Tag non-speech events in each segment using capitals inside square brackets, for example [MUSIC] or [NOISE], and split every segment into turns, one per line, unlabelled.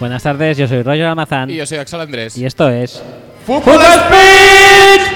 Buenas tardes, yo soy Roger Almazán
Y yo soy Axel Andrés.
y esto es
¡Fútbol Speed!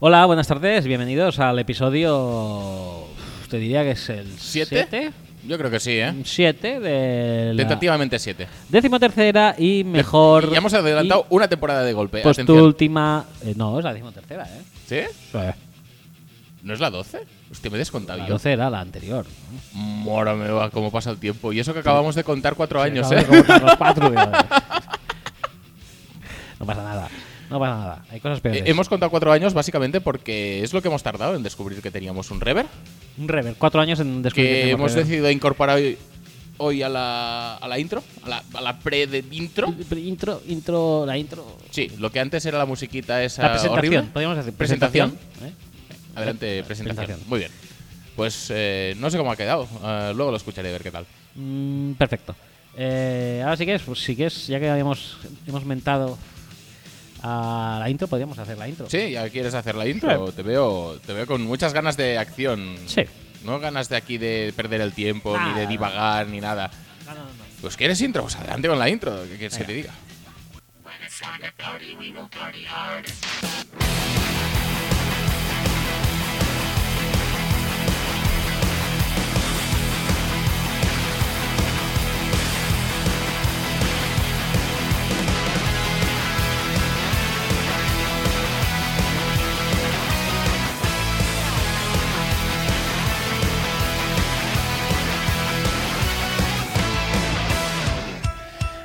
Hola, buenas tardes, bienvenidos al episodio. uf, Te diría que es el
¿Siete? Yo creo que sí, ¿eh?
7 de la
Tentativamente siete.
décimo tercera y mejor.
Ya hemos adelantado una temporada de golpe.
y Pues tu
Atención.
última. eh, no, es la décimo tercera, ¿eh?
¿Sí?
Sí.
¿No es la 12? Hostia, me he descontado
La
yo.
12 era la anterior.
Mora me va, cómo pasa el tiempo. Y eso que acabamos de contar cuatro años,
Acabo de
¿eh?
comentar
[LAUGHS]
los cuatro, digo, eh. no pasa nada, no pasa nada. Hay cosas peores.
Eh, Hemos contado cuatro años básicamente porque es lo que hemos tardado en descubrir que teníamos un rever.
Un rever, cuatro años en descubrir
Que
tengo
hemos
rever.
decidido incorporar hoy, hoy a, la, a la intro, a la, a la pre de intro.
Pero Intro, intro, la intro.
Sí, lo que antes era la musiquita esa
La presentación,
horrible.
podríamos decir.
Presentación.
¿eh?
Adelante, presentación.
Presentación.
Muy bien. Pues eh, no sé cómo ha quedado. Eh, luego lo escucharé a ver qué tal.
Mm, perfecto. Eh, ahora sí que es, pues sí que es, ya que habíamos hemos mentado a la intro, podríamos hacer la intro.
Sí, ya quieres hacer la intro. Te veo, te veo con muchas ganas de acción.
Sí.
No ganas de aquí de perder el tiempo,
Ah,
ni de
no.
divagar, ni nada.
No, no, no, no.
Pues quieres intro, pues adelante con la intro. ¿Qué quieres que te diga?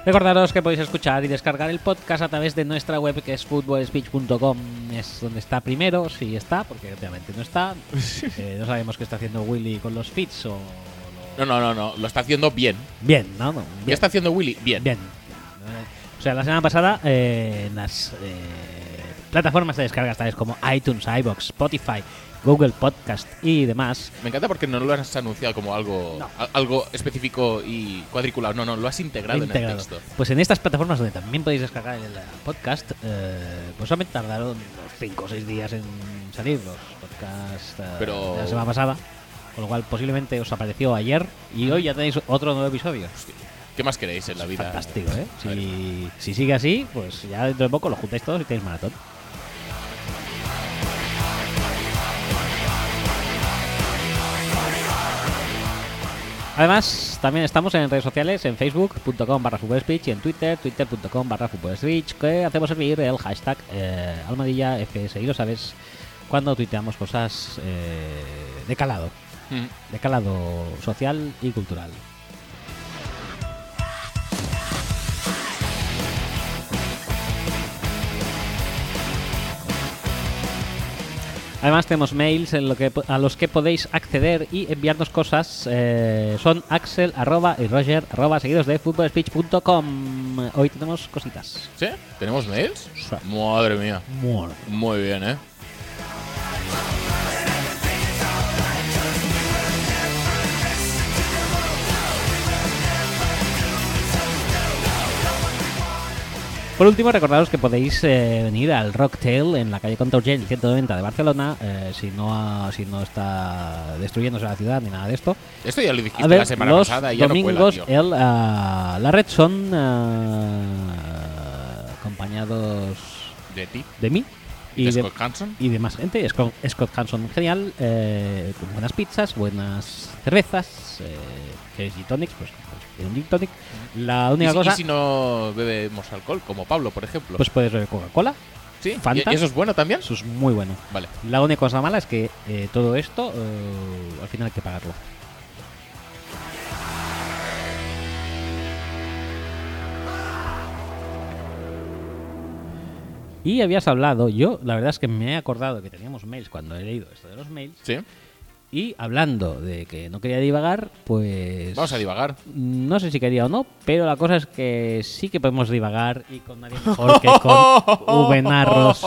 Recordaros que podéis escuchar y descargar el podcast a través de nuestra web que es footballspeech.com. Es donde está primero, si está, porque obviamente no
[LAUGHS]
está. Eh, no sabemos qué está haciendo Willy con los fits o. lo-
No, no, no, no. Lo está haciendo bien.
Bien, ¿no? no
Ya
bien.
está haciendo Willy bien.
Bien. O sea, la semana pasada eh, en las eh, plataformas de descargas tales como iTunes, iBox, Spotify, Google Podcast y demás,
Me encanta porque no lo has anunciado como algo,
No.
a- algo específico y cuadriculado. No, no, lo has integrado, en el
integrado.
texto.
Pues en estas plataformas donde también podéis descargar el eh, podcast, eh, pues solamente tardaron unos 5 o 6 días en salir los podcasts eh,
Pero-
de la semana pasada. Con lo cual posiblemente os apareció ayer y hoy ya tenéis otro nuevo episodio.
¿Qué más queréis en la vida?
Fantástico, ¿eh? Si, si sigue así, pues ya dentro de poco lo juntáis todos y tenéis maratón. Además, también estamos en redes sociales, en facebook.com barra speech y en twitter, twitter.com barra speech que hacemos servir el hashtag eh, almadilla FS y lo sabes cuando tuiteamos cosas eh, de calado,
Mm.
de calado social y cultural. Además tenemos mails en lo que, po- a los que podéis acceder y enviarnos cosas. eh, son axel arroba, y roger arroba, seguidos de footballspeech.com. Hoy tenemos cositas.
¿Sí? ¿Tenemos mails?
Sí.
Madre mía. Muy bien, ¿eh?
Por último, recordaros que podéis eh, venir al Rocktail en la calle Contaurgell 190 de Barcelona eh, si, no ha- si no está destruyéndose la ciudad ni nada de esto.
Esto ya lo dijiste
A ver,
la semana
los
pasada y ya
domingos
no cuela, tío.
el, ah, la red son ah, acompañados
De ti,
de mí y de,
Scott Hanson.
y de más gente. Scott, Scott Hanson, genial. eh, con buenas pizzas, buenas cervezas. Eh, ¿Queréis gin tonics? Pues, pues, un gin tonic. La
Y
única
si,
cosa,
y si no bebemos alcohol, como Pablo, por ejemplo.
pues puedes beber Coca-Cola.
¿Sí? ¿Y-
Fanta.
¿Y eso es bueno también?
Eso es muy bueno.
Vale.
La única cosa mala es que eh, todo esto eh, al final hay que pagarlo. Y habías hablado, yo la verdad es que me he acordado que teníamos mails cuando he leído esto de los mails
¿Sí?
Y hablando de que no quería divagar, pues...
Vamos a divagar.
No sé si quería o no, pero la cosa es que sí que podemos divagar y con nadie mejor que
[LAUGHS]
con Venarros,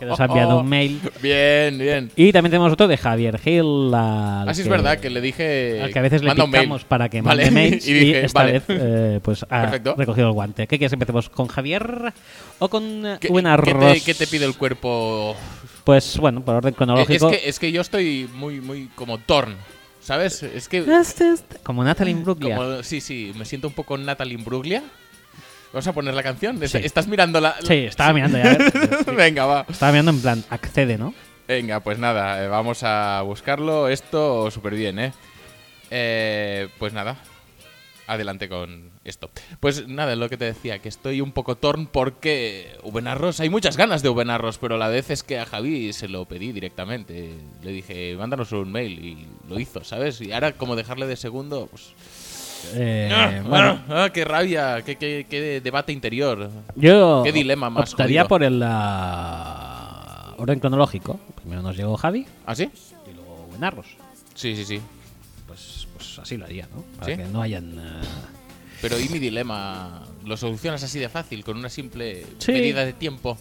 que nos ha enviado un mail.
Bien, bien.
Y también tenemos otro de Javier Gil. al
Así Ah, es verdad que le dije.
al que a veces le
manda un mail.
picamos para que
Vale, [LAUGHS]
mande mails
y dije,
esta
vale.
vez eh, pues ha
Perfecto.
recogido el guante. ¿Qué quieres? ¿Empecemos con Javier o con eh,
¿Qué,
Venarros?
qué te, qué te pide el cuerpo?
Pues bueno, por orden
Eh, Es
cronológico,
que, es que yo estoy muy, muy como torn. ¿Sabes? Es
Ah,
que.
como Natalie Imbruglia.
Como, sí, sí, me siento un poco Natalie Imbruglia. Vamos a poner la canción. Es-
Sí.
Estás mirando la. la-
Sí, estaba mirando ya. a ver.
[LAUGHS] Venga, va.
estaba mirando en plan, accede, ¿no?
Venga, pues nada, eh, vamos a buscarlo. Esto súper bien, ¿eh? Eh, Pues nada, adelante con esto. Pues nada, lo que te decía, que estoy un poco torn porque Ubenarros, hay muchas ganas de Ubenarros, pero la vez es que a Javi se lo pedí directamente. Le dije, mándanos un mail y lo hizo, ¿sabes? Y ahora como dejarle de segundo, pues...
Eh,
ah,
bueno,
ah, ¡Qué rabia! ¡Qué, qué- qué debate interior!
yo
qué dilema más
optaría
jodido.
por el ah, orden cronológico. Primero nos llegó Javi
¿Ah, sí?
y luego Buenarros.
Sí, sí, sí.
Pues, pues así lo haría, ¿no? Para
¿Sí?
que no hayan... ah,
Pero ¿y mi dilema? ¿Lo solucionas así de fácil, con una simple
Sí.
medida de tiempo?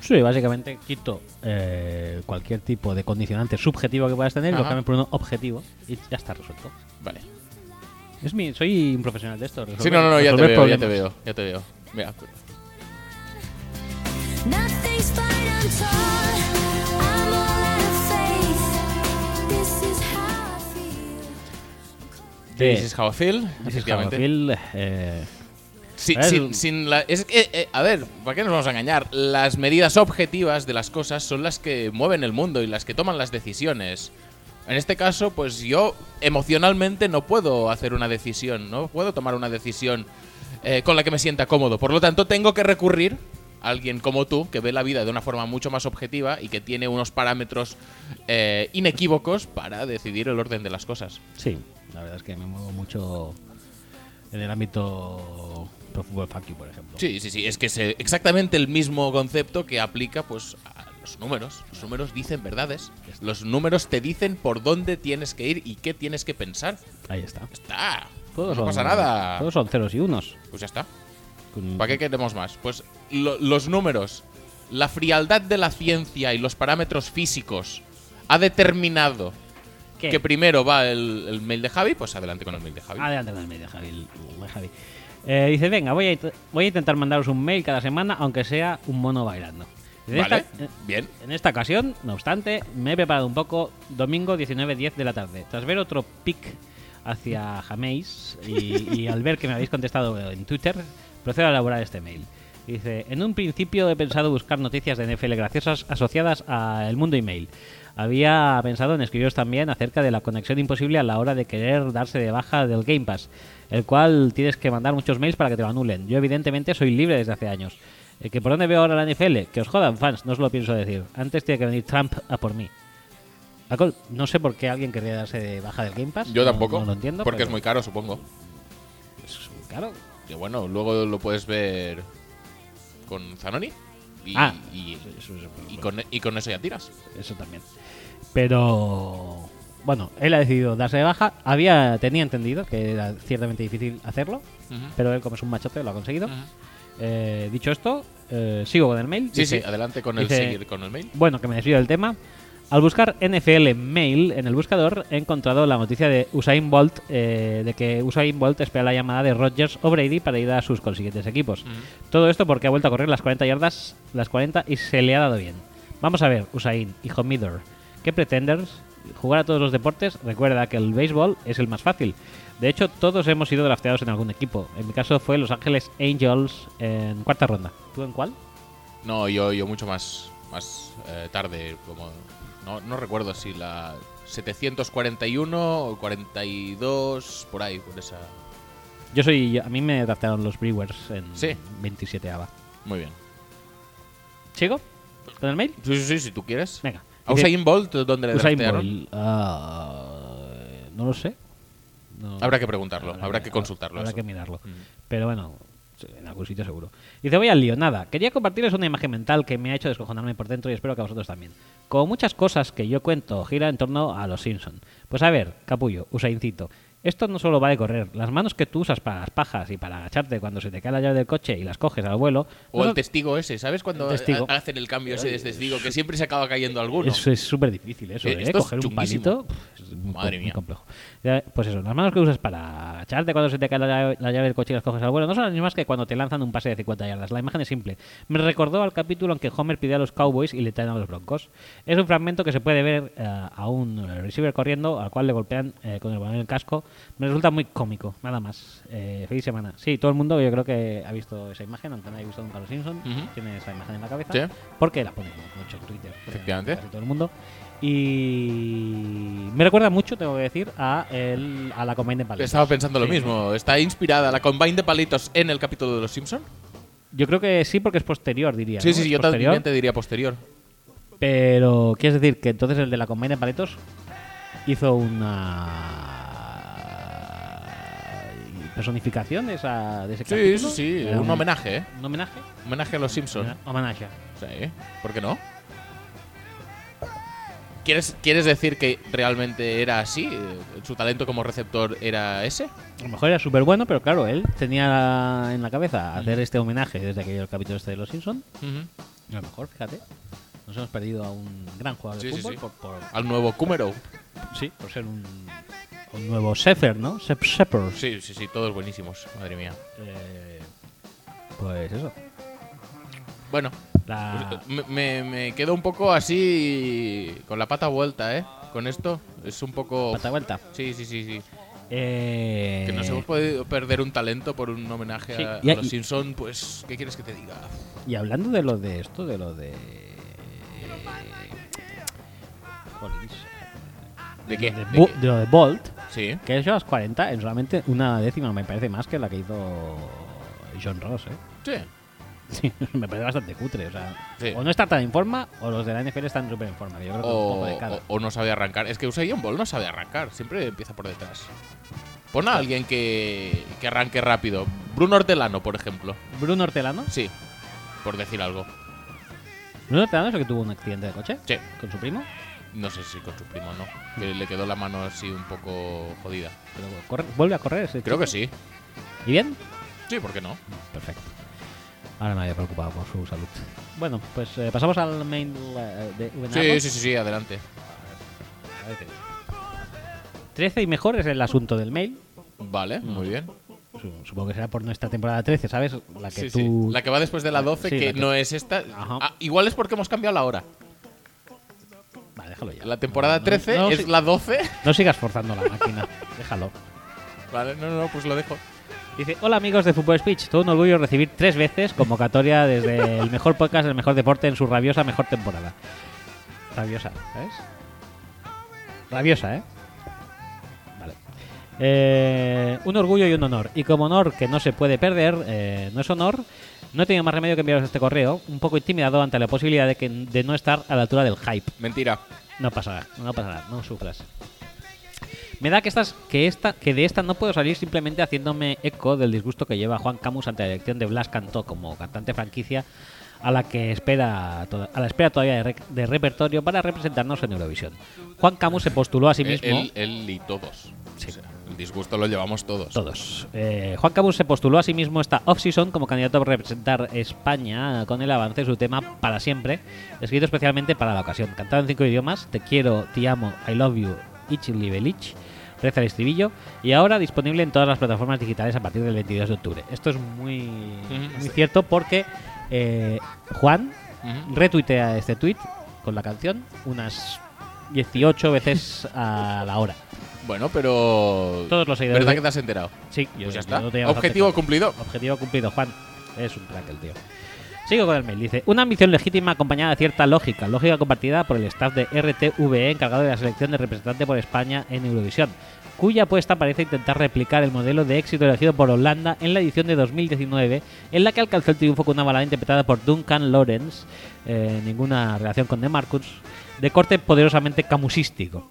Sí, básicamente quito eh, cualquier tipo de condicionante subjetivo que puedas tener y lo
Ajá.
cambio por uno objetivo y ya está resuelto.
Vale.
Es mi, soy un profesional de esto. resolver-
Sí, no, no, no, ya te
resolver
veo, ya te
problemas.
veo, ya te veo. Mira,
Nothing's fine untold. I'm all out of faith. This is how I feel.
This
Sí.
is how I feel,
This is
efectivamente.
Haverfield, eh,
Sí,
Es
sin,
un-
sin la- es que, eh, a ver, ¿para qué nos vamos a engañar? Las medidas objetivas de las cosas son las que mueven el mundo y las que toman las decisiones. En este caso, pues yo emocionalmente no puedo hacer una decisión, no puedo tomar una decisión eh, con la que me sienta cómodo. Por lo tanto, tengo que recurrir a alguien como tú, que ve la vida de una forma mucho más objetiva y que tiene unos parámetros eh, inequívocos para decidir el orden de las cosas.
Sí, la verdad es que me muevo mucho en el ámbito pro fútbol fuck you, por ejemplo.
Sí, sí, sí, es que es eh, exactamente el mismo concepto que aplica pues a los números. Los números dicen verdades. Los números te dicen por dónde tienes que ir y qué tienes que pensar.
Ahí está.
Está.
Todos
no
son-
pasa nada.
Todos son ceros y unos.
Pues ya está.
Con-
¿Para qué queremos más? Pues lo- los números, la frialdad de la ciencia y los parámetros físicos ha determinado
¿Qué?
que primero va el, el mail de Javi, pues adelante con el mail de Javi.
Adelante con el medio, Javi. Javi. Eh, dice, venga, voy a, int- voy a intentar mandaros un mail cada semana, aunque sea un mono bailando. En,
Vale,
esta, eh,
bien.
en esta ocasión, no obstante, me he preparado un poco domingo 19.10 de la tarde. Tras ver otro pic hacia Jaméis y, y al ver que me habéis contestado en Twitter, procedo a elaborar este mail. Dice, en un principio he pensado buscar noticias de NFL graciosas asociadas a El Mundo Email. Había pensado en escribiros también acerca de la conexión imposible a la hora de querer darse de baja del Game Pass, el cual tienes que mandar muchos mails para que te lo anulen. Yo evidentemente soy libre desde hace años. Eh, ¿Que por dónde veo ahora la NFL? Que os jodan, fans, no os lo pienso decir. Antes tiene que venir Trump a por mí. Paco, no sé por qué alguien querría darse de baja del Game Pass.
Yo
no-
tampoco,
No, lo entiendo.
porque
pero
es muy caro, supongo.
es muy caro.
Que bueno, luego lo puedes ver con Zanoni. Y,
Ah.
y,
Eso, eso-
y con, e, y con eso ya tiras.
eso también. Pero bueno, él ha decidido darse de baja. Había tenía entendido que era ciertamente difícil hacerlo, pero él como es un machote lo ha conseguido. Eh, dicho esto, eh, sigo con el mail.
Sí,
Dice,
sí, adelante con el
dice-
seguir con el mail.
Bueno, que me desvío del tema. Al buscar NFL Mail en el buscador he encontrado la noticia de Usain Bolt, eh, de que Usain Bolt espera la llamada de Rodgers o Brady para ir a sus consiguientes equipos.
Mm.
Todo esto porque ha vuelto a correr las 40 yardas, las 40 y se le ha dado bien. Vamos a ver, Usain, hijo Midor, ¿qué pretenders? Jugar a todos los deportes, recuerda que el béisbol es el más fácil. De hecho, todos hemos sido drafteados en algún equipo. En mi caso fue Los Ángeles Angels en cuarta ronda. ¿Tú en cuál?
No, yo, yo mucho más, más eh, tarde, como. No, no recuerdo si la 741 o 42, por ahí, por esa.
Yo soy. A mí me draftaron los Brewers en
Sí.
27 ABA.
Muy bien.
¿Sigo? ¿Con el mail?
Sí, sí, sí, si tú quieres.
Venga.
¿A Usain Bolt dónde le
Usain
draftearon?
Bolt, ah, no lo sé. No-
Habrá que preguntarlo, habrá que
ha-
consultarlo.
Habrá
eso. Mm.
que mirarlo. Pero bueno, Sí, En algún sitio seguro. Dice, voy al lío, nada. Quería compartirles una imagen mental que me ha hecho descojonarme por dentro y espero que a vosotros también. Como muchas cosas que yo cuento, gira en torno a los Simpson. Pues a ver, capullo, usaincito. Esto no solo va de correr. Las manos que tú usas para las pajas y para agacharte cuando se te cae la llave del coche y las coges al vuelo...
O
no
el testigo ese, ¿sabes? Cuando
El testigo.
ha- hacen el cambio ese de testigo, que siempre se acaba cayendo alguno.
Eso es súper difícil, eso,
Eh,
¿eh?
esto es
Coger un
chunguísimo.
palito. pf, es muy, com-
Madre
muy
mía.
complejo. Ya, Pues eso, las manos que usas para agacharte cuando se te cae la llave, la llave del coche y las coges al vuelo no son las mismas que cuando te lanzan un pase de 50 yardas. La imagen es simple. Me recordó al capítulo en que Homer pide a los Cowboys y le traen a los Broncos. Es un fragmento que se puede ver eh, a un receiver corriendo al cual le golpean eh, con el balón en el casco. Me resulta muy cómico, nada más. Eh, feliz semana. Sí, todo el mundo yo creo que ha visto esa imagen, aunque no haya visto nunca los Simpsons.
Ujú.
Tiene esa imagen en la cabeza.
Sí.
Porque la ponen mucho en Twitter.
Efectivamente.
Casi todo el mundo. Y me recuerda mucho, tengo que decir, a, el, a la Combine de Paletas.
Estaba pensando lo
Sí.
mismo. ¿Está inspirada la combine de palitos en el capítulo de los Simpson?
Yo creo que sí, porque es posterior, diría.
Sí,
¿no?
sí,
Es
yo
posterior,
también te diría posterior.
Pero quieres decir que entonces el de la Combine de Paletos hizo una personificación de, esa, de ese
Sí, sí,
capítulo?
sí.
Era
Un homenaje, ¿eh?
¿Un homenaje?
Homenaje a los Simpson.
Era Homenaje.
Sí. ¿Por qué no? ¿Quieres, ¿Quieres decir que realmente era así? Eh, ¿Su talento como receptor era ese?
A lo mejor era súper bueno, pero claro, él tenía en la cabeza hacer este homenaje desde aquel capítulo este de Los Simpsons. A lo mejor, fíjate. Nos hemos perdido a un gran jugador
Sí,
de
sí,
fútbol
sí.
Por, por,
Al nuevo Kumero.
sí, por ser un, un nuevo Sefer, ¿no? Sep Shepard.
Sí, sí, sí, todos buenísimos. Madre mía.
Eh, pues eso.
Bueno,
La-
Pues, Me, me- me quedo un poco así con la pata vuelta, ¿eh? Con esto es un poco...
pata vuelta.
Sí, sí, sí, sí.
Eh,
Que nos hemos podido perder un talento por un homenaje
Sí,
a,
y-
a los
y-
Simpson, pues, ¿qué quieres que te diga?
Y hablando de lo de esto, de lo de. Jolines.
¿De qué?
De,
¿De
Bo-
qué?
de lo de Bolt,
Sí.
que ha hecho las 40 en solamente una décima, me parece más que la que hizo John Ross, ¿eh?
Sí.
[LAUGHS] Sí, me parece bastante cutre. O sea,
Sí.
o no está tan en forma, o los de la NFL están súper en forma. que Yo creo que un poco
O,
de cada.
o- o no sabe arrancar. Es que Usain Bolt no sabe arrancar. Siempre empieza por detrás. Pon a alguien que, que arranque rápido. Bruno Hortelano, por ejemplo.
Bruno Hortelano.
Sí. Por decir algo.
Bruno Hortelano es el que tuvo un accidente de coche
Sí.
con su primo,
No sé si con su primo o no. Que le quedó la mano así un poco jodida.
pero corre- vuelve a correr. ese
Creo que
chico.
sí.
¿Y bien?
Sí, ¿por qué no?
Perfecto. Ahora me había preocupado por su salud. Bueno, pues eh, pasamos al mail eh, de Uben
Sí,
Arrow.
sí, sí, sí, adelante.
A ver qué dice. 13 y mejor es el asunto del mail.
Vale,
Mm.
muy bien.
Su- Supongo que será por nuestra temporada 13, ¿sabes? La que
Sí, sí.
tú.
La que va después de la 12,
Sí,
que,
la que-
no es esta.
Ajá.
Ah, igual es porque hemos cambiado la hora.
Vale, déjalo ya.
La temporada
Ah, No, no,
13
no,
es
sí-
la 12.
no sigas forzando la máquina. [LAUGHS] déjalo.
[LAUGHS] Vale, no, no, no, pues lo dejo.
Dice, hola amigos de Fútbol Speech, todo un orgullo recibir tres veces convocatoria desde el mejor podcast del mejor deporte en su rabiosa mejor temporada. Rabiosa, ¿sabes? Rabiosa, ¿eh? Vale. Eh, un orgullo y un honor. Y como honor que no se puede perder, eh, no es honor, no he tenido más remedio que enviaros este correo, un poco intimidado ante la posibilidad de, que, de no estar a la altura del hype.
Mentira.
No pasará, no pasará, no sufras. Me da que estas, que esta, que de esta no puedo salir simplemente haciéndome eco del disgusto que lleva Juan Camus ante la elección de Blas Cantó como cantante franquicia a la que espera to- a la espera todavía de, re- de repertorio para representarnos en Eurovisión. Juan Camus se postuló a sí
Él,
mismo.
él, él y todos.
Sí.
O sea, el disgusto lo llevamos todos.
Todos. Eh, Juan Cabus se postuló a sí mismo esta off-season como candidato a representar España con el avance de su tema Para Siempre, escrito especialmente para la ocasión. Cantado en cinco idiomas, Te quiero, te amo, I love you, Ich liebe dich, reza el estribillo, y ahora disponible en todas las plataformas digitales a partir del 22 de octubre. Esto es muy, muy
sí.
cierto porque eh, Juan
Ujú.
retuitea este tweet con la canción unas 18 veces a la hora.
Bueno, pero.
Todos los seguidores
¿Verdad
de-
que te has enterado?
Sí, yo-
pues ya
yo
está.
lo tenía bastante
Objetivo
claro.
cumplido.
Objetivo cumplido, Juan. Es un crack el tío. Sigo con el mail. Dice, una ambición legítima acompañada de cierta lógica. Lógica compartida por el staff de RTVE E, encargado de la selección de representante por España en Eurovisión, cuya apuesta parece intentar replicar el modelo de éxito elegido por Holanda en la edición de 2019, en la que alcanzó el triunfo con una balada interpretada por Duncan Lawrence, eh, ninguna relación con De Marcus, de corte poderosamente camusístico.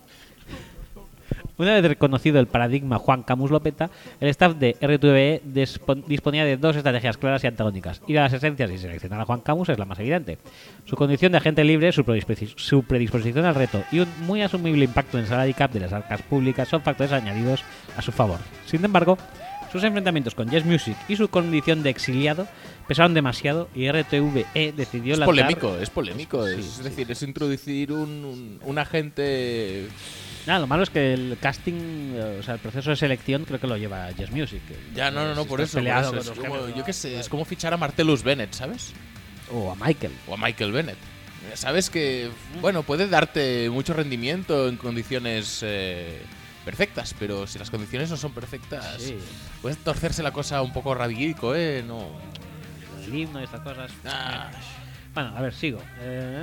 Una vez reconocido el paradigma Juan Camus Lopeta, el staff de RTVE despo- disponía de dos estrategias claras y antagónicas. Ir a las esencias y seleccionar a Juan Camus es la más evidente. Su condición de agente libre, su, predispos- su predisposición al reto y un muy asumible impacto en el salary cap de las arcas públicas son factores añadidos a su favor. Sin embargo, sus enfrentamientos con Jazz Music y su condición de exiliado pesaron demasiado y RTVE decidió
Es
lanzar...
polémico, es polémico.
Sí,
es
sí.
decir, es introducir un, un, un agente.
Nada, lo malo es que el casting, eh, o sea, el proceso de selección creo que lo lleva Jazz Music.
Ya, no, no, no,
Si
por
estás
eso. por
peleado
eso.
con
Es
los
como,
géneros,
yo qué sé, es como fichar a Martellus Bennett, ¿sabes?
O a Michael.
O a Michael Bennett. Sabes que, bueno, puede darte mucho rendimiento en condiciones eh, perfectas, pero si las condiciones no son perfectas,
Sí,
puede torcerse la cosa un poco rabillico, ¿eh? No.
el himno y estas cosas.
Ah,
Bueno, a ver, sigo. Eh,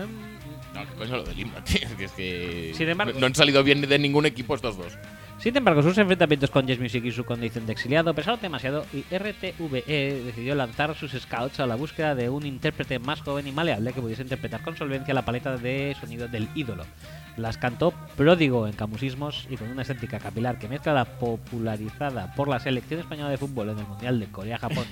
no, qué coño lo del himno, [LAUGHS] tío. Que es que.
Sin embargo-
no han salido bien de ningún equipo estos dos.
sin embargo, sus enfrentamientos con Jazz Music y su condición de exiliado pesaron demasiado y RTVE E decidió lanzar sus scouts a la búsqueda de un intérprete más joven y maleable que pudiese interpretar con solvencia la paleta de sonido del ídolo. Las cantó pródigo en camusismos y con una estética capilar que mezcla la popularizada por la selección española de fútbol en el Mundial de Corea-Japón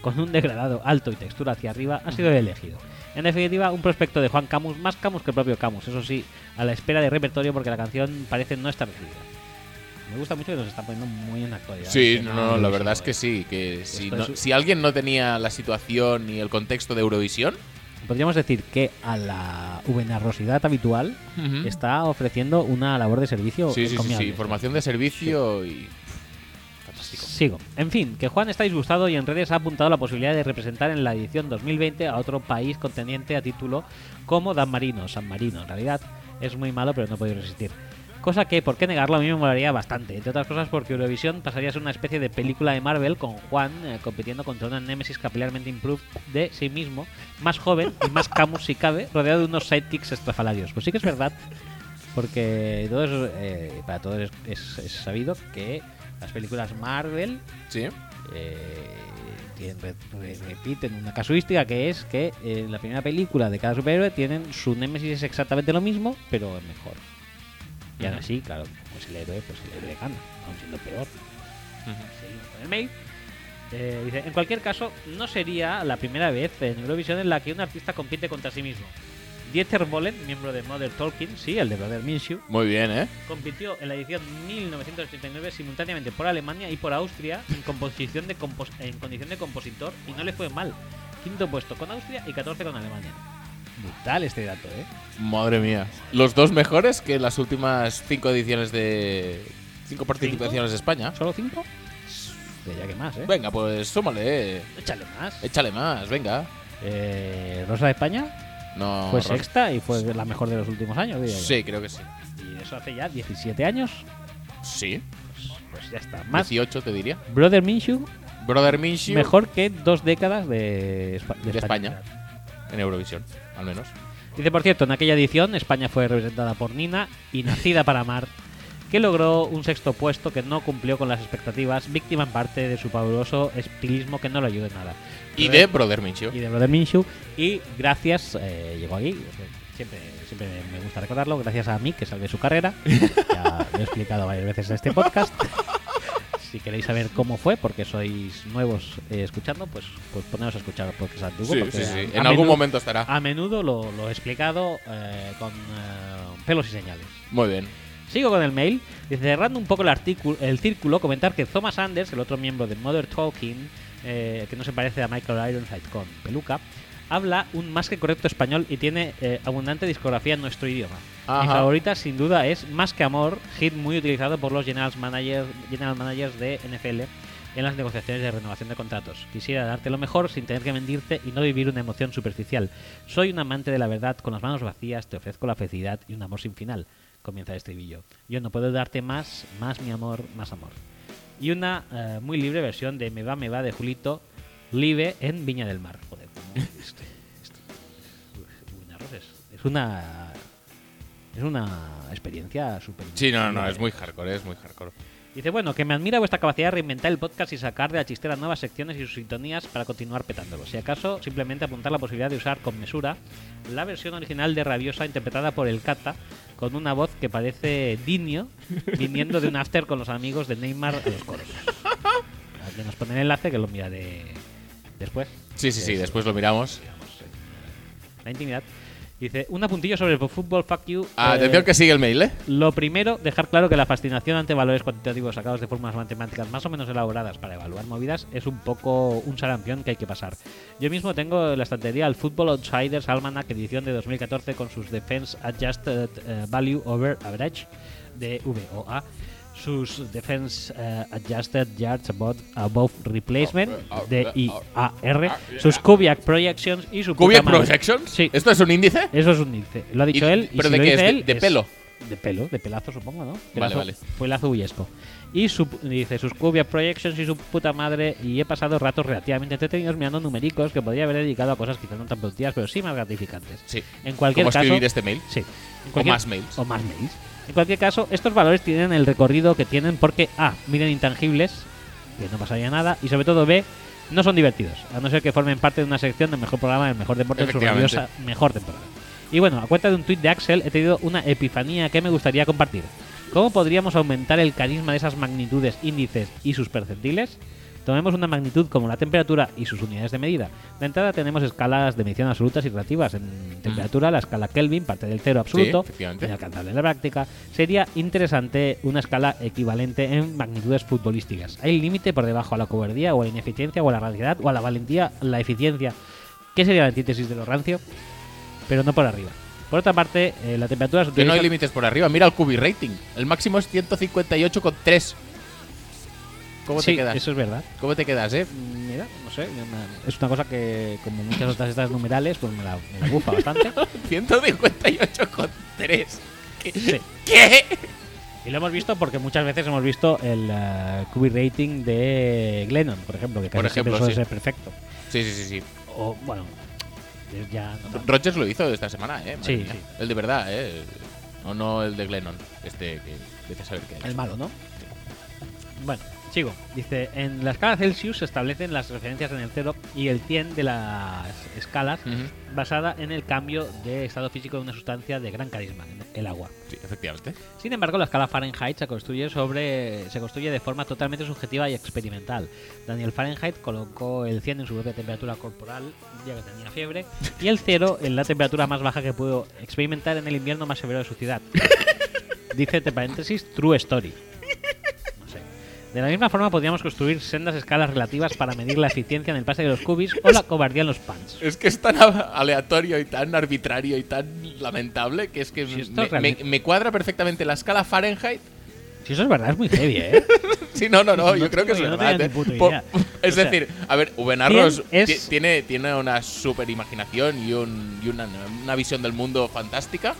con un degradado alto y textura hacia arriba, ha sido elegido. En definitiva, un prospecto de Juan Camus, más Camus que el propio Camus, eso sí, a la espera de repertorio porque la canción parece no estar recibida. Me gusta mucho que nos está poniendo muy en actualidad.
Sí,
Este
no,
tema
no, la
buenísimo,
verdad es que
eh.
sí. Que si,
Esto
no-
es-
si alguien no tenía la situación y el contexto de Eurovisión,
Podríamos decir que a la venarrosidad habitual
Ujú.
está ofreciendo una labor de servicio.
¿Mm? sí, sí, sí,
encomiable.
sí, formación de servicio y. Fantástico.
Sigo. En fin, que Juan está disgustado y en redes ha apuntado la posibilidad de representar en la edición 2020 a otro país contendiente a título como Dan Marino, San Marino. En realidad es muy malo, pero no he podido resistir. Cosa que, por qué negarlo, a mí me molaría bastante. Entre otras cosas porque Eurovisión pasaría a ser una especie de película de Marvel con Juan eh, compitiendo contra una némesis capilarmente improved de sí mismo, más joven y más camus si cabe, rodeado de unos sidekicks estrafalarios. Pues sí que es verdad porque todos, eh, para todos es, es- es sabido que las películas Marvel
Sí.
eh, tienen- re- re- repiten una casuística que es que eh, en la primera película de cada superhéroe tienen su némesis es exactamente lo mismo, pero es mejor. Y aún
Ujú.
así, claro, pues el héroe, pues el héroe gana, aún siendo peor. Seguimos con el mail. Eh, dice, en cualquier caso, no sería la primera vez en Eurovisión en la que un artista compite contra sí mismo. Dieter Bohlen, miembro de Mother Talking, sí, el de Brother Minshew,
Muy bien, ¿eh?
compitió en la edición 1989 simultáneamente por Alemania y por Austria en, composición de compos- en condición de compositor y no le fue mal. Quinto puesto con Austria y 14 con Alemania. Brutal este dato, ¿eh?
Madre mía. Los dos mejores que las últimas cinco ediciones de. Cinco participaciones de España.
¿Solo 5? Diría que más, ¿eh?
Venga, pues súmale, eh.
Échale más.
échale más, venga.
Eh, Rosa de España
No,
fue
Ros-
sexta y fue la mejor de los últimos años, Pues diría yo.
Ah, Sí, creo que sí.
Y eso hace ya 17 años.
Sí,
Pues, pues ya está. Más
18 te diría.
Brother Minshew,
Brother Minshew
mejor que dos décadas de, Espa-
De España. en Eurovisión, al menos.
Dice, por cierto, en aquella edición España fue representada por Nina y Nacida para Amar, que logró un sexto puesto que no cumplió con las expectativas, víctima en parte de su pavoroso espirismo que no le ayudó en nada.
Y de
Brother-
Brother Minshew.
y de Brother Minshew. Y gracias, eh, llegó aquí, siempre, siempre me gusta recordarlo, gracias a mí que salvé su
[LAUGHS]
carrera. Ya lo he explicado varias veces en este podcast. Si queréis saber cómo fue, porque sois nuevos eh, escuchando, pues, pues poneos a escuchar el podcast antiguo.
Sí,
porque
sí, sí.
a-
En
a
algún
menudo- Ah.
momento estará.
a menudo lo, lo he explicado eh, con eh, pelos y señales.
Muy bien.
Sigo con el mail. Dice, cerrando un poco el, artículo, el círculo, comentar que Thomas Anders, el otro miembro de Mother Talking, eh, que no se parece a Michael Ironside con peluca, habla un más que correcto español y tiene eh, abundante discografía en nuestro idioma. Mi
Ajá.
favorita, sin duda, es Más que Amor, hit muy utilizado por los general managers, general managers de NFL en las negociaciones de renovación de contratos. Quisiera darte lo mejor sin tener que mentirte y no vivir una emoción superficial. Soy un amante de la verdad, con las manos vacías te ofrezco la felicidad y un amor sin final. Comienza el estribillo. Yo no puedo darte más, más mi amor, más amor. Y una eh, muy libre versión de Me va, me va de Julito, live en Viña del Mar. Joder,
[LAUGHS]
cómo- esto- esto- Uy, una rosa, es- Es una es una experiencia ¿eh? súper.
Sí, no, no, es muy hardcore, es muy hardcore.
Dice, bueno, que me admira vuestra capacidad de reinventar el podcast y sacar de la chistera nuevas secciones y sus sintonías para continuar petándolo. Si acaso, simplemente apuntar la posibilidad de usar con mesura la versión original de Rabiosa interpretada por el Cata, con una voz que parece Dinio viniendo de un after con los amigos de Neymar a los
[LAUGHS]
coros. Al que nos pone el enlace que lo miraré después.
Sí, sí, sí, después lo miramos.
Digamos, en la intimidad. Dice, un apuntillo sobre el fútbol, fuck you. eh,
Ah, Atención que sigue el mail, ¿eh?
Lo primero, dejar claro que la fascinación ante valores cuantitativos sacados de formas matemáticas más o menos elaboradas para evaluar movidas es un poco un sarampión que hay que pasar. Yo mismo tengo en la estantería el Football Outsiders Almanac edición de 2014 con sus Defense Adjusted eh, Value Over Average de VOA, sus Defense eh, Adjusted Yards Above, Above Replacement de IAR, sus Kubiak Projections y su... puta
¿Cubiac
madre.
Projections?
Sí. Eh,
¿Esto es un índice?
Eso es un índice. Lo ha dicho
¿Y-
él. y
pero
si
de
lo
qué
dice
es? ¿De-
él,
de pelo?
De pelo, de pelazo supongo, ¿no?
Vale,
Pelazo-
vale.
Pelazo huyesco. Y su- dice sus cubias projections y su puta madre. Y he pasado ratos relativamente entretenidos mirando numéricos que podría haber dedicado a cosas quizás no tan productivas, pero sí más gratificantes.
Sí.
En cualquier
¿Cómo
caso.
escribir este mail?
Sí. En cualquier-
más mails.
O más mails. En cualquier caso, estos valores tienen el recorrido que tienen porque A, miden intangibles, que no pasaría nada, y sobre todo B, no son divertidos, a no ser que formen parte de una sección del mejor programa del mejor deporte en su
Efectivamente.
rabiosa mejor temporada. Y bueno, a cuenta de un tuit de Axel he tenido una epifanía que me gustaría compartir. ¿Cómo podríamos aumentar el carisma de esas magnitudes, índices y sus percentiles? Tomemos una magnitud como la temperatura y sus unidades de medida. De entrada tenemos escalas de medición absolutas y relativas. En temperatura, la escala Kelvin parte del cero absoluto,
efectivamente.
inalcanzable en la práctica. Sería interesante una escala equivalente en magnitudes futbolísticas. Hay límite por debajo a la cobardía o a la ineficiencia o a la realidad o a la valentía, la eficiencia, que sería la antítesis de lo rancio, pero no por arriba. Por otra parte, eh, la temperatura se
Que no hay
utiliza-
límites por arriba. Mira el cubi rating. El máximo es 158,3. ¿Cómo
Sí,
te quedas?
Eso es verdad.
¿Cómo te quedas, eh?
Mm, Mira, no sé, yo me- es una cosa que, como muchas otras estas numerales, pues me la, me la bufa [LAUGHS] bastante.
158,3. ¿Qué?
Sí.
¿Qué?
Y lo hemos visto porque muchas veces hemos visto el eh, QB rating de Glennon, por ejemplo, que casi
Por
siempre
ejemplo,
suele
sí.
ser perfecto.
Sí, sí, sí, sí.
O, bueno, eh, ya no tanto.
Rogers lo hizo esta semana, eh. Madre
Sí,
mía.
sí.
El de verdad, eh. No, no el de Glennon. Este que vete a saber qué
[LAUGHS]
es.
El malo, ¿no? Bueno, sigo. Dice, en la escala Celsius se establecen las referencias en el 0 y el 100 de las escalas
Ujú.
basada en el cambio de estado físico de una sustancia de gran carisma, el agua.
Sí, efectivamente.
Sin embargo, la escala Fahrenheit se construye sobre se construye de forma totalmente subjetiva y experimental. Daniel Fahrenheit colocó el 100 en su propia temperatura corporal un día que tenía fiebre y el 0 en la temperatura más baja que pudo experimentar en el invierno más severo de su ciudad. Dice entre paréntesis True Story. No sé. De la misma forma podríamos construir sendas escalas relativas para medir la eficiencia en el pase de los cubis o la cobardía en los pants.
Es que es tan a- aleatorio y tan arbitrario y tan lamentable que es que
Si esto
me,
es realmente-
me- me cuadra perfectamente la escala Fahrenheit.
Si eso es verdad, es muy heavy, ¿eh?
Sí, no, no, no,
No
yo creo que
tengo-
es
yo no
verdad.
tenía
¿eh?
ni puta
Po-
idea.
[LAUGHS] es
O sea,
decir, a ver, Ubenarros
¿quién
ti-
es-
tiene, tiene una super imaginación y, un- y una, una visión del mundo fantástica,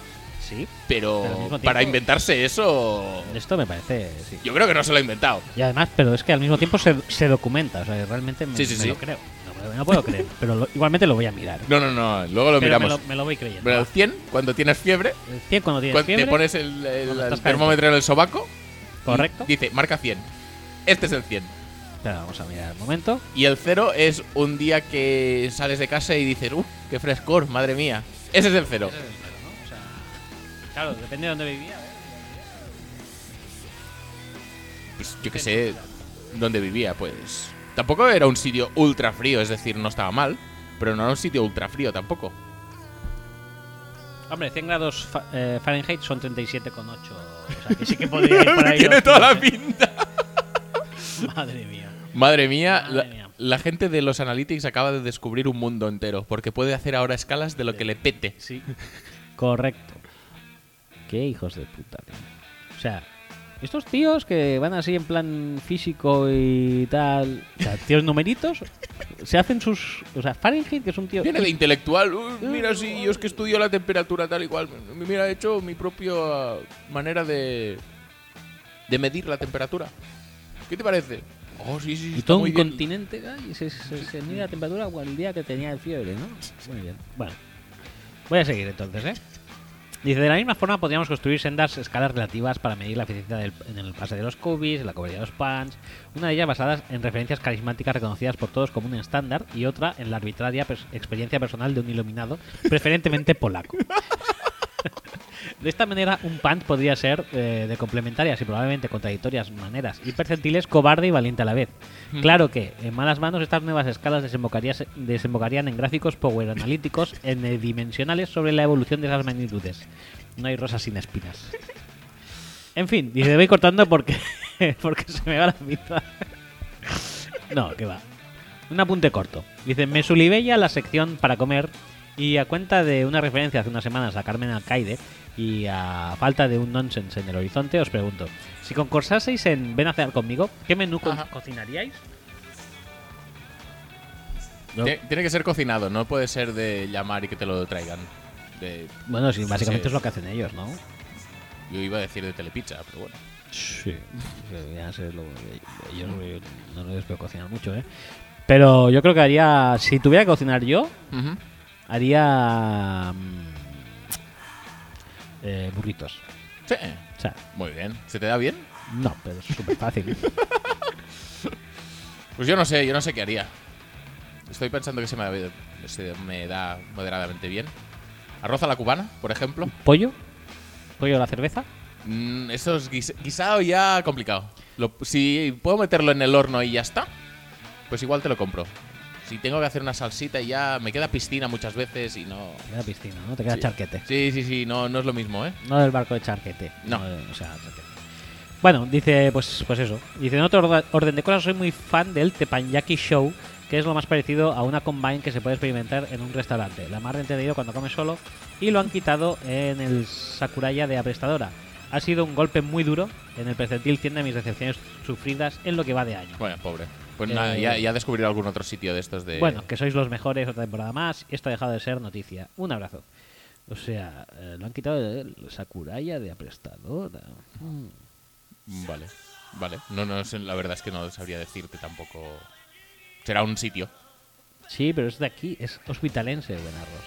Sí,
pero,
Pero al mismo
para
tiempo-
inventarse eso,
esto me parece... sí.
yo creo que no se lo ha inventado.
Y además, pero es que al mismo tiempo se, se documenta, o sea, que realmente me,
Sí, sí,
me
sí.
lo creo. No, me lo- no puedo creer, pero lo- igualmente lo voy a mirar.
No, no, no, luego lo
pero me
miramos.
lo, me lo voy creyendo.
Pero el 100, cuando tienes fiebre,
El 100 cuando tienes
cuando
fiebre,
te pones el, el-
Cuando
el
estás
termómetro en el sobaco,
correcto.
dice, marca 100. Este es el 100.
Espera, vamos a mirar un momento.
Y el 0 es un día que sales de casa y dices, uff, qué frescor, madre mía. Ese es el 0.
O sea, claro, depende de dónde vivía. ¿eh?
pues yo que sé dónde vivía, pues. Tampoco era un sitio ultra frío, es decir, no estaba mal, pero no era un sitio ultra frío tampoco.
Hombre, 100 grados fa- eh, Fahrenheit son 37,8. O sea, que sí que podría ir
[LAUGHS]
por ahí.
Tiene toda la pinta.
Madre mía.
Madre mía,
Madre
la,
mía.
la gente de los Analytics acaba de descubrir un mundo entero, porque puede hacer ahora escalas de lo que le pete.
Sí. [LAUGHS] Correcto. Qué hijos de puta, tío. O sea, estos tíos que van así en plan físico y tal. O sea, tíos numeritos. se hacen sus. O sea, Fahrenheit, que es un tío.
Viene de intelectual. "Uy, mira, sí, yo es que estudio la temperatura tal y cual. Mira, he hecho mi propia manera de, de medir la temperatura. ¿Qué te parece? Oh, sí, sí,
Y
está
todo un
muy bien.
continente ¿eh? y se, se- se mide la temperatura o el día que tenía fiebre, ¿no? Muy bien. Bueno, voy a seguir entonces, ¿eh? Dice, de la misma forma podríamos construir sendas escalas relativas para medir la eficiencia del- en el pase de los cubis, en la cobertura de los pants, una de ellas basadas en referencias carismáticas reconocidas por todos como un estándar y otra en la arbitraria pers- experiencia personal de un iluminado, preferentemente polaco. [LAUGHS] De esta manera, un pant podría ser eh, de complementarias y probablemente contradictorias maneras y percentiles cobarde y valiente a la vez. Claro que, en malas manos, estas nuevas escalas desembocarías- desembocarían en gráficos power analíticos en dimensionales sobre la evolución de esas magnitudes. No hay rosas sin espinas. En fin, y se voy cortando porque, [LAUGHS] porque se me va la mitad. No, que va. Un apunte corto. Dice, me sulibella la sección para comer y a cuenta de una referencia hace unas semanas a Carmen Alcaide y a falta de un nonsense en el horizonte, os pregunto, si concursaseis en Ven a cenar conmigo, ¿qué menú co-
Ajá.
cocinaríais? No.
Tiene, tiene que ser cocinado, no puede ser de llamar y que te lo traigan. De-
Bueno, sí, básicamente
Sí.
es lo que hacen ellos, ¿no?
yo iba a decir de telepizza, pero bueno.
Sí. Ya sé, lo- yo no, yo no les veo cocinar mucho, ¿eh? Pero yo creo que haría, si tuviera que cocinar yo, haría mm, eh, burritos.
Sí,
O sea,
muy bien. ¿Se te da bien?
no, pero es súper [LAUGHS] fácil.
Pues yo no sé, yo no sé qué haría. Estoy pensando que se me, se me da moderadamente bien. Arroz a la cubana, por ejemplo.
¿Pollo? ¿Pollo a la cerveza?
Mm, eso es guis- guisado ya complicado. Lo- si puedo meterlo en el horno y ya está, pues igual te lo compro. Si tengo que hacer una salsita y ya me queda piscina muchas veces y no...
Te queda piscina, ¿no? Te queda
Sí.
charquete.
Sí, sí, sí, no, no es lo mismo, ¿eh?
No del barco de charquete.
No.
de- o sea, charquete. Bueno, dice, pues, pues eso. Dice, en otro orda- orden de cosas, soy muy fan del Tepanyaki Show, que es lo más parecido a una combine que se puede experimentar en un restaurante. La más entendido cuando comes solo y lo han quitado en el Sakuraya de Aprestadora. Ha sido un golpe muy duro. En el percentil tiende mis decepciones sufridas en lo que va de año.
Bueno, pobre. Pues
Eh,
nada, ya, ya descubriré algún otro sitio de estos de...
Bueno, que sois los mejores otra temporada más. Esto ha dejado de ser noticia. Un abrazo. O sea, eh, lo han quitado del Sakuraya de aprestadora. Mm.
Vale, vale. No, no, sé, la verdad es que no sabría decirte tampoco... Será un sitio.
Sí, pero es de aquí, es hospitalense, Benarros.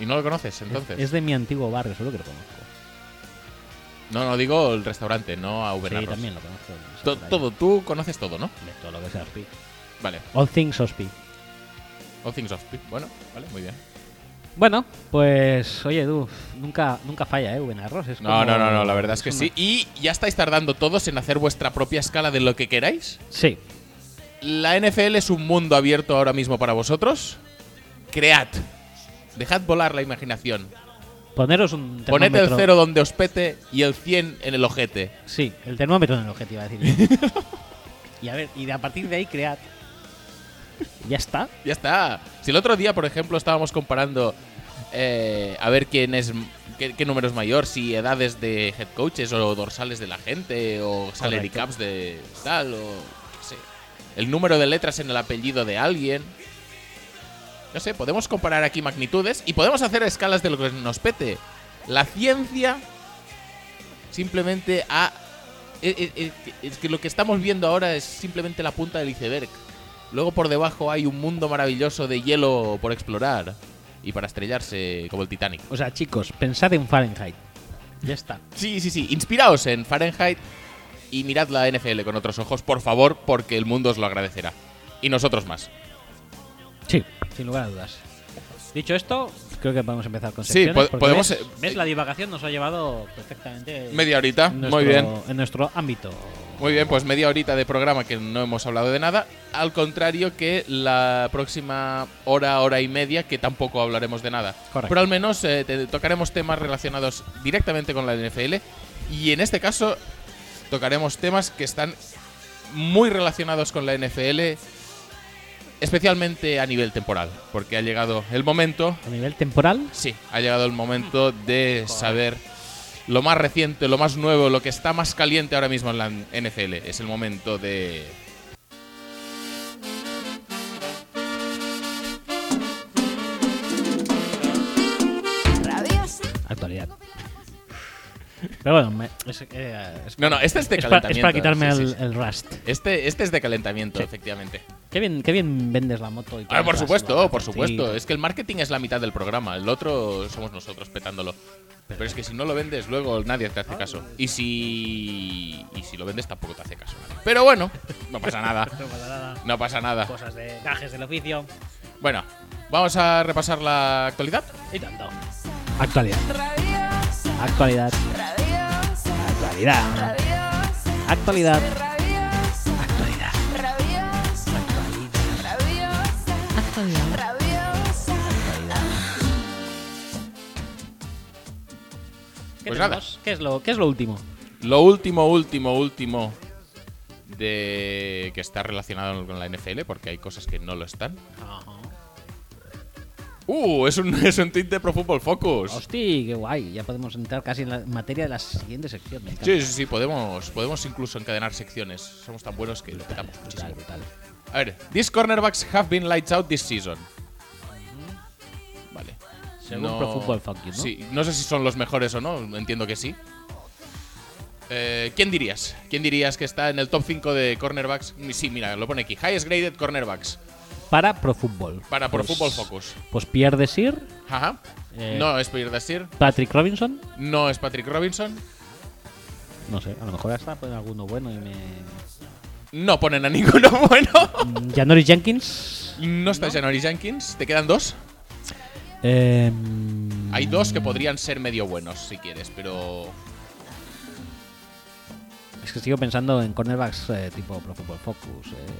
¿Y no lo conoces
Es-
entonces?
Es, de mi antiguo barrio, solo que lo conozco.
No, no, digo el restaurante, no a
Sí,
Ubenarros.
también lo conozco. el
To-
Sakuraya.
todo, tú conoces todo, ¿no?
De todo lo que sea Ospi.
Vale.
All things Ospi.
All things off. Bueno, vale, muy bien.
Bueno, pues, oye, tú, nunca, nunca falla, ¿eh, Benarros? Es
No,
como-
no, no, no, la verdad es que
una-
sí. Y ya estáis tardando todos en hacer vuestra propia escala de lo que queráis.
Sí,
La NFL es un mundo abierto ahora mismo para vosotros. Cread. Dejad volar la imaginación.
poneros un
Poned el
termómetro-
cero donde os pete y el 100 en el ojete.
Sí, el termómetro en el objetivo, iba a decir. yo.
[LAUGHS]
y a ver, y de- a partir de ahí cread. Ya está.
Ya está. Si el otro día, por ejemplo, estábamos comparando eh, a ver quién es qué, qué número es mayor, si edades de head coaches o dorsales de la gente o salary
Correcto.
caps de tal o qué sé, el número de letras en el apellido de alguien. No sé, podemos comparar aquí magnitudes y podemos hacer escalas de lo que nos pete. La ciencia simplemente ha e- e- e- es que lo que estamos viendo ahora es simplemente la punta del iceberg. Luego por debajo hay un mundo maravilloso de hielo por explorar y para estrellarse como el Titanic.
O sea, chicos, pensad en Fahrenheit. Ya está.
Sí, sí, sí, inspiraos en Fahrenheit y mirad la NFL con otros ojos, por favor, porque el mundo os lo agradecerá. Y nosotros más.
Sí, sin lugar a dudas. Dicho esto, creo que podemos empezar con
Sí,
secciones.
po-
porque
podemos,
Ves,
eh,
ves,
eh,
la divagación nos ha llevado perfectamente.
Media horita,
en
muy bien.
nuestro- En nuestro ámbito.
Muy bien, pues media horita de programa que no hemos hablado de nada. Al contrario que la próxima hora, hora y media, que tampoco hablaremos de nada.
Correcto.
Pero al menos eh, te- tocaremos temas relacionados directamente con la NFL. Y en este caso, tocaremos temas que están muy relacionados con la NFL, especialmente a nivel temporal. Porque ha llegado el momento
A nivel temporal,
Sí, ha llegado el momento de saber lo más reciente, lo más nuevo, lo que está más caliente ahora mismo en la NFL. Es el momento de...
Rabiosa.
actualidad. Pero bueno, me- es, eh, es-
No, no, este es de
es para,
calentamiento.
es para quitarme
sí,
el,
sí, sí.
el rust.
Este, este es de calentamiento,
Sí.
efectivamente.
Qué bien, qué bien vendes la moto. Y
Ah,
todo
por
el
supuesto,
rust,
por
sí.
supuesto. Es que el marketing es la mitad del programa. El otro somos nosotros petándolo. Pero es que si no lo vendes, luego nadie te hace caso. Y si. Y si lo vendes, tampoco te hace caso. nadie. Pero bueno, no pasa nada.
No pasa nada.
No pasa
[LAUGHS]
nada.
Cosas de gajes del oficio
Bueno, vamos a repasar la actualidad.
y tanto. Actualidad. Actualidad. Actualidad. Actualidad. Actualidad. ¿Qué,
Pues nada.
tenemos? ¿Qué es lo, ¿Qué es lo último?
Lo último, último, último de que está relacionado con la NFL, porque hay cosas que no lo están. Uh, es un, [LAUGHS] es un tweet de Pro Football Focus.
Hosti, qué guay. Ya podemos entrar casi en la materia de la siguiente sección. me encanta.
Sí, sí, sí, podemos, podemos incluso encadenar secciones. Somos tan buenos que lo petamos
Brutal,
muchísimo.
brutal.
A ver, these cornerbacks have been lights out this season. Vale.
Según Pro Football Focus, ¿no?
Sí, no sé si son los mejores o no, entiendo que sí. Eh, ¿Quién dirías? ¿Quién dirías que está en el top 5 de cornerbacks? Sí, mira, lo pone aquí. Highest graded cornerbacks
Para Pro Football.
para Pro
Pues-
Football Focus.
Pues Pierre Desir,
Ajá.
Eh.
No es Pierre Desir,
Patrick Robinson.
no es Patrick Robinson,
No sé, a lo mejor hasta ponen alguno bueno y me.
no ponen a ninguno [LAUGHS] bueno.
Mm, Janoris Jenkins.
No está Janoris Jenkins, te quedan dos.
Em,
Hay dos que podrían ser medio buenos si quieres, pero
Es que sigo pensando en cornerbacks eh, tipo Pro Football Focus. eh,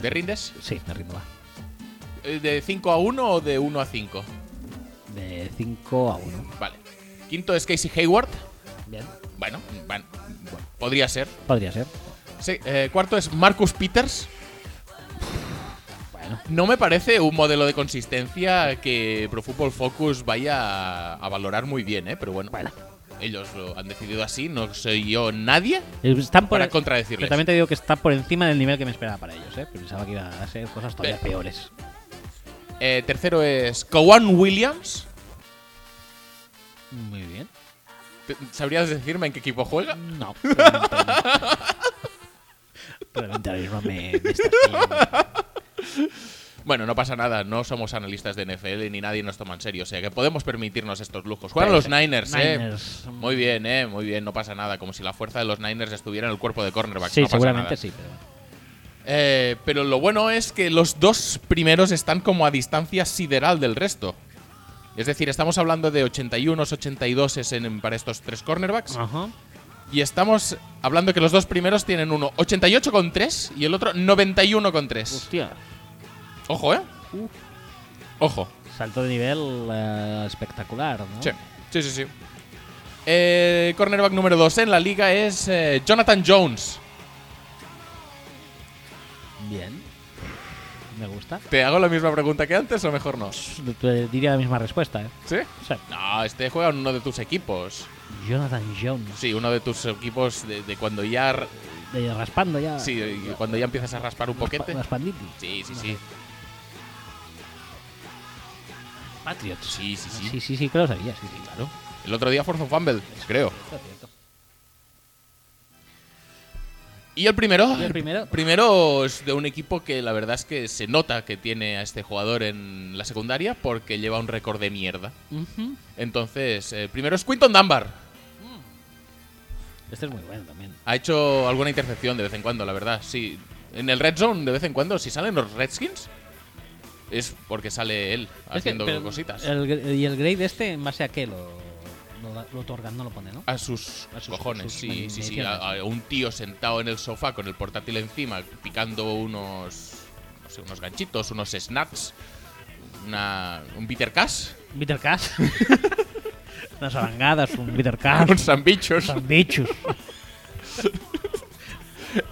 ¿te rindes?
sí, me rindo, va.
Eh, ¿De 5 a 1 o de 1 a 5?
De 5 a 1.
Vale. Quinto es Casey Hayward.
Bien.
Bueno, van- bueno, podría ser.
Podría ser.
Se- eh, cuarto es Marcus Peters.
Bueno.
No me parece un modelo de consistencia que Pro Football Focus vaya a, a valorar muy bien, ¿eh? Pero bueno,
Bueno.
ellos lo han decidido así, no soy yo nadie.
Eh, Están por
Para contradecirles.
Pero también te digo que está por encima del nivel que me esperaba para ellos, ¿eh? Pensaba que iba a ser cosas todavía
Eh.
peores.
Eh, tercero es Kowan Williams.
Muy bien.
Te- ¿Sabrías decirme en qué equipo juega?
No.
[LAUGHS]
realmente no. Realmente ahora mismo me, me estás pillando.
Bueno, no pasa nada, no somos analistas de NFL ni nadie nos toma en serio, o sea que podemos permitirnos estos lujos. Juegan los Niners,
Niners.
¿eh? Muy bien, ¿eh? Muy bien, no pasa nada, como si la fuerza de los Niners estuviera en el cuerpo de cornerbacks.
Sí,
no pasa
seguramente
nada.
sí, pero bueno.
Eh, pero lo bueno es que los dos primeros están como a distancia sideral del resto. Es decir, estamos hablando de 81, 82 en, en- para estos tres cornerbacks.
Ajá.
Y estamos hablando que los dos primeros tienen uno 88,3 y el otro 91,3.
Hostia.
Ojo, ¿eh?
Uf.
Ojo.
Salto de nivel eh, espectacular, ¿no?
Sí, sí, sí. sí. Eh, cornerback número 2 en la liga es eh, Jonathan Jones.
Bien. Me gusta.
¿Te hago la misma pregunta que antes o mejor no?
Te diría la misma respuesta, ¿eh?
¿Sí?
O sea,
No, este juega en uno de tus equipos.
Jonathan Jones.
Sí, uno de tus equipos de, de cuando ya r-
De raspando ya.
sí, de cuando ya empiezas a raspar un
Raspa-
poquete.
Raspanditi.
Sí, sí, sí.
Patriots.
Sí, sí, sí.
Sí, sí, sí, que lo sabía, sí, sí, claro.
El otro día forzó un fumble, creo.
Está cierto.
¿Y el primero?
¿Y el primero?
Primero es de un equipo que la verdad es que se nota que tiene a este jugador en la secundaria porque lleva un récord de mierda.
Ujú.
Entonces, eh, primero es Quinton Dunbar.
Este es muy bueno también.
Ha hecho alguna intercepción de vez en cuando, la verdad. Sí. En el Red Zone, de vez en cuando, si salen los Redskins, es porque sale él
Es que,
haciendo
pero,
cositas.
el gr- y el grade este, en base a qué lo, lo, da- lo otorgan, no lo pone, ¿no?
A sus,
A sus-
cojones,
sus
sí, sí, sí.
bendiciones.
A, a un tío sentado en el sofá con el portátil encima, picando unos. No sé, unos ganchitos, unos snaps. Una, un Peter Cash,
Bitter Cash. [LAUGHS] Unas arangadas, un Bitter
[LAUGHS]
Cash.
un sandwichos.
Sandwichos.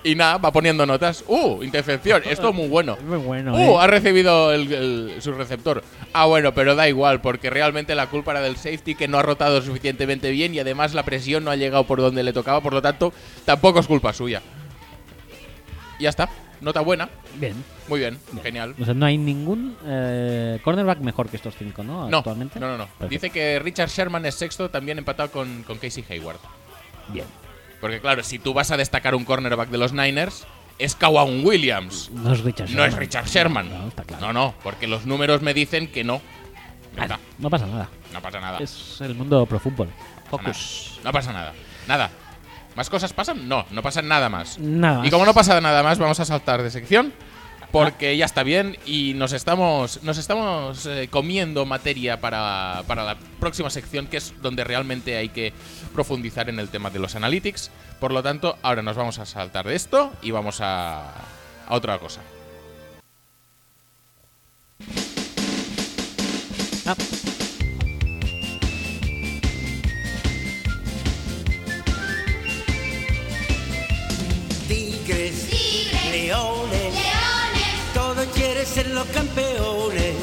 Y nada, va poniendo notas. ¡Uh! Intercepción. Esto es muy bueno.
Es muy bueno.
¡Uh!
¿eh?
Ha recibido el- el- su receptor. Ah, bueno, pero da igual, porque realmente la culpa era del safety que no ha rotado suficientemente bien y además la presión no ha llegado por donde le tocaba, por lo tanto, tampoco es culpa suya. Ya está. Nota buena.
Bien.
Muy bien.
bien.
Genial.
O sea, no hay ningún eh, cornerback mejor que estos cinco, ¿no?
No, no,
Actualmente.
no, no.
Perfecto.
Dice que Richard Sherman es sexto, también empatado con, con Casey Hayward.
Bien.
Porque claro, si tú vas a destacar un cornerback de los Niners, es Kawan Williams.
No es Richard
No
Sherman.
es Richard Sherman.
Pues No, está claro.
No, no, porque los números me dicen que no. Ya
Bueno,
está,
no pasa nada.
no pasa nada.
Es el mundo pro fútbol. Focus.
No pasa nada. Nada. ¿Más cosas pasan? No, no pasa nada más.
Nada más.
Y como no pasa nada más, vamos a saltar de sección porque ya está bien y nos estamos, nos estamos eh, comiendo materia para, para la próxima sección, que es donde realmente hay que profundizar en el tema de los analytics. Por lo tanto, ahora nos vamos a saltar de esto y vamos a, a otra cosa.
Ah.
Tigres, leones, todos quieren ser los campeones.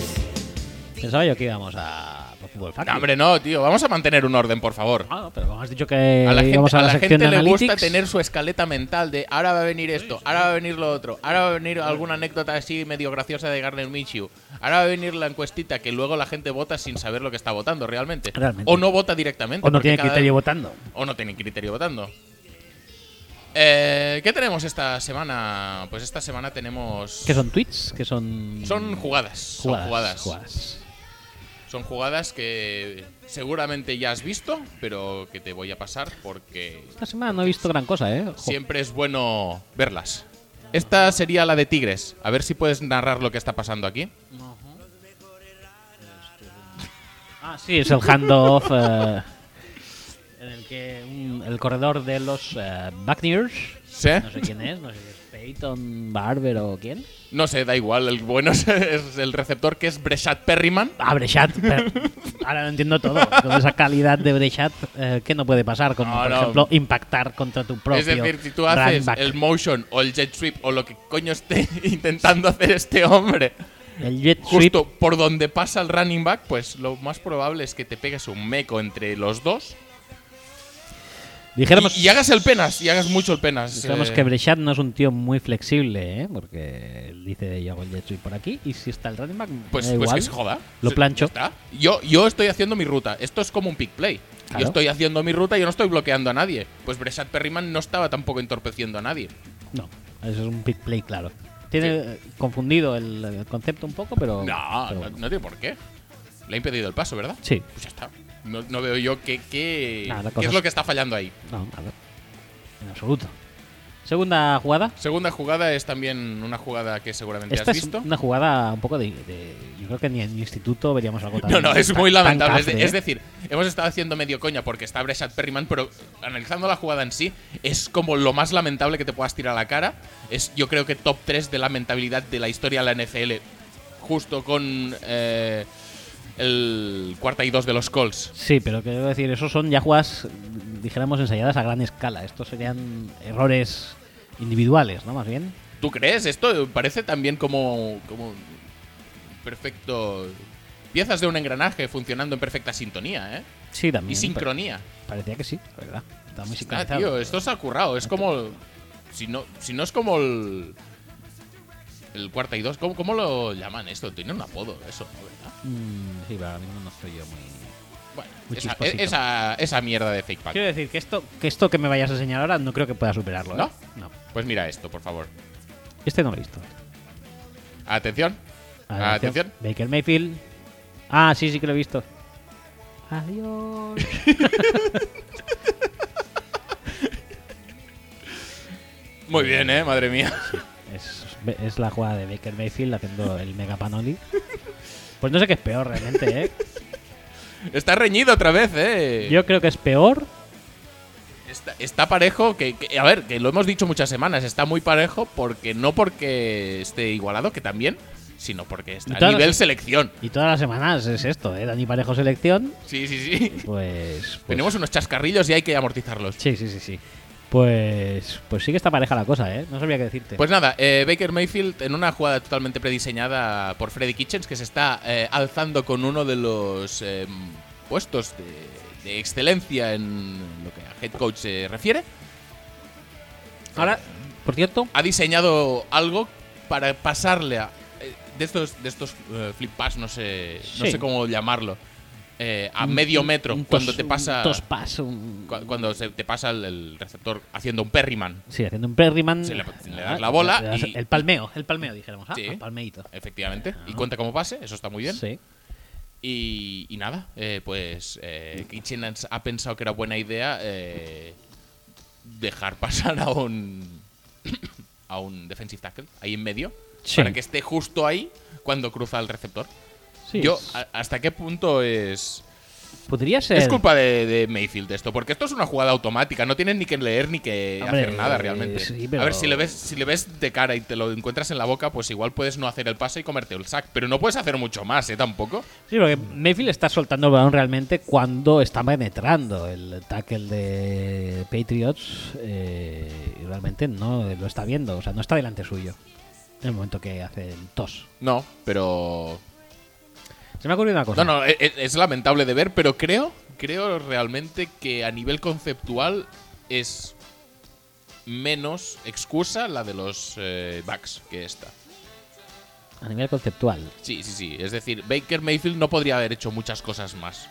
Pensaba yo que íbamos a por Fútbol Factory.
No, hombre, no, tío, vamos a mantener un orden, por favor.
Ah, no, pero como has dicho que
A la gente,
íbamos Eh, a
a
la,
la
sección
gente
de
le gusta
analytics.
tener su escaleta mental de ahora va a venir esto, ahora va a venir lo otro, ahora va a venir alguna anécdota así medio graciosa de Garner Minshew, ahora va a venir la encuestita que luego la gente vota sin saber lo que está votando realmente.
Realmente.
O no vota directamente.
O no
porque
tiene
cada-
criterio votando.
O no tiene criterio votando. Eh, ¿Qué tenemos esta semana? Pues esta semana tenemos...
¿Qué son tweets? ¿Qué son...?
Son jugadas.
jugadas.
Son jugadas.
jugadas.
Son jugadas que seguramente ya has visto, pero que te voy a pasar porque
Esta semana no he visto gran cosa, ¿eh? Ojo.
Siempre es bueno verlas. Esta sería la de Tigres. A ver si puedes narrar lo que está pasando aquí.
Ah, sí, es el handoff [LAUGHS] eh, en el que un- el corredor de los eh, Buccaneers,
¿Sí?
no sé quién es, no sé si es Peyton, Barber o quién,
No sé, da igual. El bueno [LAUGHS] es, es el receptor que es Breshat Perryman.
Ah, Brechat. pero Ahora lo entiendo todo. Con esa calidad de Brechat, eh, ¿qué no puede pasar? Como,
No,
por
no.
ejemplo, impactar contra tu propio.
Es decir, si tú
running
haces
back.
el motion o el jet sweep o lo que coño esté [LAUGHS] intentando hacer este hombre
El jet sweep.
justo por donde pasa el running back, pues lo más probable es que te pegues un meco entre los dos
Dijéramos,
y, y hagas el penas, y hagas mucho el penas.
dijéramos
eh.
que Brechat no es un tío muy flexible, ¿eh? Porque él dice yo hago el jet sweep por aquí y si está el running back,
Pues,
me da
pues
igual.
que se joda.
Lo
Se-
plancho.
ya está. Yo, yo estoy haciendo mi ruta. Esto es como un pick play.
Claro.
Yo estoy haciendo mi ruta y yo no estoy bloqueando a nadie. Pues Bresat Perryman no estaba tampoco entorpeciendo a nadie.
No, eso es un big play, claro. Tiene eh, confundido el, el concepto un poco, pero.
No,
pero
no,
bueno.
no tiene por qué. Le ha impedido el paso, ¿verdad?
Sí,
Pues ya está. No, no veo yo qué, qué,
Nada,
qué
cosas-
es lo que está fallando ahí.
no, nada. En absoluto. Segunda jugada.
Segunda jugada es también una jugada que seguramente
Esta
has
es
visto.
una jugada un poco de, de- Yo creo que ni en instituto veríamos algo tan.
No, no, es
tan-
muy
tan
lamentable. Es, de-
cafre,
es
¿eh?
decir, hemos estado haciendo medio coña porque está Breshat Perryman, pero analizando la jugada en sí, es como lo más lamentable que te puedas tirar a la cara. Es, yo creo que top 3 de lamentabilidad de la historia de la NFL, justo con eh, el cuarta y dos de los Colts.
Sí, pero quiero decir, esos son ya jugadas, dijéramos, ensayadas a gran escala. Estos serían errores individuales, ¿no? Más bien.
¿Tú crees? Esto parece también como, como un perfecto. Piezas de un engranaje funcionando en perfecta sintonía, ¿eh?
Sí,
Y
también. pero
sincronía.
Parecía que sí, la verdad. Está muy
Ah,
sincronizado.
tío, esto se ha currado. Es como. Si no, si no es como el. El cuarta y dos. ¿Cómo, cómo lo llaman esto? Tiene un apodo, eso, ¿no? ¿verdad?
Mm, sí, pero ahora mismo no estoy yo muy.
Bueno,
Muy
esa, e,
chisposito.
esa- esa mierda de fake pack.
Quiero decir que esto, que esto que me vayas a enseñar ahora no creo que pueda superarlo. ¿eh?
¿No?
No.
Pues mira esto, por favor.
Este no lo he visto.
Atención. Atención.
Baker Mayfield. Ah, sí, sí que lo he visto. Adiós.
Muy bien, eh, madre mía.
Es, es la jugada de Baker Mayfield haciendo el mega panoli. Pues no sé qué es peor realmente, ¿eh?
[LAUGHS] Está reñido otra vez, eh.
Yo creo que es peor.
Está, está parejo, que, que- a ver, que lo hemos dicho muchas semanas, está muy parejo porque no porque esté igualado, que también, sino porque está a
Todas
nivel
las-
selección.
Y todas las semanas es esto, ¿eh? Dani Parejo selección.
Sí, sí, sí.
Pues. pues-
Tenemos unos chascarrillos y hay que amortizarlos.
Sí, sí, sí, sí. Pues. Pues sí que está pareja la cosa, ¿eh? No sabía qué decirte.
Pues nada, eh, Baker Mayfield en una jugada totalmente prediseñada por Freddy Kitchens que se está eh, alzando con uno de los eh, puestos de, de excelencia en lo que a head coach se refiere.
Ahora, por cierto,
Ha diseñado algo para pasarle a... eh, de estos, de estos eh, flip pass, no sé, no
Sí.
sé cómo llamarlo. eh, a medio metro,
un
cuando
tos-
te pasa...
Un tospas, un-
cua- Cuando se te pasa el, el receptor haciendo un perryman.
Sí, haciendo un perryman.
Se le- le das
Ah,
la bola
le das
y-
El palmeo, el palmeo, dijéramos. Ah,
Sí.
el palmeito.
Efectivamente. Y
Ah.
cuenta como pase, eso está muy bien.
Sí.
Y, y nada, eh, pues eh, Kitcheners ha pensado que era buena idea eh, [COUGHS] dejar pasar a un a un defensive tackle ahí en medio
Sí.
para que esté justo ahí cuando cruza el receptor.
Sí,
Yo,
es-
a- ¿hasta qué punto es...?
podría ser.
Es culpa de, de Mayfield esto, porque esto es una jugada automática, no tienes ni que leer ni que
Hombre,
hacer nada realmente.
sí, pero-
A ver, si le ves, si le ves de cara y te lo encuentras en la boca, pues igual puedes no hacer el pase y comerte el sack. Pero no puedes hacer mucho más, ¿eh? Tampoco.
Sí, porque Mayfield está soltando el balón realmente cuando está penetrando el tackle de Patriots eh, y realmente no lo está viendo, o sea, no está delante suyo en el momento que hace el tos.
No, pero.
Se me ha ocurrido una cosa.
No, no, e- e- es, lamentable de ver, pero creo, creo realmente que a nivel conceptual es menos excusa la de los eh, backs que esta.
A nivel conceptual.
Sí, sí, sí. Es decir, Baker Mayfield no podría haber hecho muchas cosas más.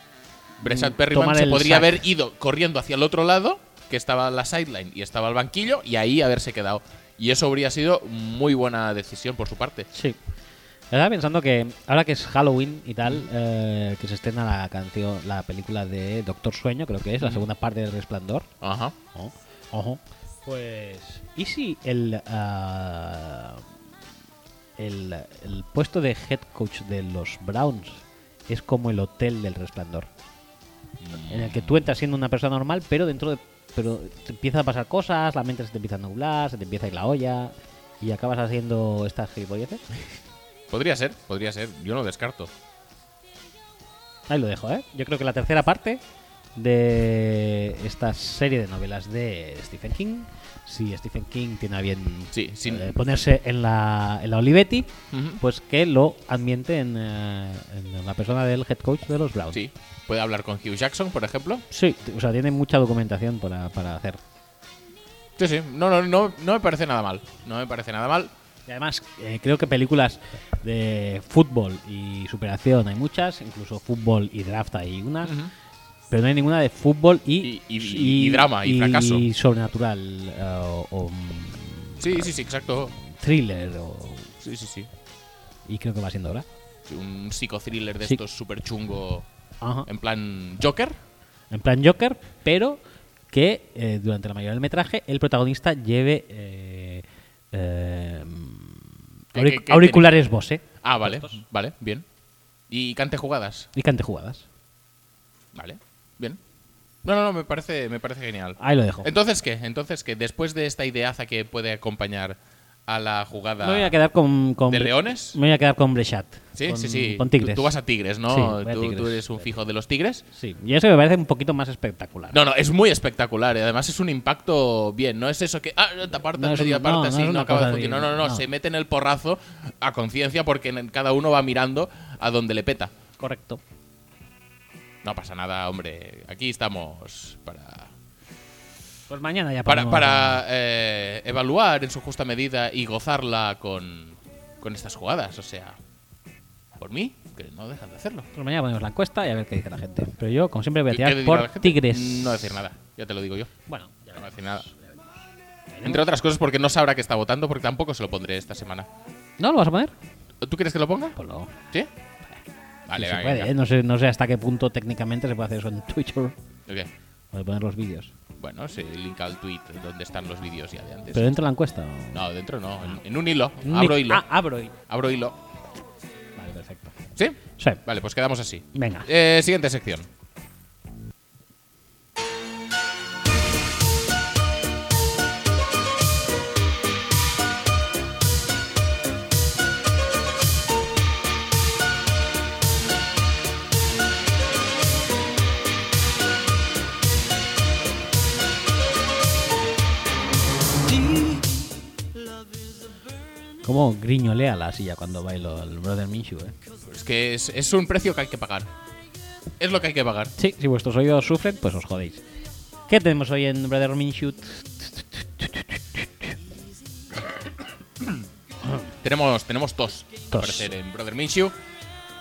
Breshad
Mm, tomar
Perryman se
el
podría
sack.
haber ido corriendo hacia el otro lado, que estaba la sideline y estaba el banquillo, y ahí haberse quedado. Y eso habría sido muy buena decisión por su parte.
Sí. Estaba pensando que ahora que es Halloween y tal, eh, que se estrena la canción, la película de Doctor Sueño, creo que es, la segunda parte del Resplandor.
Ajá.
Ojo, ojo. Pues. ¿Y si el, ah, el. el puesto de head coach de los Browns es como el hotel del resplandor? En el que tú entras siendo una persona normal, pero dentro de. Pero te empiezan a pasar cosas, la mente se te empieza a nublar, se te empieza a ir la olla y acabas haciendo estas gilipolleces.
Podría ser, podría ser. Yo no descarto.
Ahí lo dejo, ¿eh? Yo creo que la tercera parte de esta serie de novelas de Stephen King, si Stephen King tiene a bien
Sí, sin-
eh, ponerse en la, en la Olivetti,
Ujú.
pues que lo ambiente en, eh, en la persona del head coach de los Browns.
Sí. Puede hablar con Hugh Jackson, por ejemplo.
Sí, t- o sea, tiene mucha documentación para, para hacer.
Sí, sí. No, no, no, no me parece nada mal. No me parece nada mal.
Y además, eh, creo que películas de fútbol y superación hay muchas, incluso fútbol y draft hay una. Pero no hay ninguna de fútbol y,
Y- y- y- y drama, y fracaso.
Y sobrenatural eh, o, o, mm,
Sí, sí, sí, exacto.
thriller. o-
Sí, sí, sí.
y creo que va siendo ahora.
Sí, Un psicothriller de
Sí. Ah.
estos súper chungo.
Ajá.
En plan Joker.
En plan Joker, pero que eh, durante la mayoría del metraje el protagonista lleve eh, eh,
¿Qué-
auric-
qué- qué
auriculares Bose eh,
Ah, vale, vale, bien. Y cante jugadas,
y cante jugadas.
vale, bien. No, no, no, me parece, me parece genial.
Ahí lo dejo.
Entonces, ¿qué? Entonces, ¿qué? Después de esta ideaza que puede acompañar a la jugada...
Me voy a quedar con, con
¿De
Bre-
leones?
Me voy a quedar con Brechat.
Sí,
con,
sí, sí.
Con
Tú-
Tigres.
Tú, vas a Tigres,
Sí,
¿no?
voy a
tú, tú
Tigres.
eres un fijo de los Tigres.
Sí, y eso me parece un poquito más espectacular.
No, no, es muy espectacular. y Además, es un impacto bien. No es eso que. Ah, te aparta,
No es
medio
un- no,
aparta,
no
sí,
es
no,
una
acaba de
cosa
fundir.
de-
No, no, no,
no.
Se mete en el porrazo a conciencia porque en- cada uno va mirando a donde le peta.
Correcto.
No pasa nada, hombre. Aquí estamos para
Pues mañana ya
para,
ponemos-
para eh, evaluar en su justa medida y gozarla con, con estas jugadas. O sea, por mí, que no dejan de hacerlo.
Pues mañana ponemos la encuesta y a ver qué dice la gente. Pero yo, como siempre, voy a
¿Qué-
tirar
qué dirá la
por
gente?
Tigres.
No decir nada, ya te lo digo yo.
Bueno, ya
No
veremos.
decir nada. Entre otras cosas porque no sabrá que está votando, porque tampoco se lo pondré esta semana.
¿No lo vas a poner?
¿Tú quieres que lo ponga?
Pues no.
¿Sí? Vale,
Sí se
venga,
puede,
venga.
¿eh? no, sé, no sé hasta qué punto técnicamente se puede hacer eso en Twitter
Ok.
o de poner los vídeos.
Bueno, se linka al tweet donde están los vídeos ya de antes.
¿Pero dentro de la encuesta? o-
No, dentro no, en, en un hilo.
Un
Abro
nick-
hilo.
Ah, abro hilo.
Abro hilo.
Vale, perfecto.
¿Sí?
Sí.
Vale, pues quedamos así.
Venga.
Eh, siguiente sección.
¿Cómo griñolea la silla cuando bailo el Brother Minshew, eh?
Es que es, es un precio que hay que pagar. Es lo que hay que pagar.
Sí, si vuestros oídos sufren, pues os jodéis. ¿Qué tenemos hoy en Brother Minshew?
Tenemos, tenemos tos,
Tos.
al parecer, en Brother Minshew.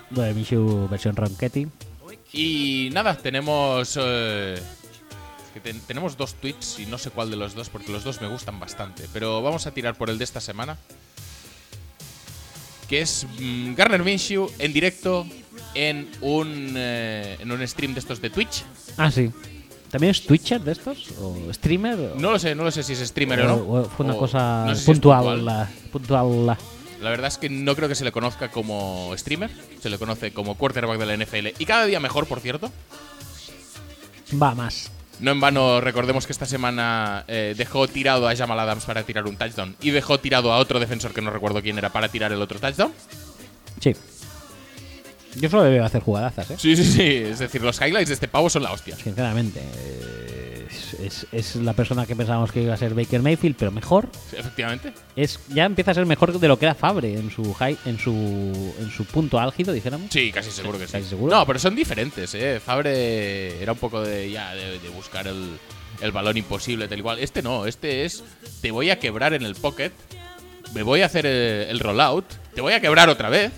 Brother Minshew versión Ronchetti.
Y nada, tenemos. eh, es que ten- tenemos dos tweets y no sé cuál de los dos, porque los dos me gustan bastante. Pero vamos a tirar por el de esta semana. Que es mm, Garner Minshew en directo en un, eh, en un stream de estos de Twitch.
Ah, sí. ¿También es Twitcher de estos? ¿O streamer? o-
No lo sé, no lo sé si es streamer o, no.
o- o fue una
O-
cosa
no sé si es
puntual.
puntual.
la- puntual. la-
La verdad es que no creo que se le conozca como streamer, se le conoce como quarterback de la NFL y cada día mejor, por cierto.
Va más.
No en vano recordemos que esta semana eh, dejó tirado a Jamal Adams para tirar un touchdown y dejó tirado a otro defensor que no recuerdo quién era para tirar el otro touchdown.
Sí. Yo solo le veo hacer jugadazas, ¿eh?
Sí, sí, sí. Es decir, los highlights de este pavo son la hostia.
Sinceramente. eh, es- es, es la persona que pensábamos que iba a ser Baker Mayfield, pero mejor.
Sí, Efectivamente.
Es, ya empieza a ser mejor de lo que era Fabre en su, high- en su, en su punto álgido, dijéramos.
Sí, casi seguro que sí.
¿Estáis seguros?
No, pero son diferentes, ¿eh? Fabre era un poco de, ya, de, de buscar el, el balón imposible, tal igual. Este no, este es, te voy a quebrar en el pocket, me voy a hacer el, el rollout, te voy a quebrar otra vez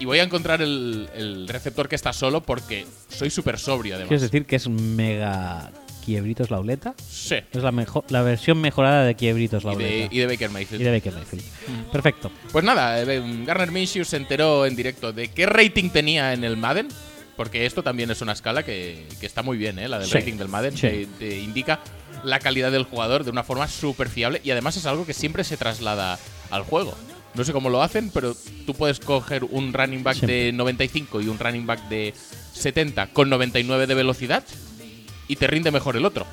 y voy a encontrar el, el receptor que está solo porque soy súper sobrio,
¿Quieres
además.
decir que es mega Quiebritos la Uleta?
Sí.
Es la, mejor, la versión mejorada de Quiebritos la
Y de,
Uleta.
y de Baker Mayfield.
Y de Baker Mayfield. Perfecto.
Pues nada, eh, Garner Minshew se enteró en directo de qué rating tenía en el Madden. Porque esto también es una escala que, que está muy bien, ¿eh? La del
Sí,
rating del Madden.
sí.
Te, te indica la calidad del jugador de una forma súper fiable. Y además es algo que siempre se traslada al juego. No sé cómo lo hacen, pero tú puedes coger un running back de 95 y un running back de 70 con 99 de velocidad y te rinde mejor el otro.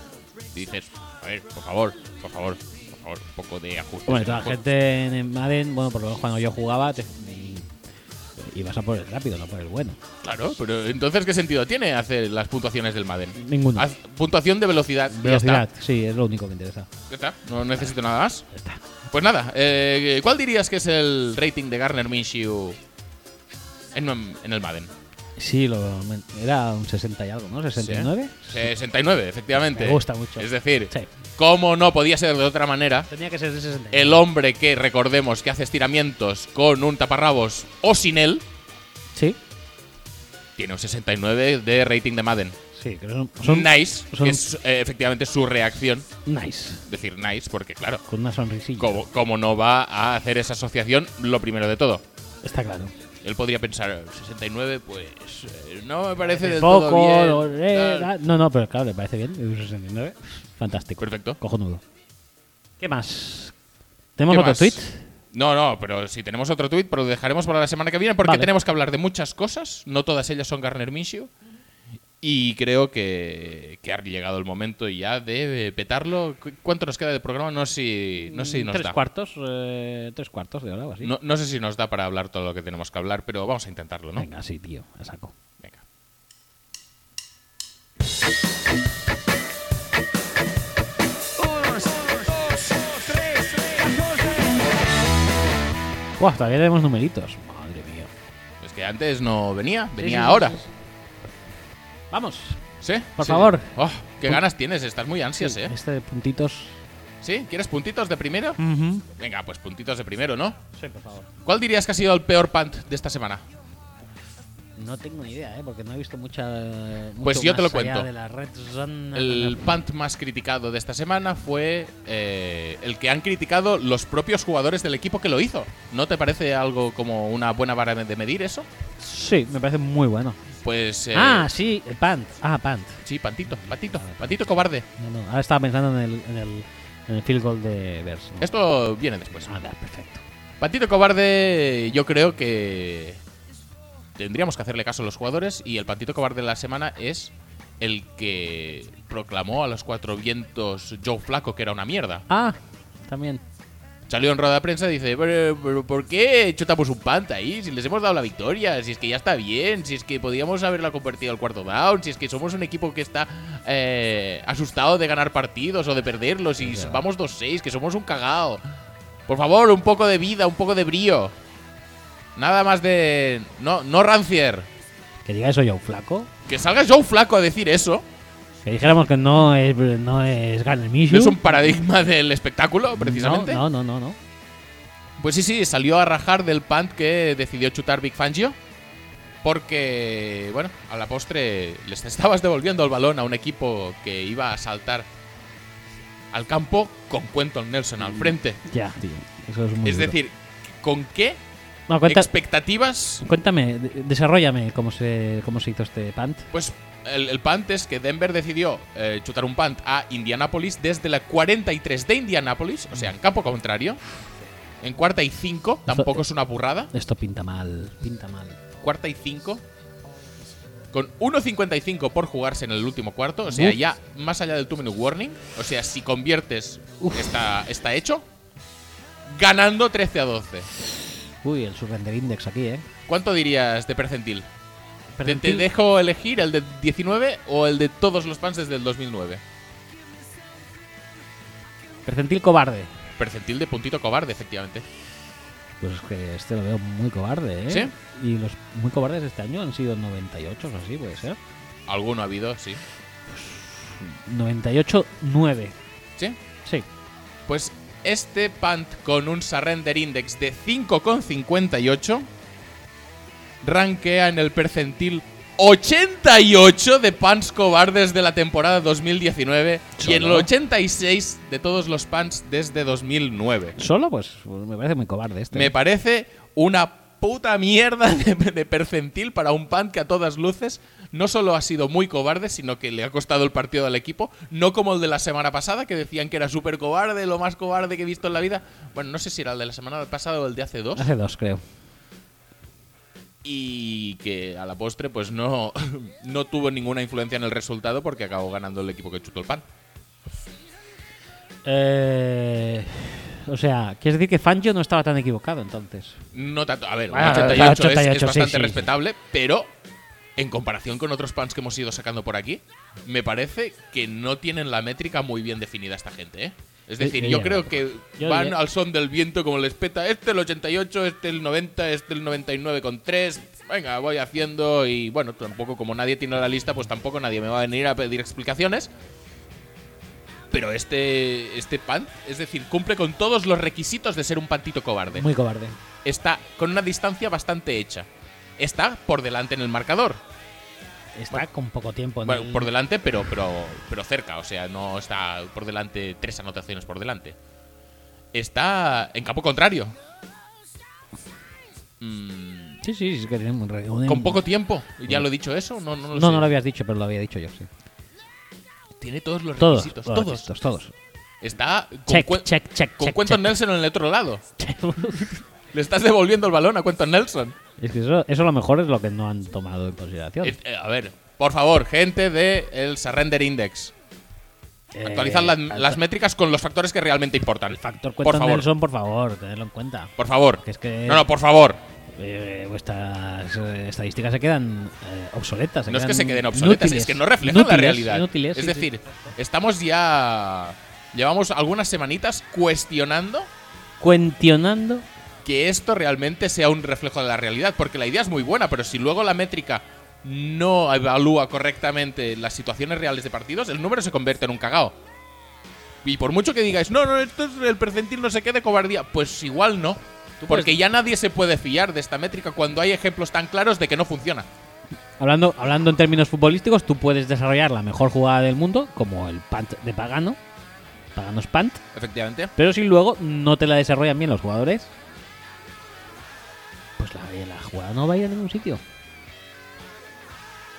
Y dices, a ver, por favor, por favor, por favor, un poco de ajuste.
Bueno, toda la gente en Madden, bueno, por lo menos cuando yo jugaba, te- ibas a por el rápido, no por el bueno.
Claro, pero entonces, ¿qué sentido tiene hacer las puntuaciones del Madden?
Ninguno.
Haz puntuación de velocidad. y
Velocidad, sí, es lo único que interesa.
Ya está. Ya está. No necesito nada más.
Ya está.
Pues nada, eh, ¿cuál dirías que es el rating de Garner Minshew en, en el Madden?
Sí, lo, era un 60 y algo, ¿no? ¿69?
Sí. 69, efectivamente.
Me gusta mucho.
Es decir,
Sí.
¿cómo no podía ser de otra manera?
Tenía que ser de 60.
El hombre que recordemos que hace estiramientos con un taparrabos o sin él
Sí,
tiene un 69 de rating de Madden.
sí, que son, son
nice,
son-
que es eh, efectivamente su reacción.
nice.
Decir nice, porque claro,
Con una sonrisilla.
como, como no va a hacer esa asociación, lo primero de todo.
Está claro.
Él podría pensar, 69, pues eh, no me parece del
Poco,
todo bien.
lo- eh,
tal".
da- no, no, pero claro, le parece bien. Un 69. Fantástico.
Perfecto.
Cojonudo. ¿Qué más? ¿Tenemos
¿Qué
otro
más?
tweet?
No, no, pero si tenemos otro tuit, pero lo dejaremos para la semana que viene porque
Vale.
tenemos que hablar de muchas cosas. No todas ellas son Garner Minshew. Y creo que, que ha llegado el momento ya de petarlo. ¿Cu- ¿Cuánto nos queda de programa? No sé, si- no sé si nos
Mm, tres
da.
cuartos, eh, tres cuartos de hora o así.
No, no sé si nos da para hablar todo lo que tenemos que hablar, pero vamos a intentarlo, ¿no?
Venga, sí, tío, a saco.
Venga.
Buah, todavía tenemos numeritos. Madre mía.
Es que antes no venía, venía
sí, sí,
ahora.
sí, sí. Vamos.
¿Sí?
Por
Sí.
favor.
Oh, qué ganas tienes, estás muy ansias, ¿eh?
Este de puntitos.
¿Sí? ¿Quieres puntitos de primero? Venga, pues puntitos de primero, ¿no?
Sí, por favor.
¿Cuál dirías que ha sido el peor punt de esta semana?
No tengo ni idea, ¿eh? porque no he visto mucha. mucho
Pues yo te
más
lo
allá
cuento.
de la red zone.
El punt más criticado de esta semana fue eh, el que han criticado los propios jugadores del equipo que lo hizo. ¿No te parece algo como una buena vara de medir eso?
Sí, me parece muy bueno.
Pues... eh,
Ah, sí, el Pant. Ah, Pant.
Sí, pantito, pantito, pantito cobarde.
No, no, ahora estaba pensando en el, en el, en el field goal de Bears. ¿no?
Esto viene después.
Ah, da, perfecto.
Patito Cobarde, yo creo que tendríamos que hacerle caso a los jugadores y el Patito Cobarde de la semana es el que proclamó a los cuatro vientos Joe Flaco que era una mierda.
Ah, también.
Salió en rueda de prensa y dice, pero, pero ¿por qué chutamos un panta ahí? Si les hemos dado la victoria, si es que ya está bien, si es que podíamos haberla convertido al cuarto down, si es que somos un equipo que está eh, asustado de ganar partidos o de perderlos y vamos 2-6, que somos un cagao. Por favor, un poco de vida, un poco de brío. Nada más de... No, no Rancier.
Que diga eso yo, flaco.
Que salga Joe Flaco a decir eso.
Que dijéramos que no es, no es Garner Minshew.
No es un paradigma del espectáculo, precisamente.
No, no, no, no. no.
Pues sí, sí, salió a rajar del punt que decidió chutar Big Fangio. Porque, bueno, a la postre les [LAUGHS] estabas devolviendo el balón a un equipo que iba a saltar al campo con Quentin Nelson al frente.
Ya, tío. Eso es Mm. muy
Es
duro.
decir, ¿con qué
No, cuenta-
expectativas?
cuéntame, de- desarrollame cómo se, cómo se hizo este Pant.
Pues el, el punt es que Denver decidió eh, chutar un punt a Indianapolis desde la 43 de Indianapolis, o sea, en campo contrario. En cuarta y cinco, tampoco es una burrada.
Esto pinta mal, pinta mal.
Cuarta y cinco. Con 1.55 por jugarse en el último cuarto. O sea,
Uf.
ya más allá del 2-minute warning. O sea, si conviertes, está, está hecho. Ganando 13 a 12.
Uy, el surrender index aquí, ¿eh?
¿Cuánto dirías de percentil? Te-
Percentil-
Te, dejo elegir el de 19 o el de todos los fans desde el 2009.
Percentil cobarde.
Percentil de puntito cobarde, efectivamente.
Pues es que este lo veo muy cobarde, ¿eh?
¿Sí?
Y los muy cobardes este año han sido 98 o así, puede ser.
Alguno ha habido, sí.
98-9.
¿Sí?
Sí.
Pues este punt con un surrender index de 5,58 rankea en el percentil 88 de punts cobardes de la temporada 2019 y en el
Solo.
86 de todos los punts desde 2009.
Solo, pues, pues me parece muy cobarde este.
Me parece una puta mierda de, de percentil para un punt que a todas luces no solo ha sido muy cobarde, sino que le ha costado el partido al equipo, no como el de la semana pasada, que decían que era súper cobarde, lo más cobarde que he visto en la vida. Bueno, no sé si era el de la semana pasada o el de hace dos,
Hace dos, creo.
y que a la postre pues no, [LAUGHS] no tuvo ninguna influencia en el resultado porque acabó ganando el equipo que chutó el punt.
Eh, o sea, quieres decir que Fangio no estaba tan equivocado entonces.
No tanto, a ver, un
Ah,
88, es- es,
88, sí,
bastante
sí, sí.
respetable, pero en comparación con otros pans que hemos ido sacando por aquí, me parece que no tienen la métrica muy bien definida esta gente, ¿eh? Es
Yo-
decir,
yo
yo
ya
creo
no.
que
Yo
van
ya-
al son del viento como les peta. Este el 88, este el 90, este el 99,3. Venga, voy haciendo y bueno, tampoco como nadie tiene la lista, pues tampoco nadie me va a venir a pedir explicaciones. Pero este, este pan, es decir, cumple con todos los requisitos de ser un pantito cobarde
Muy cobarde.
está con una distancia bastante hecha. Está por delante en el marcador.
Está con poco tiempo. en
Bueno,
el-
por delante, pero, pero, pero cerca. O sea, no está por delante tres anotaciones por delante. Está en campo contrario. Mm,
Sí, sí, sí, es que tiene un re- un-
con poco tiempo. Ya lo he dicho eso. No, no lo
No,
sé.
no lo habías dicho, pero lo había dicho yo, sí.
Tiene todos los
Todos.
requisitos.
los
Todos.
requisitos, todos.
Está con,
Check,
cuen-
check, check,
con
check,
Quentin
check.
Nelson en el otro lado. Le estás devolviendo el balón a Quentin Nelson.
Es que eso, eso a lo mejor es lo que no han tomado en consideración.
Eh, eh, a ver, por favor, gente de el Surrender Index.
Eh,
Actualizad la-
al-
las métricas con los factores que realmente importan.
el factor
por
Quentin
favor,
Nelson, por favor, tenedlo en cuenta.
por favor.
Que es que-
No, no, por favor.
Eh, vuestras eh, estadísticas se quedan eh, obsoletas.
no es que
quedan
se queden obsoletas,
inútiles.
es que no reflejan la
Inútiles,
realidad.
inútiles,
es
sí, sí.
decir, estamos ya llevamos algunas semanitas cuestionando
cuestionando.
que esto realmente sea un reflejo de la realidad, porque la idea es muy buena, pero si luego la métrica no evalúa correctamente las situaciones reales de partidos, el número se convierte en un cagao. Y por mucho que digáis, no, no, esto es el percentil no se quede cobardía, pues igual no. Porque ya nadie se puede fiar de esta métrica cuando hay ejemplos tan claros de que no funciona.
Hablando, hablando en términos futbolísticos, tú puedes desarrollar la mejor jugada del mundo, como el punt de Pagano, Paganos punt,
Efectivamente.
pero si luego no te la desarrollan bien los jugadores, pues la, la jugada no va a ir a ningún sitio.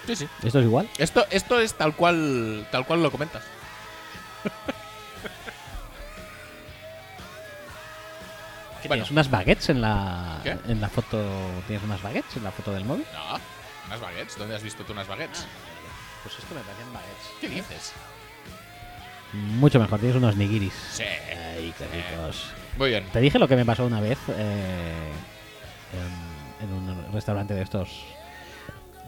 Sí, sí.
Esto es igual.
Esto, esto es tal cual, tal cual lo comentas.
¿Qué
Bueno.
¿Tienes unas baguettes en la,
¿Qué?
en la foto? ¿Tienes unas baguettes en la foto del móvil?
No, unas baguettes. ¿Dónde has visto tú unas baguettes?
Pues esto me parecen baguettes.
¿Qué dices?
Mucho mejor, tienes unos nigiris.
Sí.
Ay, qué ricos.
Muy bien.
Te dije lo que me pasó una vez eh, en- en, un restaurante de estos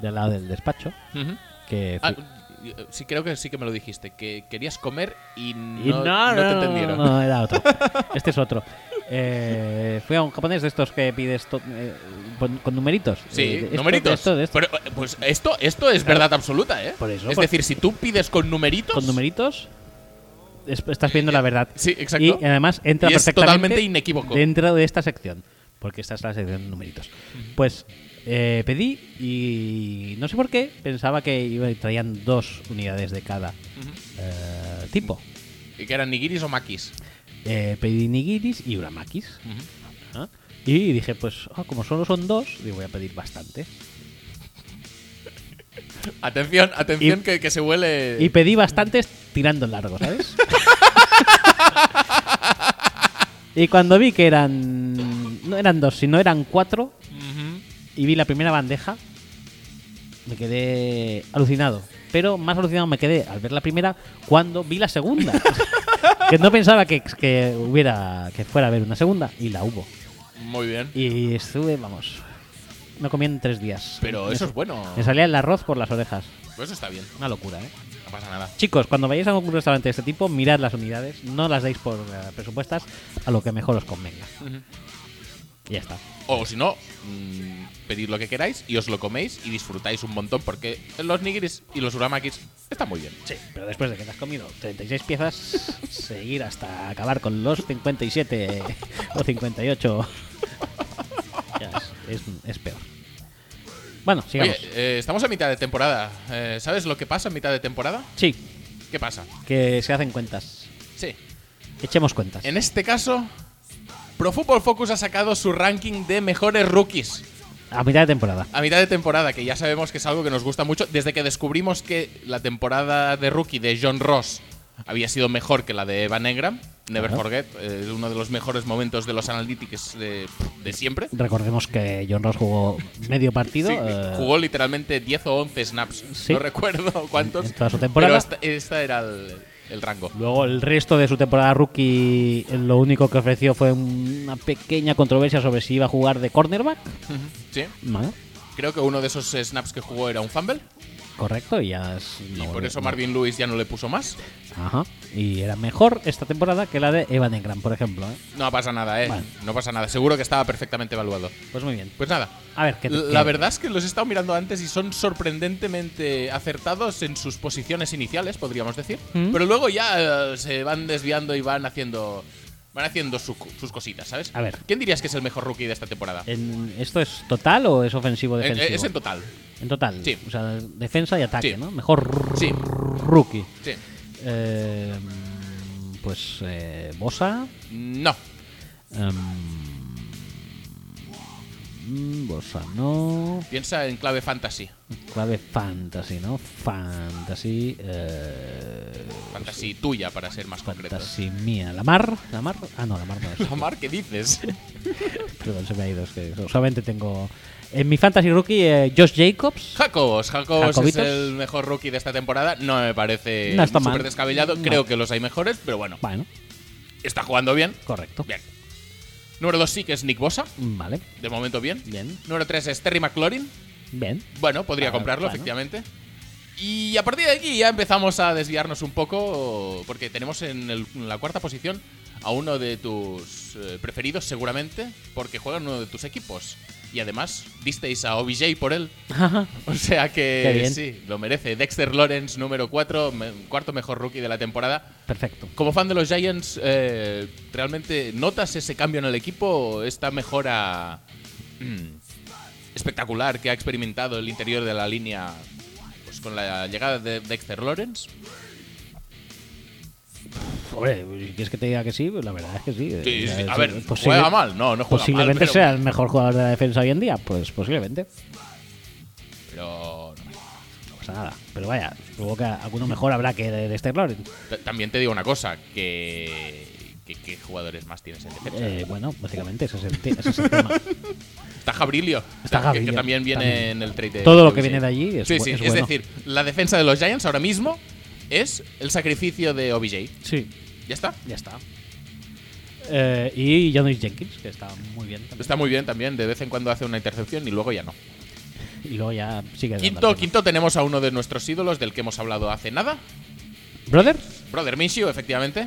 del lado del despacho.
Ujú.
Que
Ah,
fui-
eh, sí, creo que sí que me lo dijiste, que querías comer y no,
Y
no te entendieron.
no, era otro. Este es otro. Eh, fui a un japonés de estos que pides to- eh, con, con numeritos. Eh, de
Sí,
esto,
numeritos.
de esto, de esto.
Pero, eh, pues esto, esto es verdad absoluta, ¿eh?
Por eso,
es
por-
decir, si tú pides con numeritos.
Con numeritos es- estás viendo la verdad.
Sí, exacto.
Y además entra
Y es
perfectamente
totalmente inequívoco.
dentro de esta sección. Porque esta es la sección de numeritos. Pues eh, pedí y no sé por qué pensaba que iba, traían dos unidades de cada eh, tipo.
¿Y que eran nigiris o makis?
Eh, pedí nigiris y uramakis. ¿no? Y dije, pues ah, como solo son dos, digo, voy a pedir bastante.
Atención, atención,
Y-
que, que se huele.
Y pedí bastantes tirando en
[LAUGHS]
largo, ¿sabes? y cuando vi que eran no eran dos, sino eran cuatro,
Ujú.
y vi la primera bandeja, me quedé alucinado. Pero más alucinado me quedé al ver la primera cuando vi la
[LAUGHS]
segunda. que no pensaba que, que hubiera que fuera a haber una segunda y la hubo.
Muy bien.
Y estuve, vamos. No comí en tres días.
Pero
Me
eso
sa-
es bueno.
Me salía el arroz por las orejas.
Pues eso está bien.
Una locura, ¿eh?
No pasa nada.
Chicos, cuando vayáis a un restaurante de este tipo, mirad las unidades, no las deis por eh, presupuestas, a lo que mejor os convenga.
Ujú.
Y ya está.
O si no, mm, pedid lo que queráis y os lo coméis y disfrutáis un montón porque los nigiris y los uramakis están muy bien.
Sí, pero después de que te has comido 36
[LAUGHS]
piezas, seguir hasta acabar con los 57 o 58 ya es, es, es peor. Bueno,
Oye,
sigamos.
eh, estamos a mitad de temporada. Eh, ¿Sabes lo que pasa en mitad de temporada?
Sí,
¿Qué pasa?
que se hacen cuentas.
Sí.
Echemos cuentas.
En este caso, Pro Football Focus ha sacado su ranking de mejores rookies
A mitad de temporada.
a mitad de temporada, que ya sabemos que es algo que nos gusta mucho. Desde que descubrimos que la temporada de rookie de John Ross había sido mejor que la de Evan Engram, Never
Ajá.
Forget, eh, uno de los mejores momentos de los analytics de, de siempre.
Recordemos que John Ross jugó medio partido.
Sí,
eh,
jugó literalmente 10 o 11 snaps,
sí.
no recuerdo cuántos.
En toda su temporada.
Pero esta, esta era el, el rango. [LAUGHS]
Luego el resto de su temporada rookie eh, lo único que ofreció fue una pequeña controversia sobre si iba a jugar de cornerback.
Sí,
Vale,
creo que uno de esos snaps que jugó era un fumble
correcto, y ya es- no
y por
volvió-
eso Marvin Lewis ya no le puso más.
Ajá. Y era mejor esta temporada que la de Evan Engram, por ejemplo. ¿eh?
No pasa nada, eh.
Vale.
No pasa nada. Seguro que estaba perfectamente evaluado.
Pues muy bien.
Pues nada.
A ver, ¿qué te-
La
qué-
verdad es que los he estado mirando antes y son sorprendentemente acertados en sus posiciones iniciales, podríamos decir.
¿Mm?
Pero luego ya eh, se van desviando y van haciendo van haciendo su- sus cositas, ¿sabes?
A ver.
¿Quién dirías que es el mejor rookie de esta temporada?
en- ¿Esto es total o es ofensivo
Eh,
defensivo?
eh, es en total.
En total.
Sí.
O sea, defensa y ataque,
Sí.
¿no? Mejor
Sí.
rookie.
Sí.
Eh, pues eh, Bosa.
No.
em, mm, Bosa no.
Piensa en clave fantasy.
Clave fantasy, ¿no? Fantasy. Eh,
Fantasy tuya, para ser más [LAUGHS] concretos.
fantasy mía. ¿La mar? ¿La mar? Ah, no, la mar no es.
[LAUGHS] Lamar, ¿qué dices?
Perdón, se me ha ido. Es que solamente tengo. En mi fantasy rookie, eh, Josh Jacobs.
Jacobos, Jacobos es
Jacobitos.
el mejor rookie de esta temporada. No me parece
No está
súper
mal.
descabellado.
No.
Creo que los hay mejores, pero bueno,
Bueno,
está jugando bien.
correcto.
Bien. Número 2 sí que es Nick Bosa.
Vale,
De momento bien.
Bien.
Número 3 es Terry McLaurin.
bien.
Bueno, podría
Ah,
comprarlo,
bueno.
efectivamente. Y a partir de aquí ya empezamos a desviarnos un poco, porque tenemos en, el- en la cuarta posición a uno de tus eh, preferidos, seguramente, porque juega en uno de tus equipos. Y además, disteis a OBJ por él. O sea
Qué
que
bien.
sí, lo merece. Dexter Lawrence, número 4, cuarto mejor rookie de la temporada.
Perfecto.
Como fan de los Giants, eh, ¿realmente notas ese cambio en el equipo? ¿Esta mejora mm, espectacular que ha experimentado el interior de la línea pues, con la llegada de Dexter Lawrence?
Hombre, si quieres que te diga que sí, pues la verdad es que sí.
Sí,
Eh,
sí,
eh,
a ver,
posible-
¿juega mal? No, no juega
Posiblemente
mal. pero-
sea el mejor jugador de la defensa hoy en día. Pues posiblemente.
pero no.
No pasa pues nada. Pero vaya, supongo que alguno mejor habrá que de este Dexter Lawrence.
Ta- también te digo una cosa, que, que- ¿qué jugadores más tienes en defensa?
Eh, bueno, básicamente ese es el, te- ese es el
[LAUGHS]
tema.
Está Jabrilio,
Está
que- que,
Jabrilio,
también viene
también.
en el trade. de-
Todo lo
de
que
OBJ.
viene de allí es
sí,
bu-
sí.
es
Es,
bueno.
decir, la defensa de los Giants ahora mismo es el sacrificio de OBJ.
Sí,
Ya está.
ya está. Eh, y Jonas Jenkins, que está muy bien. también.
Está muy bien también, de vez en cuando hace una intercepción y luego ya no.
Y luego ya sigue. dando
Quinto,
el tema.
quinto tenemos a uno de nuestros ídolos del que hemos hablado hace nada,
¿Brother?
Brother Minshew, efectivamente.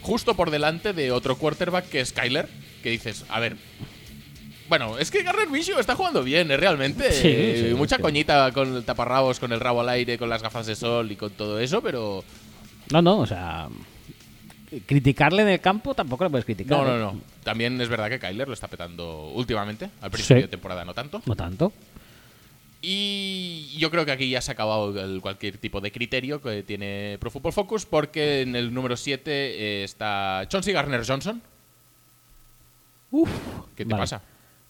Justo por delante de otro quarterback que es Kyler, que dices, a ver. Bueno, es que Garner Minshew está jugando bien, eh, realmente.
Sí,
Eh,
sí,
Mucha
es que-
coñita con el taparrabos, con el rabo al aire, con las gafas de sol y con todo eso, pero
No, no, o sea. Criticarle en el campo tampoco le puedes criticar.
No, no,
¿eh?
no. También es verdad que Kyler lo está petando últimamente. Al principio
Sí.
de temporada no tanto.
No tanto.
Y yo creo que aquí ya se ha acabado el cualquier tipo de criterio que tiene Pro Football Focus porque en el número 7 está Chauncey Garner Johnson.
Uf.
¿Qué te
Vale.
pasa?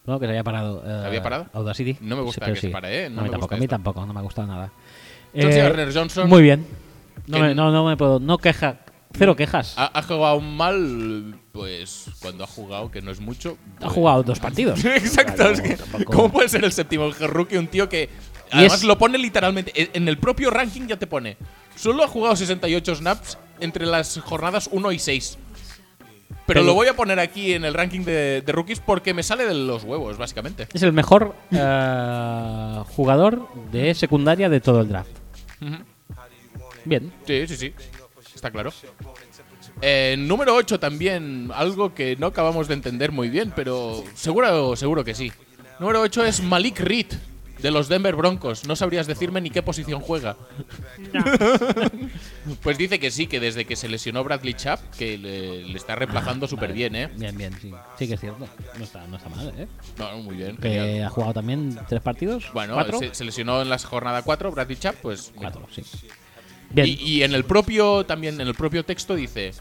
No, que se había parado. eh,
había parado?
Audacity.
No me gusta
pero
que se pare, ¿eh? No
a mí
me
tampoco,
gusta
a mí
esto.
tampoco, no me ha gustado nada.
Chauncey Gardner-Johnson-
Muy bien. No
Que Ah.
me,
no-
no, no me puedo. No queja Cero quejas.
Ha, ha jugado mal, pues cuando ha jugado, que no es mucho.
Ha
pues-
jugado dos partidos.
Exacto.
Claro,
es que,
tampoco-
¿Cómo puede ser el séptimo rookie un tío que además
es-
lo pone literalmente en- en el propio ranking ya te pone? Solo ha jugado 68 snaps entre las jornadas 1 y 6. Pero
Pero-
lo voy a poner aquí en el ranking de, de rookies porque me sale de los huevos, básicamente.
Es el mejor eh, jugador de secundaria de todo el draft. Bien.
Sí, sí, sí. Está claro. Eh, número 8 también, algo que no acabamos de entender muy bien, pero seguro, seguro que sí. Número 8 es Malik Reed, de los Denver Broncos. No sabrías decirme ni qué posición juega. [LAUGHS] pues dice que sí, que desde que se lesionó Bradley Chubb, que le, le está
Ah,
reemplazando súper bien, ¿eh?
Bien, bien, sí. Sí que es cierto. No está, no está mal, ¿eh?
No, muy bien. genial.
Que ha jugado también tres partidos.
Bueno,
Eh, cuatro.
se, se lesionó en la jornada 4, Bradley Chubb, pues
Cuatro, sí. Bien.
Y, y en el propio también en el propio texto dice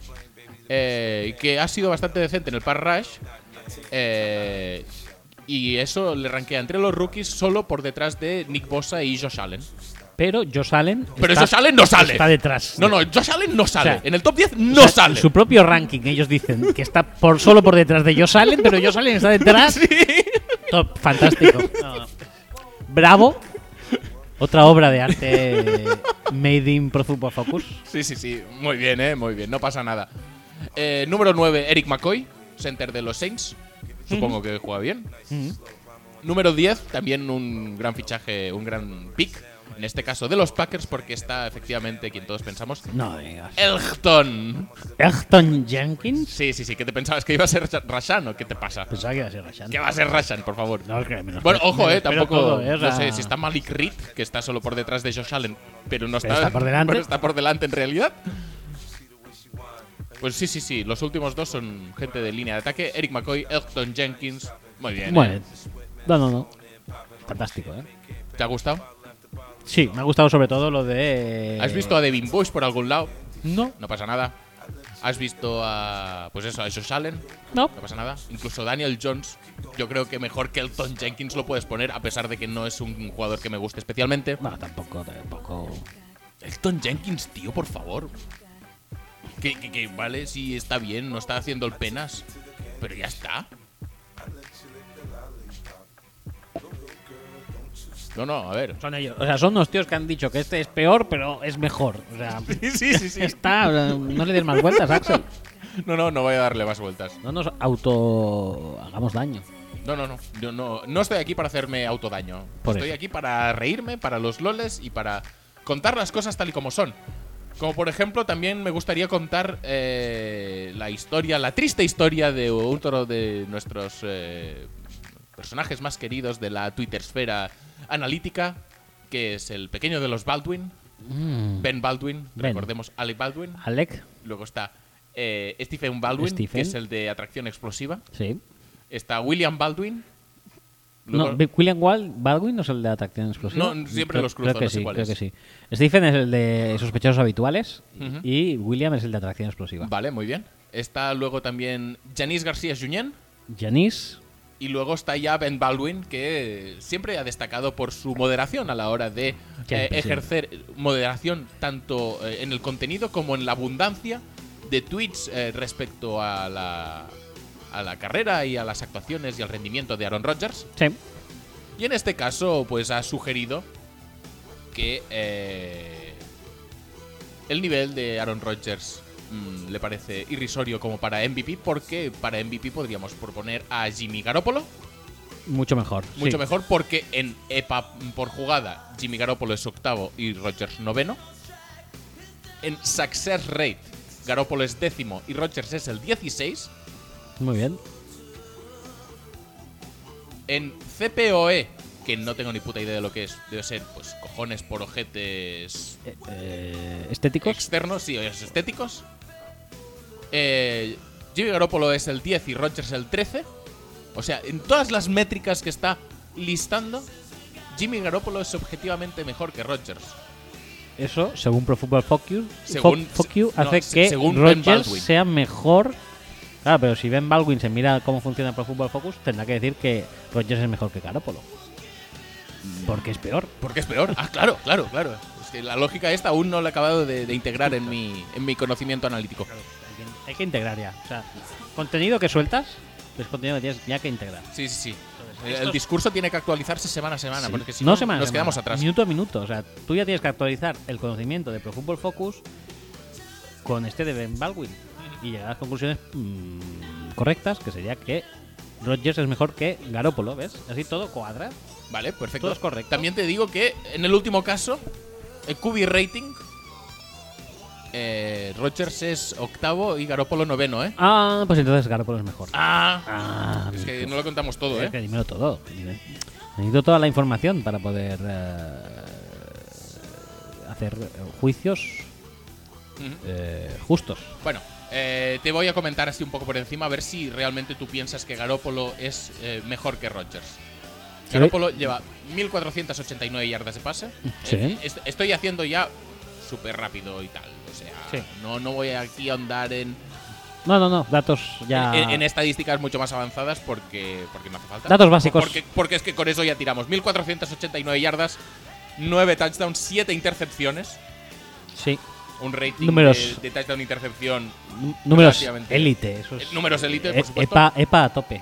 eh, que ha sido bastante decente en el pass rush eh, y eso le rankea entre los rookies solo por detrás de Nick Bosa y Josh Allen.
pero Josh Allen.
Pero
está-
Josh Allen no sale.
Está detrás.
No, no, Josh Allen no sale.
O sea,
en el top 10
O
no
sea,
sale.
Su propio ranking, ellos dicen que está por, solo por detrás de Josh Allen, pero Josh Allen está
[LAUGHS]
detrás. Top, fantástico. No. Bravo. Otra obra de arte made in Pro Football Focus.
Sí, sí, sí. Muy bien, eh, muy bien. No pasa nada. Eh, número 9, Eric McCoy, center de los Saints. Supongo que juega bien. Número 10, también un gran fichaje, un gran pick. En este caso de los Packers, porque está efectivamente quien todos pensamos.
No digas.
Elgton.
Elton Jenkins.
Sí, sí, sí. ¿Qué te pensabas? ¿Que iba a ser Rasha- Rashan o qué te pasa?
Pensaba que iba a ser Rashan.
¿Qué va a ser Rashan, por favor?
No, es que me lo-
Bueno, ojo,
me lo
eh,
espero
tampoco.
todo, eh, o
no
sea,
sé, si está Malik Reed, que está solo por detrás de Josh Allen, pero no
Pero
está,
está por delante.
[LAUGHS] pero está por delante en realidad. Pues sí, sí, sí. Los últimos dos son gente de línea de ataque: Eric McCoy, Elton Jenkins. Muy bien.
Bueno,
eh.
no, no, no. Fantástico, ¿eh?
¿Te ha gustado?
Sí, me ha gustado sobre todo lo de.
¿Has visto a Devin Bush por algún lado?
No,
No pasa nada. ¿Has visto a. Pues eso, a Josh Allen?
no.
No pasa nada. Incluso Daniel Jones, yo creo que mejor que Elton Jenkins lo puedes poner, a pesar de que no es un jugador que me guste especialmente.
No, tampoco, tampoco.
Elton Jenkins, tío, por favor. Que, que- que vale, sí, está bien, no está haciendo el penas. Pero ya está. No, no, a ver.
Son ellos. O sea, son los tíos que han dicho que este es peor, pero es mejor. O [LAUGHS] sea,
Sí, [LAUGHS] sí, sí.
está. o sea, No le des más vueltas, Axel.
No, no, no voy a darle más vueltas.
No nos auto. hagamos daño.
No, no, no. Yo no, no estoy aquí para hacerme autodaño.
Por
estoy
eso.
aquí para reírme, para los loles y para contar las cosas tal y como son. Como por ejemplo, también me gustaría contar eh, la historia, la triste historia de otro de nuestros eh, personajes más queridos de la Twittersfera analítica, que es el pequeño de los Baldwin,
Mm.
Ben Baldwin,
Ben.
recordemos Alec Baldwin.
Alec,
Luego está eh, Stephen Baldwin, que
Stephen.
es el de atracción explosiva.
sí.
Está William Baldwin.
No,
Luego-
Bi- William Wal- Baldwin no es el de atracción explosiva.
No, siempre
Creo-
los cruzo,
creo que
no sé
sí,
cuál
creo
es.
que sí. Stephen es el de sospechosos habituales
Ujú.
y William es el de atracción explosiva.
Vale, muy bien. Está luego también Janice García Junyent.
Janice,
Y luego está ya Ben Baldwin, que siempre ha destacado por su moderación a la hora de eh,
Siempre,
ejercer moderación tanto eh, en el contenido como en la abundancia de tweets eh, respecto a la, a la carrera y a las actuaciones y al rendimiento de Aaron Rodgers.
sí.
Y en este caso, pues ha sugerido que eh, el nivel de Aaron Rodgers mm, le parece irrisorio como para MVP, porque para MVP podríamos proponer a Jimmy Garoppolo,
Mucho mejor.
mucho
sí.
mejor, porque en EPA mm, por jugada Jimmy Garoppolo es octavo y Rodgers noveno. En Success Rate, Garoppolo es décimo y Rodgers es el 16.
Muy bien.
En CPOE, E, que no tengo ni puta idea de lo que es, debe ser, pues, cojones por ojetes
Eh, eh, estéticos.
externos y estéticos. Eh, Jimmy Garoppolo es el 10 y Rogers el 13. O sea, en todas las métricas que está listando, Jimmy Garoppolo es objetivamente mejor que Rogers.
Eso, según Pro Football Focus,
Según-
Fo- Focus
no,
hace
se-
que
según Ben
Rodgers
Baldwin.
sea mejor. Claro, pero si Ben Baldwin se mira cómo funciona Pro Football Focus, tendrá que decir que
Mm.
Rodgers es mejor que Garoppolo. Porque es peor.
Porque es peor. Ah, claro, claro, claro. Es que la lógica esta aún no la he acabado de, de integrar en mi, en mi conocimiento analítico.
Hay que- Hay que integrar ya. O sea, contenido que sueltas es contenido que tienes ya que integrar.
Sí, sí, sí.
Entonces,
El, el
estos-
discurso tiene que actualizarse semana a semana, porque si
no,
no,
semana a
nos
semana,
quedamos atrás.
Minuto a minuto. O sea, tú ya tienes que actualizar el conocimiento de Pro Football Focus con este de Ben Baldwin y llegar a las conclusiones mm, correctas, que sería que Rodgers es mejor que Garópolo, ¿ves? Así todo cuadra.
Vale, perfecto.
Todo es correcto.
También te digo que en el último caso, el QB rating, eh, Rogers es octavo y Garoppolo noveno, ¿eh?
Ah, pues entonces Garópolo es mejor.
Ah,
Ah,
es que
bien.
no lo contamos todo,
Es
¿eh?
que dímelo todo. dime. Necesito toda la información para poder eh, hacer eh, juicios
Ujú.
eh, justos.
Bueno, eh, te voy a comentar así un poco por encima a ver si realmente tú piensas que Garoppolo es eh, mejor que Rodgers.
Sí.
Garoppolo lleva 1489 yardas de pase.
Sí.
Eh, est- estoy haciendo ya súper rápido y tal. O sea,
Sí.
no, no voy aquí a ahondar en,
No, no, no, datos ya.
en, en estadísticas mucho más avanzadas porque, porque no hace falta.
Datos básicos.
Porque, porque es que con eso ya tiramos. 1489 yardas, 9 touchdowns, 7 intercepciones.
Sí,
Un rating
Números.
De, de touchdown intercepción.
Nú- números
Relativamente.
élite. eso es-
Eh, números élite, por
E-
supuesto.
EPA, EPA a tope,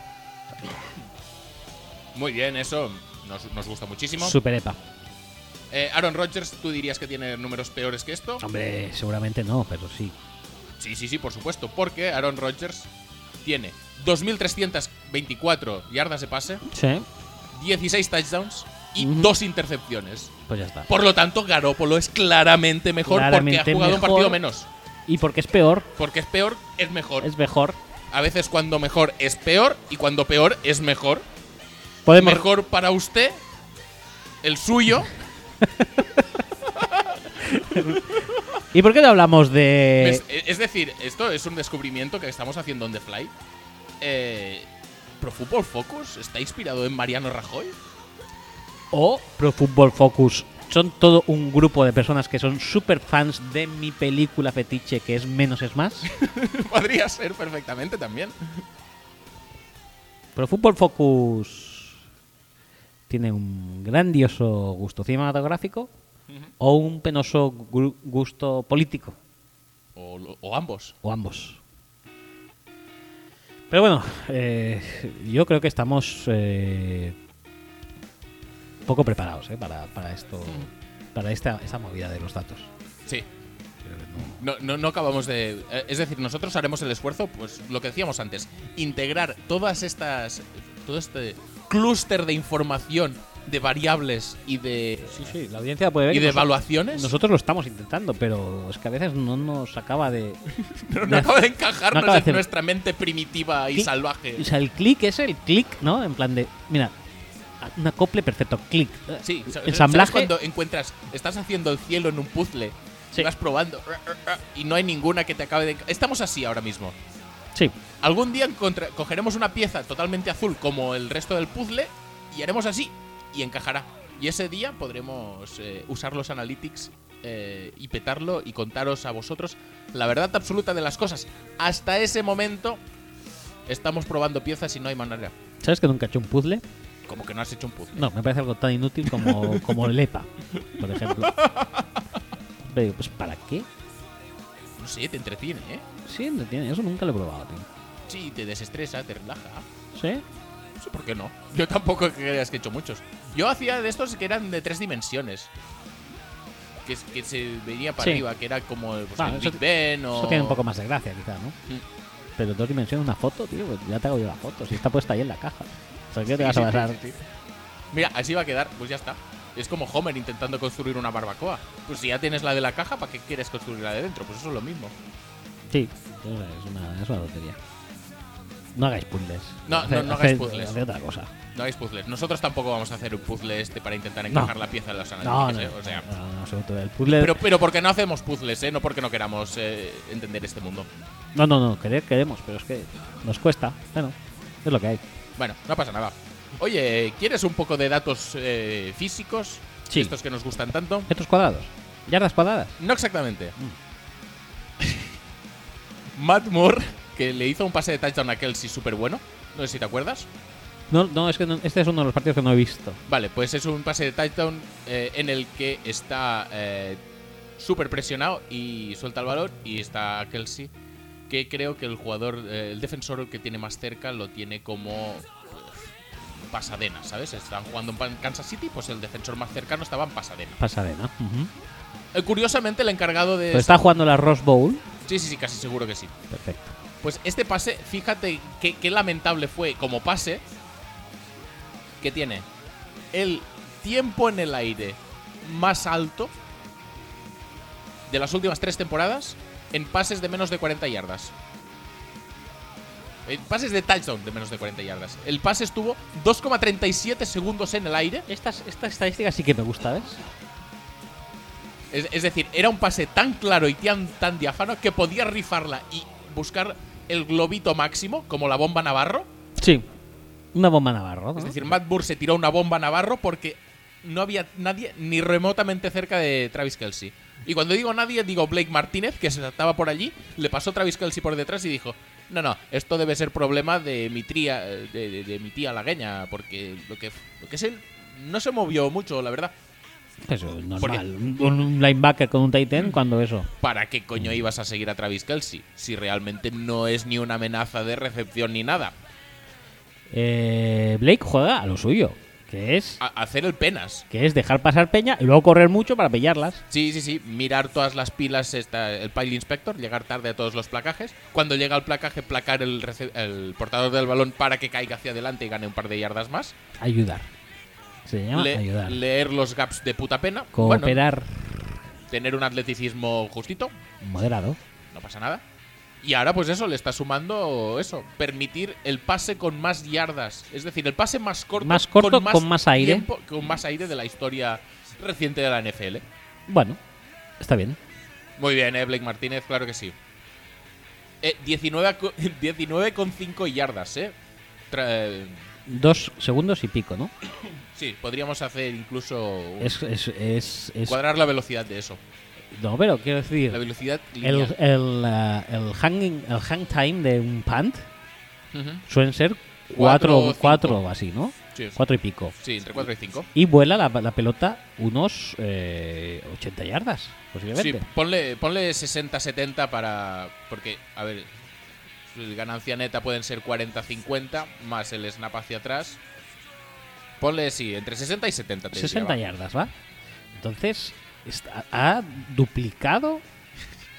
Muy bien, eso nos, nos gusta muchísimo.
super EPA.
Eh, Aaron Rodgers, ¿tú dirías que tiene números peores que esto?
Hombre, seguramente no, pero sí.
Sí, sí, sí, por supuesto. Porque Aaron Rodgers tiene 2.324 yardas de pase,
Sí,
16 touchdowns y
Ujú.
dos intercepciones.
pues ya está.
Por lo tanto, Garópolo es claramente mejor porque
Claramente
ha jugado un
mejor.
partido menos.
Y porque es peor,
Porque es peor, es mejor.
es mejor.
A veces cuando mejor es peor y cuando peor es mejor.
Podemos.
Mejor para usted, el suyo.
¿Y por qué no hablamos
Es,
de.
es decir, esto es un descubrimiento que estamos haciendo on the fly. Eh, Pro Football Focus está inspirado en Mariano Rajoy. [LAUGHS]
o Pro Football Focus? Son todo un grupo de personas que son super fans de mi película fetiche que es Menos es
[LAUGHS]
Más.
Podría ser perfectamente también.
Pro Football Focus tiene un grandioso gusto cinematográfico o un penoso gru- gusto político,
O, lo- o ambos.
o ambos. Pero bueno, eh, yo creo que estamos eh, poco preparados eh, para, para esto, para esta, esta movida de los datos.
Sí. No, no, no acabamos de. eh, Es decir, nosotros haremos el esfuerzo, pues lo que decíamos antes, integrar todas estas. Todo este clúster de información, de variables y de.
Sí, sí, la audiencia puede ver.
y
que
de
nosotros-
evaluaciones.
Nosotros lo estamos intentando, pero es que a veces no nos acaba de...
no, no acaba de encajarnos
acaba de
en
hacer-
nuestra mente primitiva y
Sí.
salvaje.
O sea, el click es el click, ¿no? En plan de, mira, un acople perfecto, click.
Sí, sa- ¿sabes
ensamblaje.
cuando encuentras, estás haciendo el cielo en un puzzle,
Sí.
vas probando y no hay ninguna que te acabe de. enca- Estamos así ahora mismo.
Sí,
Algún día encontra- cogeremos una pieza totalmente azul como el resto del puzzle y haremos así y encajará. Y ese día podremos eh, usar los analytics eh, y petarlo y contaros a vosotros la verdad absoluta de las cosas. Hasta ese momento estamos probando piezas y no hay manera.
¿sabes que nunca he hecho un puzzle?
Como que no has hecho un puzzle.
No, me parece algo tan inútil como, como el EPA, por
[LAUGHS]
ejemplo. Pero digo, pues ¿para qué?
No sé, te entretiene, ¿eh?
Sí, entretiene, eso nunca lo he probado, tío.
Sí, te desestresa, te relaja.
¿Sí?
No sé por qué no. [LAUGHS] Yo tampoco creas que he hecho muchos. Yo hacía de estos que eran de tres dimensiones. Que, es- que se venía para
Sí.
arriba, que era como pues,
Ah,
el
eso-
Big Ben o.
Eso tiene un poco más de gracia, quizá, ¿no?
Mm.
Pero dos dimensiones, una foto, tío, pues ya te hago yo la foto, si está puesta ahí en la caja. O sea, ¿qué te vas a
Sí, sí,
pasar?
sí, sí. Mira, así va a quedar, pues ya está. Es como Homer intentando construir una barbacoa. Pues si ya tienes la de la caja, ¿para qué quieres construir la de dentro? Pues eso es lo mismo.
Sí, yo sé, es una, es una lotería. No hagáis puzzles.
No,
Hace-
no, no hagáis
hace-
puzzles.
hace otra cosa.
No hay puzzles. Nosotros tampoco vamos a hacer un puzzle este para intentar encajar la pieza de los
No, no,
analíticos,
no,
¿eh? O sea,
no, no, en absoluto. El puzzle.
pero, pero porque no hacemos puzzles, ¿eh? No porque no queramos eh, entender este mundo.
no, no, no, querer queremos, pero es que nos cuesta. Bueno, es lo que hay.
Bueno, no pasa nada. Oye, ¿quieres un poco de datos eh, físicos?
Sí.
Estos que nos gustan tanto.
Metros cuadrados, yardas cuadradas.
No exactamente. [LAUGHS] Matt Moore, que le hizo un pase de touchdown a Kelsey súper bueno. No sé si te acuerdas.
No, no, es que no- este es uno de los partidos que no he visto.
Vale, pues es un pase de touchdown eh, en el que está eh, súper presionado y suelta el balón y está Kelsey, que creo que el jugador, eh, el defensor que tiene más cerca lo tiene como eh, Pasadena, ¿sabes? Están jugando en Pa- Kansas City, pues el defensor más cercano estaba en Pasadena.
Pasadena. Ujú.
Eh, curiosamente, el encargado de...
Pero Pues está jugando la Rose Bowl.
Sí, sí, sí, casi seguro que sí.
Perfecto.
Pues este pase, fíjate qué, qué lamentable fue como pase. Que tiene el tiempo en el aire más alto de las últimas tres temporadas en pases de menos de 40 yardas. En pases de touchdown de menos de 40 yardas. El pase estuvo 2,37 segundos en el aire.
Estas, esta estadística sí que me gusta, ¿ves?
Es, es decir, era un pase tan claro y tan, tan diáfano que podía rifarla y buscar el globito máximo, como la bomba Navarro.
Sí. Una bomba Navarro. ¿no?
Es decir, Matt Burr se tiró una bomba a Navarro porque no había nadie ni remotamente cerca de Travis Kelsey. Y cuando digo nadie, digo Blake Martínez, que se estaba por allí, le pasó Travis Kelsey por detrás y dijo: No, no, esto debe ser problema de mi tía, de, de- de mi tía lagueña, porque lo que, lo que se, no se movió mucho, la verdad.
Eso es
Porque-
normal. Un, un linebacker con un tight
Mm.
end cuando eso.
¿Para qué coño ibas a seguir a Travis Kelsey? Si realmente no es ni una amenaza de recepción ni nada.
Eh, Blake juega a lo suyo, que es,
A- hacer el penas.
que es dejar pasar peña y luego correr mucho para pillarlas.
Sí, sí, sí. Mirar todas las pilas, está el Pile Inspector, llegar tarde a todos los placajes. Cuando llega el placaje, placar el, rece- el portador del balón para que caiga hacia adelante y gane un par de yardas más.
Ayudar. Se llama
Le-
ayudar.
Leer los gaps de puta pena. Bueno,
Cooperar
tener un atleticismo justito,
moderado.
no pasa nada. Y ahora, pues eso, le está sumando eso, permitir el pase con más yardas. Es decir, el pase más corto.
Más corto, con más aire.
tiempo- con más aire de la historia reciente de la NFL.
Bueno, está bien.
Muy bien, eh, Blake Martínez, claro que sí. Eh, 19, a co- [LAUGHS] 19,5 yardas, eh. Tra- eh,
Dos segundos y pico, ¿no?
sí, podríamos hacer incluso. un-
Es, es, es, es-
cuadrar la velocidad de eso.
no, pero quiero
La
decir,
velocidad
el,
lineal.
el, ah, el hanging, el hang time de un punt
Ujú,
suelen ser
Cuatro
cuatro,
o cinco.
cuatro o así, ¿no?
sí,
Cuatro y pico.
sí, entre 4 y 5.
Y vuela la, la pelota unos eh, 80 yardas,
Sí,
posiblemente.
ponle, ponle 60-70 para. Porque, a ver, el ganancia neta pueden ser 40-50 más el snap hacia atrás. Ponle, sí, entre 60 y 70. Te diría,
60
va.
yardas, ¿va? Entonces, está- ha duplicado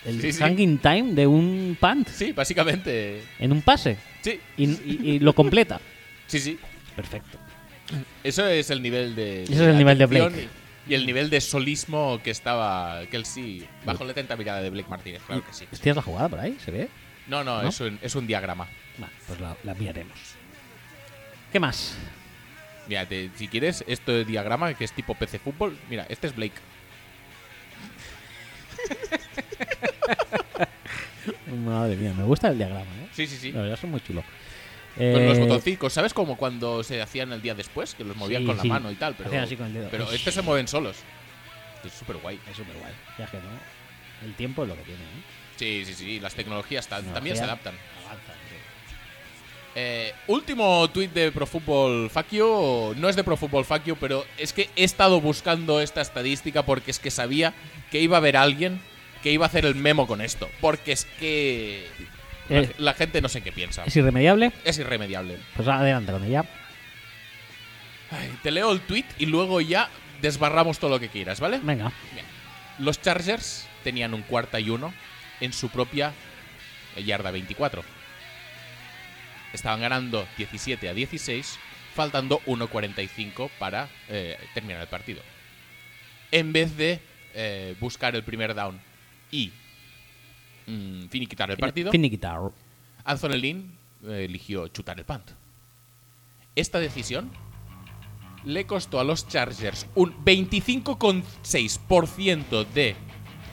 el
[LAUGHS] Sí, sí.
hanging time de un punt
Sí, básicamente.
en un pase
Sí,
y, y- y lo completa.
sí, sí.
Perfecto.
Eso es el nivel de.
Ese es el nivel de
atención
Blake.
Y, y el nivel de solismo que estaba Kelsey bajo la atenta mirada de Blake Martínez, [LAUGHS] claro que sí.
¿Tienes la jugada por ahí? ¿Se ve?
No, no,
¿No?
Es, un, es un diagrama.
Va, pues la, la miraremos. ¿Qué más?
Mira, te- si quieres, esto de diagrama que es tipo PC Fútbol, mira, este es Blake.
Madre mía, me gusta el diagrama, ¿eh?
Sí, sí, sí.
La verdad es muy chulo.
Con los
Eh,
botoncicos, ¿sabes? Como cuando se hacían el día después, que los movían
Sí,
con la
sí.
mano y tal, pero,
Hacían así con el dedo.
pero estos se mueven solos. Es súper guay.
Es súper guay. Ya que no. El tiempo es lo que tiene, ¿eh?
Sí, sí, sí, las tecnologías tan-
Tecnología.
también se adaptan.
Avanza, sí.
Eh, último tweet de Pro Football Fuck You. No es de Pro Football Fuck You, pero es que he estado buscando esta estadística porque es que sabía que iba a haber alguien que iba a hacer el memo con esto. Porque es que. la-
Eh.
la gente no sé qué piensa.
¿Es irremediable?
Es irremediable.
Pues adelante con ella.
Ay, te leo el tweet y luego ya desbarramos todo lo que quieras, ¿vale?
Venga.
Los Chargers tenían un cuarta y uno en su propia yarda 24. Estaban ganando 17 a 16, faltando 1.45 para eh, terminar el partido. En vez de eh, buscar el primer down y mm, finiquitar el partido,
Finiquitar.
Anthony Lynn eh, eligió chutar el punt. Esta decisión le costó a los Chargers un 25,6% de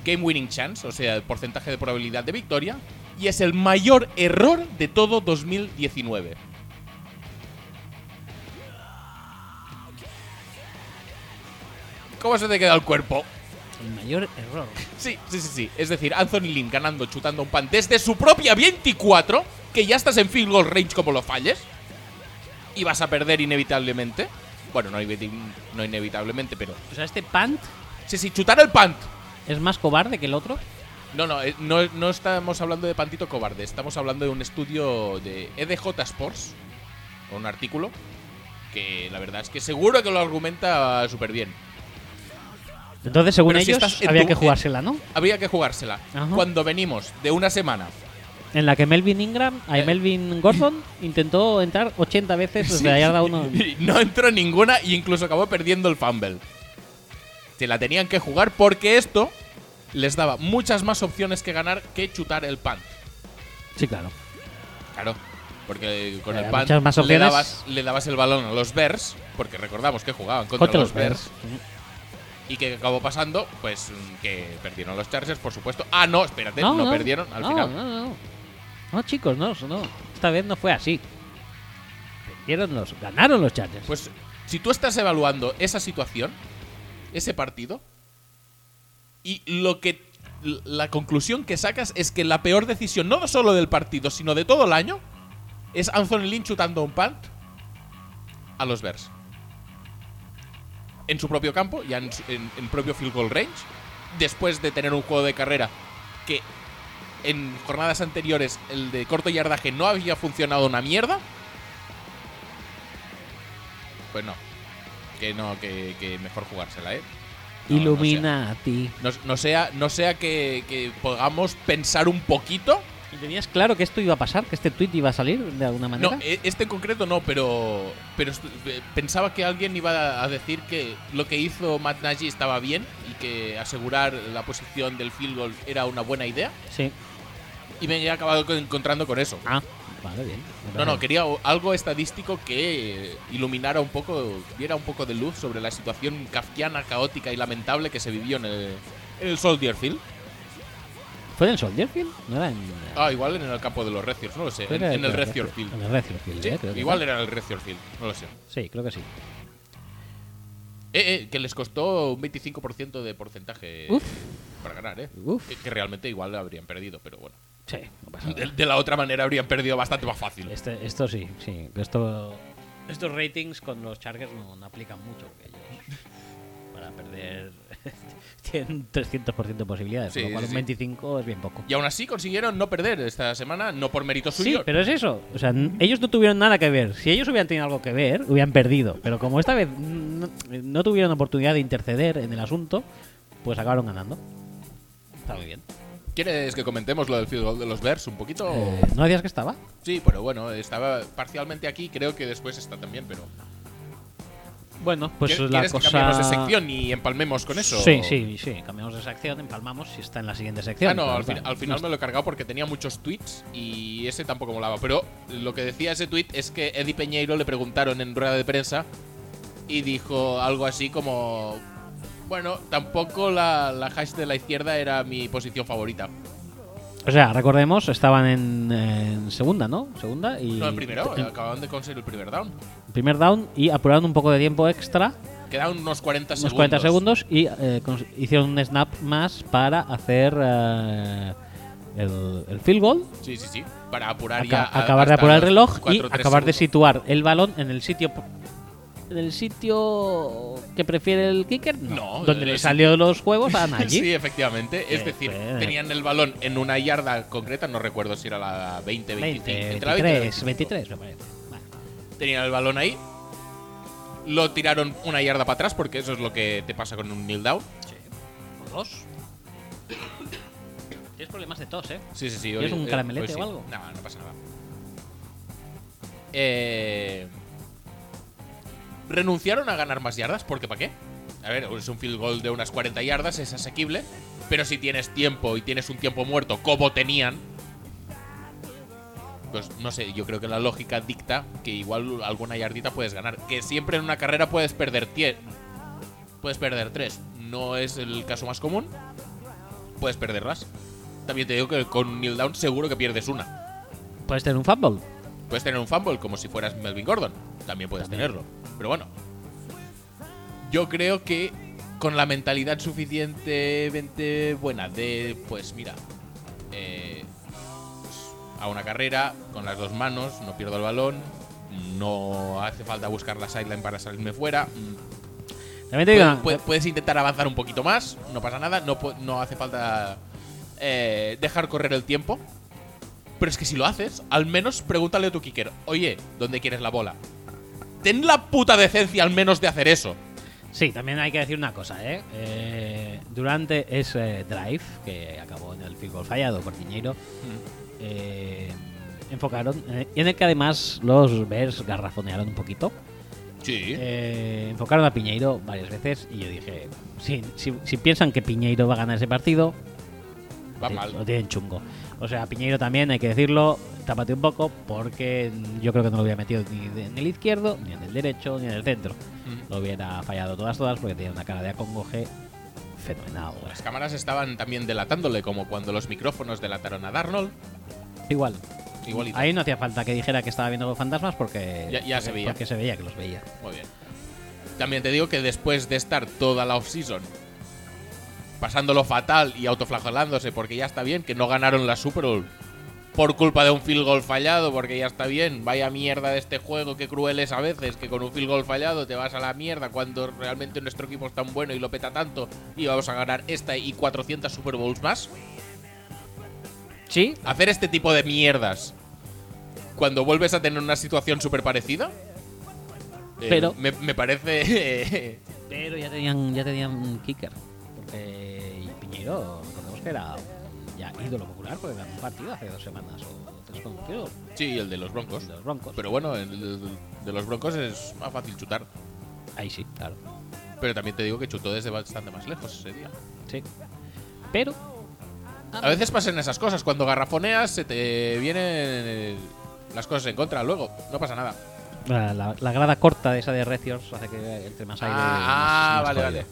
game winning chance, o sea, el porcentaje de probabilidad de victoria, y es el mayor error de todo 2019. ¿Cómo se te queda el cuerpo?
El mayor error.
Sí, sí, sí, sí. Es decir, Anthony Lynn ganando, chutando un pan desde su propia 24, que ya estás en field goal range como lo falles. y vas a perder inevitablemente. Bueno, no, inevit- no inevitablemente, pero.
O sea, este Pant
Sí, sí, chutar el pant.
es más cobarde que el otro.
No, no, eh, no, no estamos hablando de Pantito Cobarde, estamos hablando de un estudio de EDJ Sports, o un artículo, que la verdad es que seguro que lo argumenta súper bien.
Entonces, según
Pero si
ellos,
estás en
había
tu-
que jugársela, ¿no?
Habría que jugársela.
Ajá.
Cuando venimos de una semana.
En la que Melvin Ingram, ay,
Eh.
Melvin Gordon intentó entrar 80 veces pues, desde
Sí.
la yarda uno.
[LAUGHS] Y no entró ninguna y incluso acabó perdiendo el fumble. Se la tenían que jugar porque esto les daba muchas más opciones que ganar que chutar el punt.
Sí, claro.
Claro, porque con
Eh,
el punt
muchas más
le
opciones.
dabas, le dabas el balón a los Bears, porque recordamos que jugaban [LAUGHS] contra, los Bears. ¿Y que acabó pasando? Pues mm, que perdieron los Chargers, por supuesto. Ah, no, espérate, no, perdieron al
no,
final.
No, no, no. chicos, no, no. Esta vez no fue así. Perdieron los, ganaron los Chargers.
Pues si tú estás evaluando esa situación, ese partido, y lo que l- la conclusión que sacas es que la peor decisión, no solo del partido, sino de todo el año, es Anthony Lynch chutando un punt a los Bears. En su propio campo, ya en, su- en- en propio field goal range, después de tener un juego de carrera que en jornadas anteriores el de corto yardaje no había funcionado una mierda. Pues no. Que no, que, que mejor jugársela, ¿eh? No, no
Illuminati.
sea- No no sea, no sea que, que podamos pensar un poquito.
¿Y ¿Tenías claro que esto iba a pasar? ¿Que este tweet iba a salir de alguna
No,
manera?
e- este en concreto no, pero, pero estu- eh, pensaba que alguien iba a decir que lo que hizo Matt Nagy estaba bien y que asegurar la posición del field goal era una buena idea.
sí.
Y me he acabado con- encontrando con eso.
Ah, vale, bien.
No, no, quería o- algo estadístico que eh, iluminara un poco, diera un poco de luz sobre la situación kafkiana, caótica y lamentable que se vivió en el, en el Soldier Field.
¿Fue en el Soldier Field? No era en.
Ah, igual en el campo de los Redskins, no lo sé.
fue
En, en el Redskins
En
Field.
el Redfield Field,
Sí,
eh, creo que
igual
fue.
era en el Redskins Field, no lo sé.
Sí, creo que sí.
Eh, eh, que les costó un 25% de porcentaje
Uf.
para ganar, ¿eh?
Uf.
Que, que realmente igual habrían perdido, pero bueno.
Sí, no pasa
De,
nada.
de la otra manera habrían perdido bastante más fácil.
Este- esto sí, sí. Esto, estos ratings con los Chargers no, no aplican mucho. porque ellos para perder [LAUGHS] tienen 300% de posibilidades.
Sí,
con lo cual
sí,
un
sí.
25 es bien poco.
Y aún así consiguieron no perder esta semana, no por mérito
Sí,
suyo.
pero es eso. O sea, n- ellos no tuvieron nada que ver. Si ellos hubieran tenido algo que ver, hubieran perdido. Pero como esta vez no, no tuvieron oportunidad de interceder en el asunto, pues acabaron ganando. Está muy bien.
¿Quieres que comentemos lo del field goal de los Bears un poquito?
Eh, ¿No decías que estaba?
Sí, pero bueno, estaba parcialmente aquí, creo que después está también, pero...
Bueno, pues
¿Quieres
la
quieres
cosa.
que cambiemos de sección y empalmemos con eso?
Sí, sí, sí. Cambiamos de sección, empalmamos y está en la siguiente sección.
Ah, no,
Claro,
al, fin-
claro.
al final me lo he cargado porque tenía muchos tweets y ese tampoco molaba. Pero lo que decía ese tweet es que Eddie Peñeiro le preguntaron en rueda de prensa y dijo algo así como: Bueno, tampoco la, la hash de la izquierda era mi posición favorita.
O sea, recordemos, estaban en, en segunda, ¿no? Segunda y.
No, el primero,
en
acababan de conseguir el primer down.
primer down y apuraron un poco de tiempo extra
Quedaban unos 40
unos
segundos.
40 segundos y eh, cons- hicieron un snap más para hacer eh, el, el field goal,
Sí, sí, sí. Para apurar
aca-
ya. a-
acabar de
hasta
apurar el
los
reloj y
cuatro o tres
acabar de
segundos.
situar el balón en el sitio po- en el sitio que prefiere el kicker, no,
No,
donde
el
le
sitio-
salió los huevos a Nagy.
[LAUGHS] Sí, efectivamente. Es
Eh,
decir,
eh.
tenían el balón en una yarda concreta, no recuerdo si era la 20, 25.
20,
entre la 20 y la
23, 23 me parece. Vale.
Tenían el balón ahí. Lo tiraron una yarda para atrás porque eso es lo que te pasa con un kneel down.
O dos. Tienes problemas de tos, ¿eh?
Sí, sí, sí.
¿Quieres
hoy-
un
eh,
caramelete
hoy
o algo?
No, no pasa nada. Eh, renunciaron a ganar más yardas porque ¿para qué? A ver, es un field goal de unas 40 yardas, es asequible. Pero si tienes tiempo y tienes un tiempo muerto como tenían, pues no sé, yo creo que la lógica dicta que igual alguna yardita puedes ganar. Que siempre en una carrera puedes perder 10. Puedes perder 3. No es el caso más común. Puedes perderlas. También te digo que con un kneel down seguro que pierdes una.
Puedes tener un fumble.
Puedes tener un fumble como si fueras Melvin Gordon. También puedes
También.
tenerlo. Pero bueno. Yo creo que con la mentalidad suficientemente buena de, pues mira, eh, pues, a una carrera, con las dos manos, no pierdo el balón, no hace falta buscar la sideline para salirme fuera. Mm,
También te digo,
puede-
una-
puede- puedes intentar avanzar un poquito más, no pasa nada, no, pu- no hace falta eh, dejar correr el tiempo. Pero es que si lo haces, al menos pregúntale a tu kicker, oye, ¿dónde quieres la bola? Ten la puta decencia al menos de hacer eso.
Sí, también hay que decir una cosa, ¿eh? Eh, durante ese drive, que acabó en el field goal fallado por Piñeiro,
Mm.
eh, enfocaron, eh, en el que además los Bears garrafonearon un poquito.
Sí.
Eh, enfocaron a Piñeiro varias veces y yo dije, si, si- si piensan que Piñeiro va a ganar ese partido,
Va
te- lo
mal.
tienen chungo. O sea, Piñeiro también, hay que decirlo, tápate un poco porque yo creo que no lo hubiera metido ni de- en el izquierdo, ni en el derecho, ni en el centro.
Mm.
Lo hubiera fallado todas, todas porque tenía una cara de acongoje fenomenal.
Las cámaras estaban también delatándole, como cuando los micrófonos delataron a Darnold.
Igual,
Igualito.
ahí no hacía falta que dijera que estaba viendo los fantasmas porque,
Ya- ya se veía.
porque se veía que los veía.
Muy bien. También te digo que después de estar toda la offseason pasándolo fatal y autoflagelándose porque ya está bien, que no ganaron la Super Bowl por culpa de un field goal fallado, porque ya está bien, vaya mierda de este juego, que cruel es a veces, que con un field goal fallado te vas a la mierda cuando realmente nuestro equipo es tan bueno y lo peta tanto y vamos a ganar esta y 400 Super Bowls más.
Sí,
hacer este tipo de mierdas cuando vuelves a tener una situación súper parecida. eh,
Pero-
Me, me parece. [LAUGHS] eh,
pero ya tenían, ya tenían un kicker. Porque Eh, Piñeiro, recordemos que era ya ídolo popular porque ganó un partido hace dos semanas o tres con creo,
sí, el de los Broncos.
de los Broncos.
Pero bueno, el el de los Broncos es más fácil chutar.
Ahí sí, claro.
Pero también te digo que chutó desde bastante más lejos ese día.
Sí. Pero
A veces pasan esas cosas. Cuando garrafoneas, se te vienen eh, las cosas en contra. Luego, no pasa nada.
la, la- la grada corta de esa de Recios hace que entre más aire.
Ah,
más- más
vale,
jodido.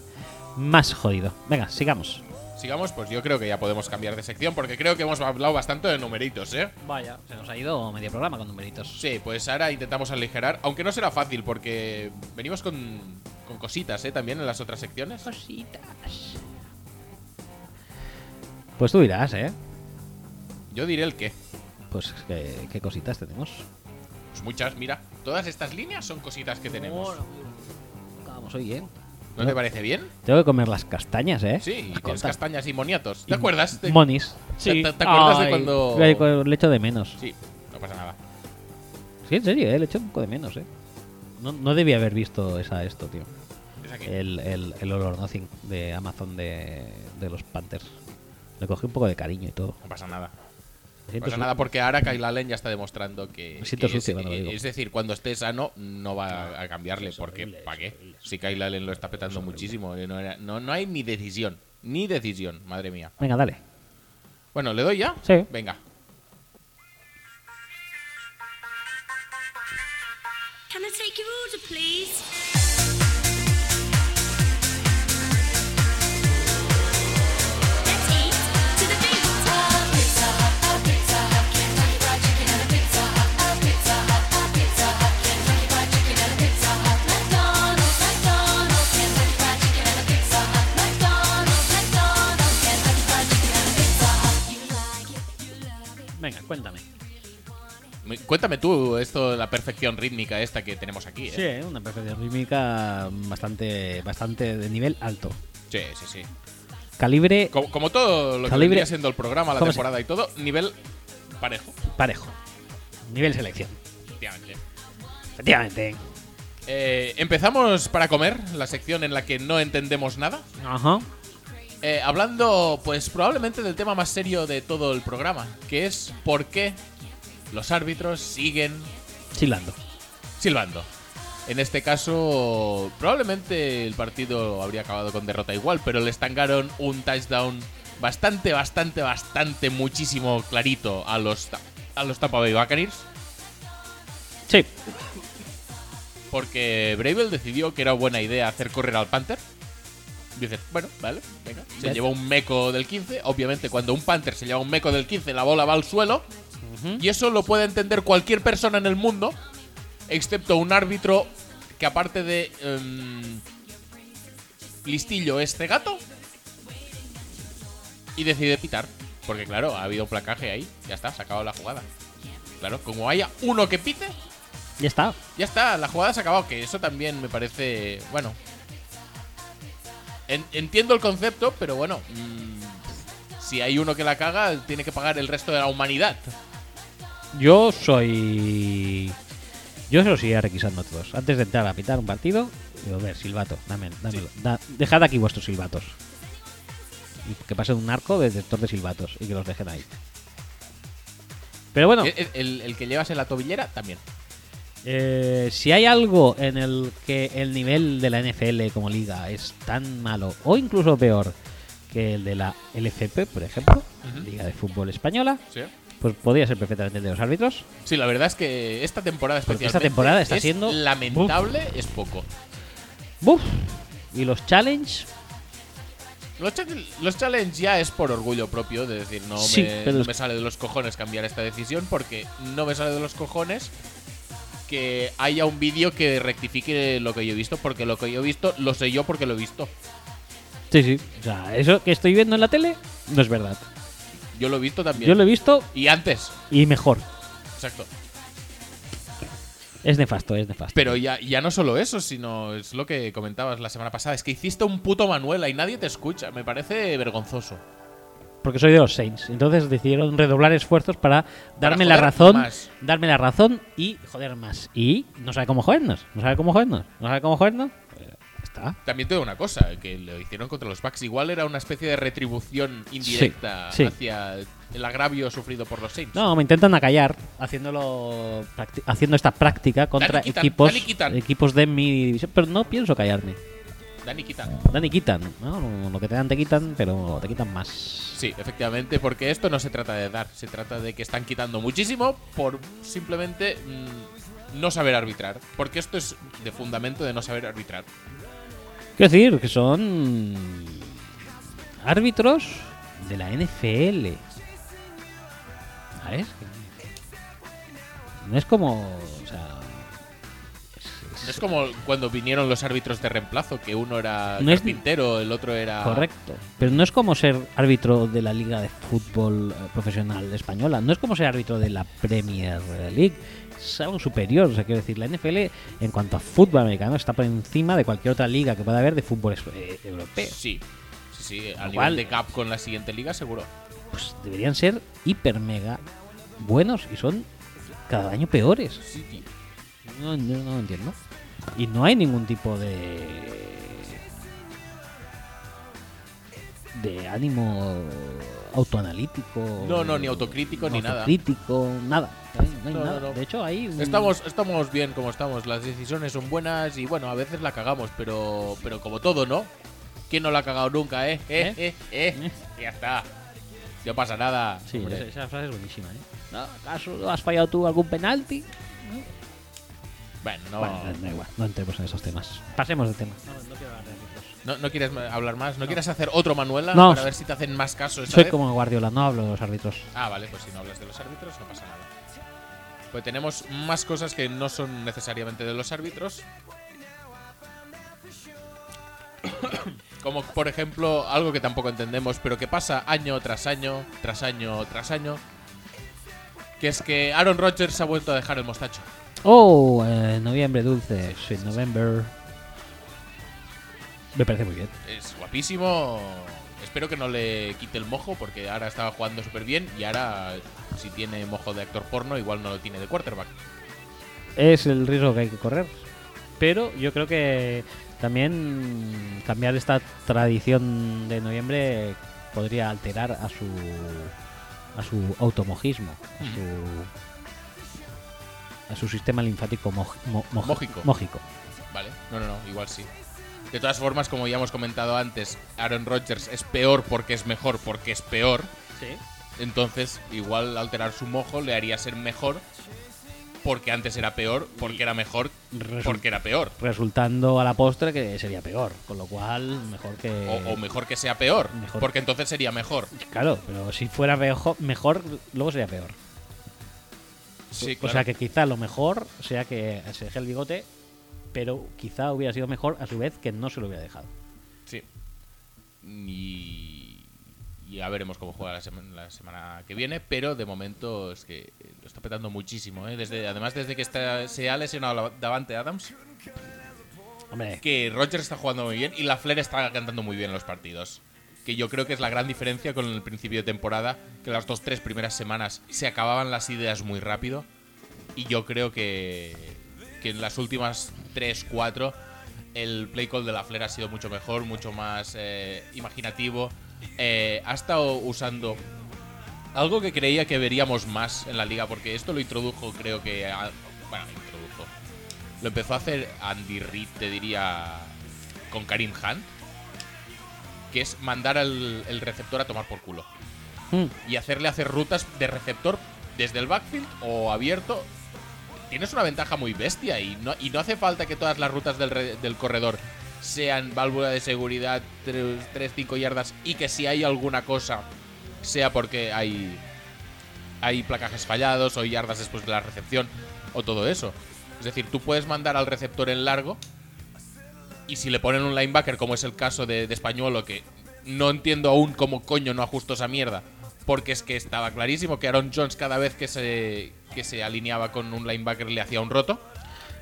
vale.
Más jodido. Venga, sigamos.
Sigamos, pues yo creo que ya podemos cambiar de sección porque creo que hemos hablado bastante de numeritos, ¿eh?
Vaya, se nos ha ido medio programa con numeritos.
Sí, pues ahora intentamos aligerar, aunque no será fácil porque venimos con, con cositas, ¿eh? También en las otras secciones.
Cositas. Pues tú dirás, ¿eh?
Yo diré el qué.
Pues qué, qué cositas tenemos.
Pues muchas, mira, todas estas líneas son cositas que tenemos.
Vamos hoy, ¿eh?
¿No te parece bien?
Tengo que comer las castañas, ¿eh? [LAUGHS]
Sí,
Las
tienes
cortas.
castañas y moniatos. ¿Te acuerdas? de-
Monis.
Sí. ¿Te- te acuerdas de
Ay,
cuando-
le- cu- Le echo de menos.
Sí, no pasa nada.
Sí, en serio, ¿eh? le echo un poco de menos, ¿eh? No, no debía haber visto esa esto, tío.
Es aquí.
El, el, el Olor Nothing de Amazon de, de los Panthers. Le cogí un poco de cariño y todo.
No pasa nada.
Me siento
No pasa
su-
Pues nada porque ahora Kyle Allen ya está demostrando que.
Me siento
que es, eh,
sucio cuando lo digo.
es decir, cuando esté sano no va a cambiarle
Ah, es
porque
horrible,
¿para
es
qué?
horrible, es
Si Kyle Allen lo está petando muchísimo, eh, no, era- no, no hay ni decisión. Ni decisión, madre mía.
Venga, dale.
Bueno, ¿le doy ya?
Sí.
Venga.
Can I take your order, please? Let's eat to the beat.
Venga, cuéntame.
Me- Cuéntame tú esto de la perfección rítmica esta que tenemos aquí,
Sí,
¿eh?
¿eh? una perfección rítmica bastante, bastante de nivel alto.
Sí, sí, sí.
Calibre
Como, como todo lo que
Calibre-
vendría siendo el programa, la
¿Cómo se-
temporada y todo, nivel parejo.
parejo. Nivel selección.
Efectivamente.
Efectivamente.
Eh, empezamos para comer, la sección en la que no entendemos nada.
Ajá.
Eh, hablando, pues probablemente del tema más serio de todo el programa, que es por qué los árbitros siguen
Chilando.
silbando. En este caso, probablemente el partido habría acabado con derrota igual, pero le estancaron un touchdown bastante, bastante, bastante, muchísimo clarito a los, ta- a los Tampa Bay Buccaneers,
Sí.
porque Bravel decidió que era buena idea hacer correr al Panther. Dices, bueno, vale, venga. Se
¿Ves?
llevó un meco del 15. Obviamente, cuando un Panther se lleva un meco del 15, la bola va al suelo. Y eso lo puede entender cualquier persona en el mundo, excepto un árbitro que aparte de em, listillo es gato y decide pitar. Porque claro, ha habido un placaje ahí, ya está, se ha acabado la jugada. Claro, como haya uno que pite,
Ya está.
Ya está, la jugada se ha acabado, que eso también me parece. Bueno. En- entiendo el concepto, pero bueno. mm, si hay uno que la caga, tiene que pagar el resto de la humanidad.
Yo soy. Yo se los iría requisando a todos. Antes de entrar a pitar un partido, digo, a ver, silbato, dame, dámelo. Da- dejad aquí vuestros silbatos. Y que pasen un arco de detector de silbatos y que los dejen ahí. Pero bueno,
E- e- El, el que llevas en la tobillera también.
eh, si hay algo en el que el nivel de la NFL como liga es tan malo o incluso peor que el de la LFP, por ejemplo,
Ujú.
Liga de Fútbol Española,
Sí.
pues podría ser perfectamente el de los árbitros.
la verdad es que esta temporada
Porque
especialmente.
esta temporada está
es
siendo-
Lamentable es poco.
¡Buf! Y los challenge,
Los, cha- los challenge ya es por orgullo propio de decir, no,
Sí,
me,
pero
no
es-
me sale de los cojones cambiar esta decisión porque no me sale de los cojones que haya un vídeo que rectifique lo que yo he visto porque lo que yo he visto lo sé yo porque lo he visto.
Sí, sí. O sea, eso que estoy viendo en la tele no es verdad.
Yo lo he visto también.
Yo lo he visto
Y antes,
y mejor.
exacto.
Es nefasto, es nefasto.
Pero ya, ya no solo eso, sino es lo que comentabas la semana pasada, es que hiciste un puto Manuela y nadie te escucha, me parece vergonzoso.
Porque soy de los Saints. Entonces decidieron redoblar esfuerzos para darme la
joder
razón.
más.
Darme la razón y joder más. Y no sabe cómo jodernos. No sabe cómo jodernos. No sabe cómo jodernos. Pues, ya Está.
También te digo una cosa, que lo hicieron contra los Bucks. Igual era una especie de retribución indirecta
Sí, sí.
hacia el agravio sufrido por los Saints.
No, me intentan acallar haciéndolo practi- haciendo esta práctica contra
Dani Quitan,
equipos
Dani Quitan.
equipos de mi división, pero no pienso callarme.
Dani quita.
Dani quitan, ¿no? Lo que te dan te quitan, pero te quitan más.
Sí, efectivamente, porque esto no se trata de dar, se trata de que están quitando muchísimo por simplemente mm, no saber arbitrar. Porque esto es de fundamento de no saber arbitrar.
Quiero decir, que son árbitros de la NFL. ¿Sabes? No es como... O sea,
No es como cuando vinieron los árbitros de reemplazo, que uno era
No es-
carpintero, el otro era.
correcto. Pero no es como ser árbitro de la Liga de Fútbol eh, Profesional Española. No es como ser árbitro de la Premier League. Es algo superior. O sea, quiero decir, la NFL en cuanto a fútbol americano está por encima de cualquier otra liga que pueda haber de fútbol eh, europeo.
Sí, sí, sí. A
Igual.
nivel de cap con la siguiente liga, seguro.
pues deberían ser hiper mega buenos y son cada año peores.
Sí, tío.
No, no, no lo entiendo. Y no hay ningún tipo de. de ánimo autoanalítico.
No, no, ni autocrítico ni nada.
Autocrítico, nada. No hay, no hay
No, no,
nada.
no.
De hecho, hay. un-
Estamos, estamos bien como estamos, las decisiones son buenas y bueno, a veces la cagamos, pero, pero como todo, ¿no? ¿Quién no la ha cagado nunca, eh? Eh, eh, eh. Ya está. No pasa nada.
Sí,
hombre.
esa, esa frase es buenísima, ¿eh? No, ¿Acaso has fallado tú algún penalti?
Bueno, no,
Bueno, da- da igual, no entremos en esos temas. Pasemos del tema. No, quiero hablar de
no, no quieres ma- hablar más, no, quieres hacer otro Manuela
No.
para ver si te hacen más caso esta
Soy
vez?
como Guardiola, no hablo de los árbitros.
Ah, vale, pues si no hablas de los árbitros no pasa nada. Pues tenemos más cosas que no son necesariamente de los árbitros. [COUGHS] Como por ejemplo algo que tampoco entendemos, pero que pasa año tras año, tras año, tras año. Que es que Aaron Rodgers ha vuelto a dejar el mostacho.
Oh, eh, noviembre dulce, Sweet November. Me parece muy bien.
Es guapísimo. Espero que no le quite el mojo porque ahora estaba jugando súper bien y ahora si tiene mojo de actor porno igual no lo tiene de quarterback.
Es el riesgo que hay que correr. Pero yo creo que también cambiar esta tradición de noviembre podría alterar a su a su automojismo, a su a su sistema linfático moj- mo- moj-
Mójico.
mójico.
Vale, no, no, no, igual sí. De todas formas, como ya hemos comentado antes, Aaron Rodgers es peor porque es mejor porque es peor. Entonces, igual alterar su mojo le haría ser mejor porque antes era peor, porque era mejor,
Resu-
porque era peor.
Resultando a la postre que sería peor, con lo cual mejor que
O, o mejor que sea peor,
Mejor.
porque entonces sería mejor.
Claro, pero si fuera mejo- mejor, luego sería peor.
Sí,
O
claro.
sea que quizá lo mejor sea que se deje el bigote, pero quizá hubiera sido mejor a su vez que no se lo hubiera dejado.
Sí. Y... y ya veremos cómo juega la, sema- la semana que viene, pero de momento es que lo está petando muchísimo, ¿eh? Desde, además, desde que está, se ha lesionado la- Davante Adams,
Hombre,
que Rogers está jugando muy bien y la Flair está cantando muy bien los partidos. Que yo creo que es la gran diferencia con el principio de temporada, que las dos, tres primeras semanas se acababan las ideas muy rápido. Y yo creo que, que en las últimas tres, cuatro, el play call de la Flair ha sido mucho mejor, mucho más eh, imaginativo. Eh, ha estado usando algo que creía que veríamos más en la liga, porque esto lo introdujo, creo que. a- bueno, introdujo. Lo empezó a hacer Andy Reid, te diría, con Karim Hunt, que es mandar al el receptor a tomar por culo
mm,
y hacerle hacer rutas de receptor desde el backfield o abierto. Tienes una ventaja muy bestia y no, y no hace falta que todas las rutas del, re- del corredor sean válvula de seguridad 3-5 yardas y que si hay alguna cosa sea porque hay, hay placajes fallados o yardas después de la recepción o todo eso. Es decir, tú puedes mandar al receptor en largo y si le ponen un linebacker, como es el caso de, de Españolo, que no entiendo aún cómo coño no ajustó esa mierda, porque es que estaba clarísimo que Aaron Jones cada vez que se, que se alineaba con un linebacker le hacía un roto,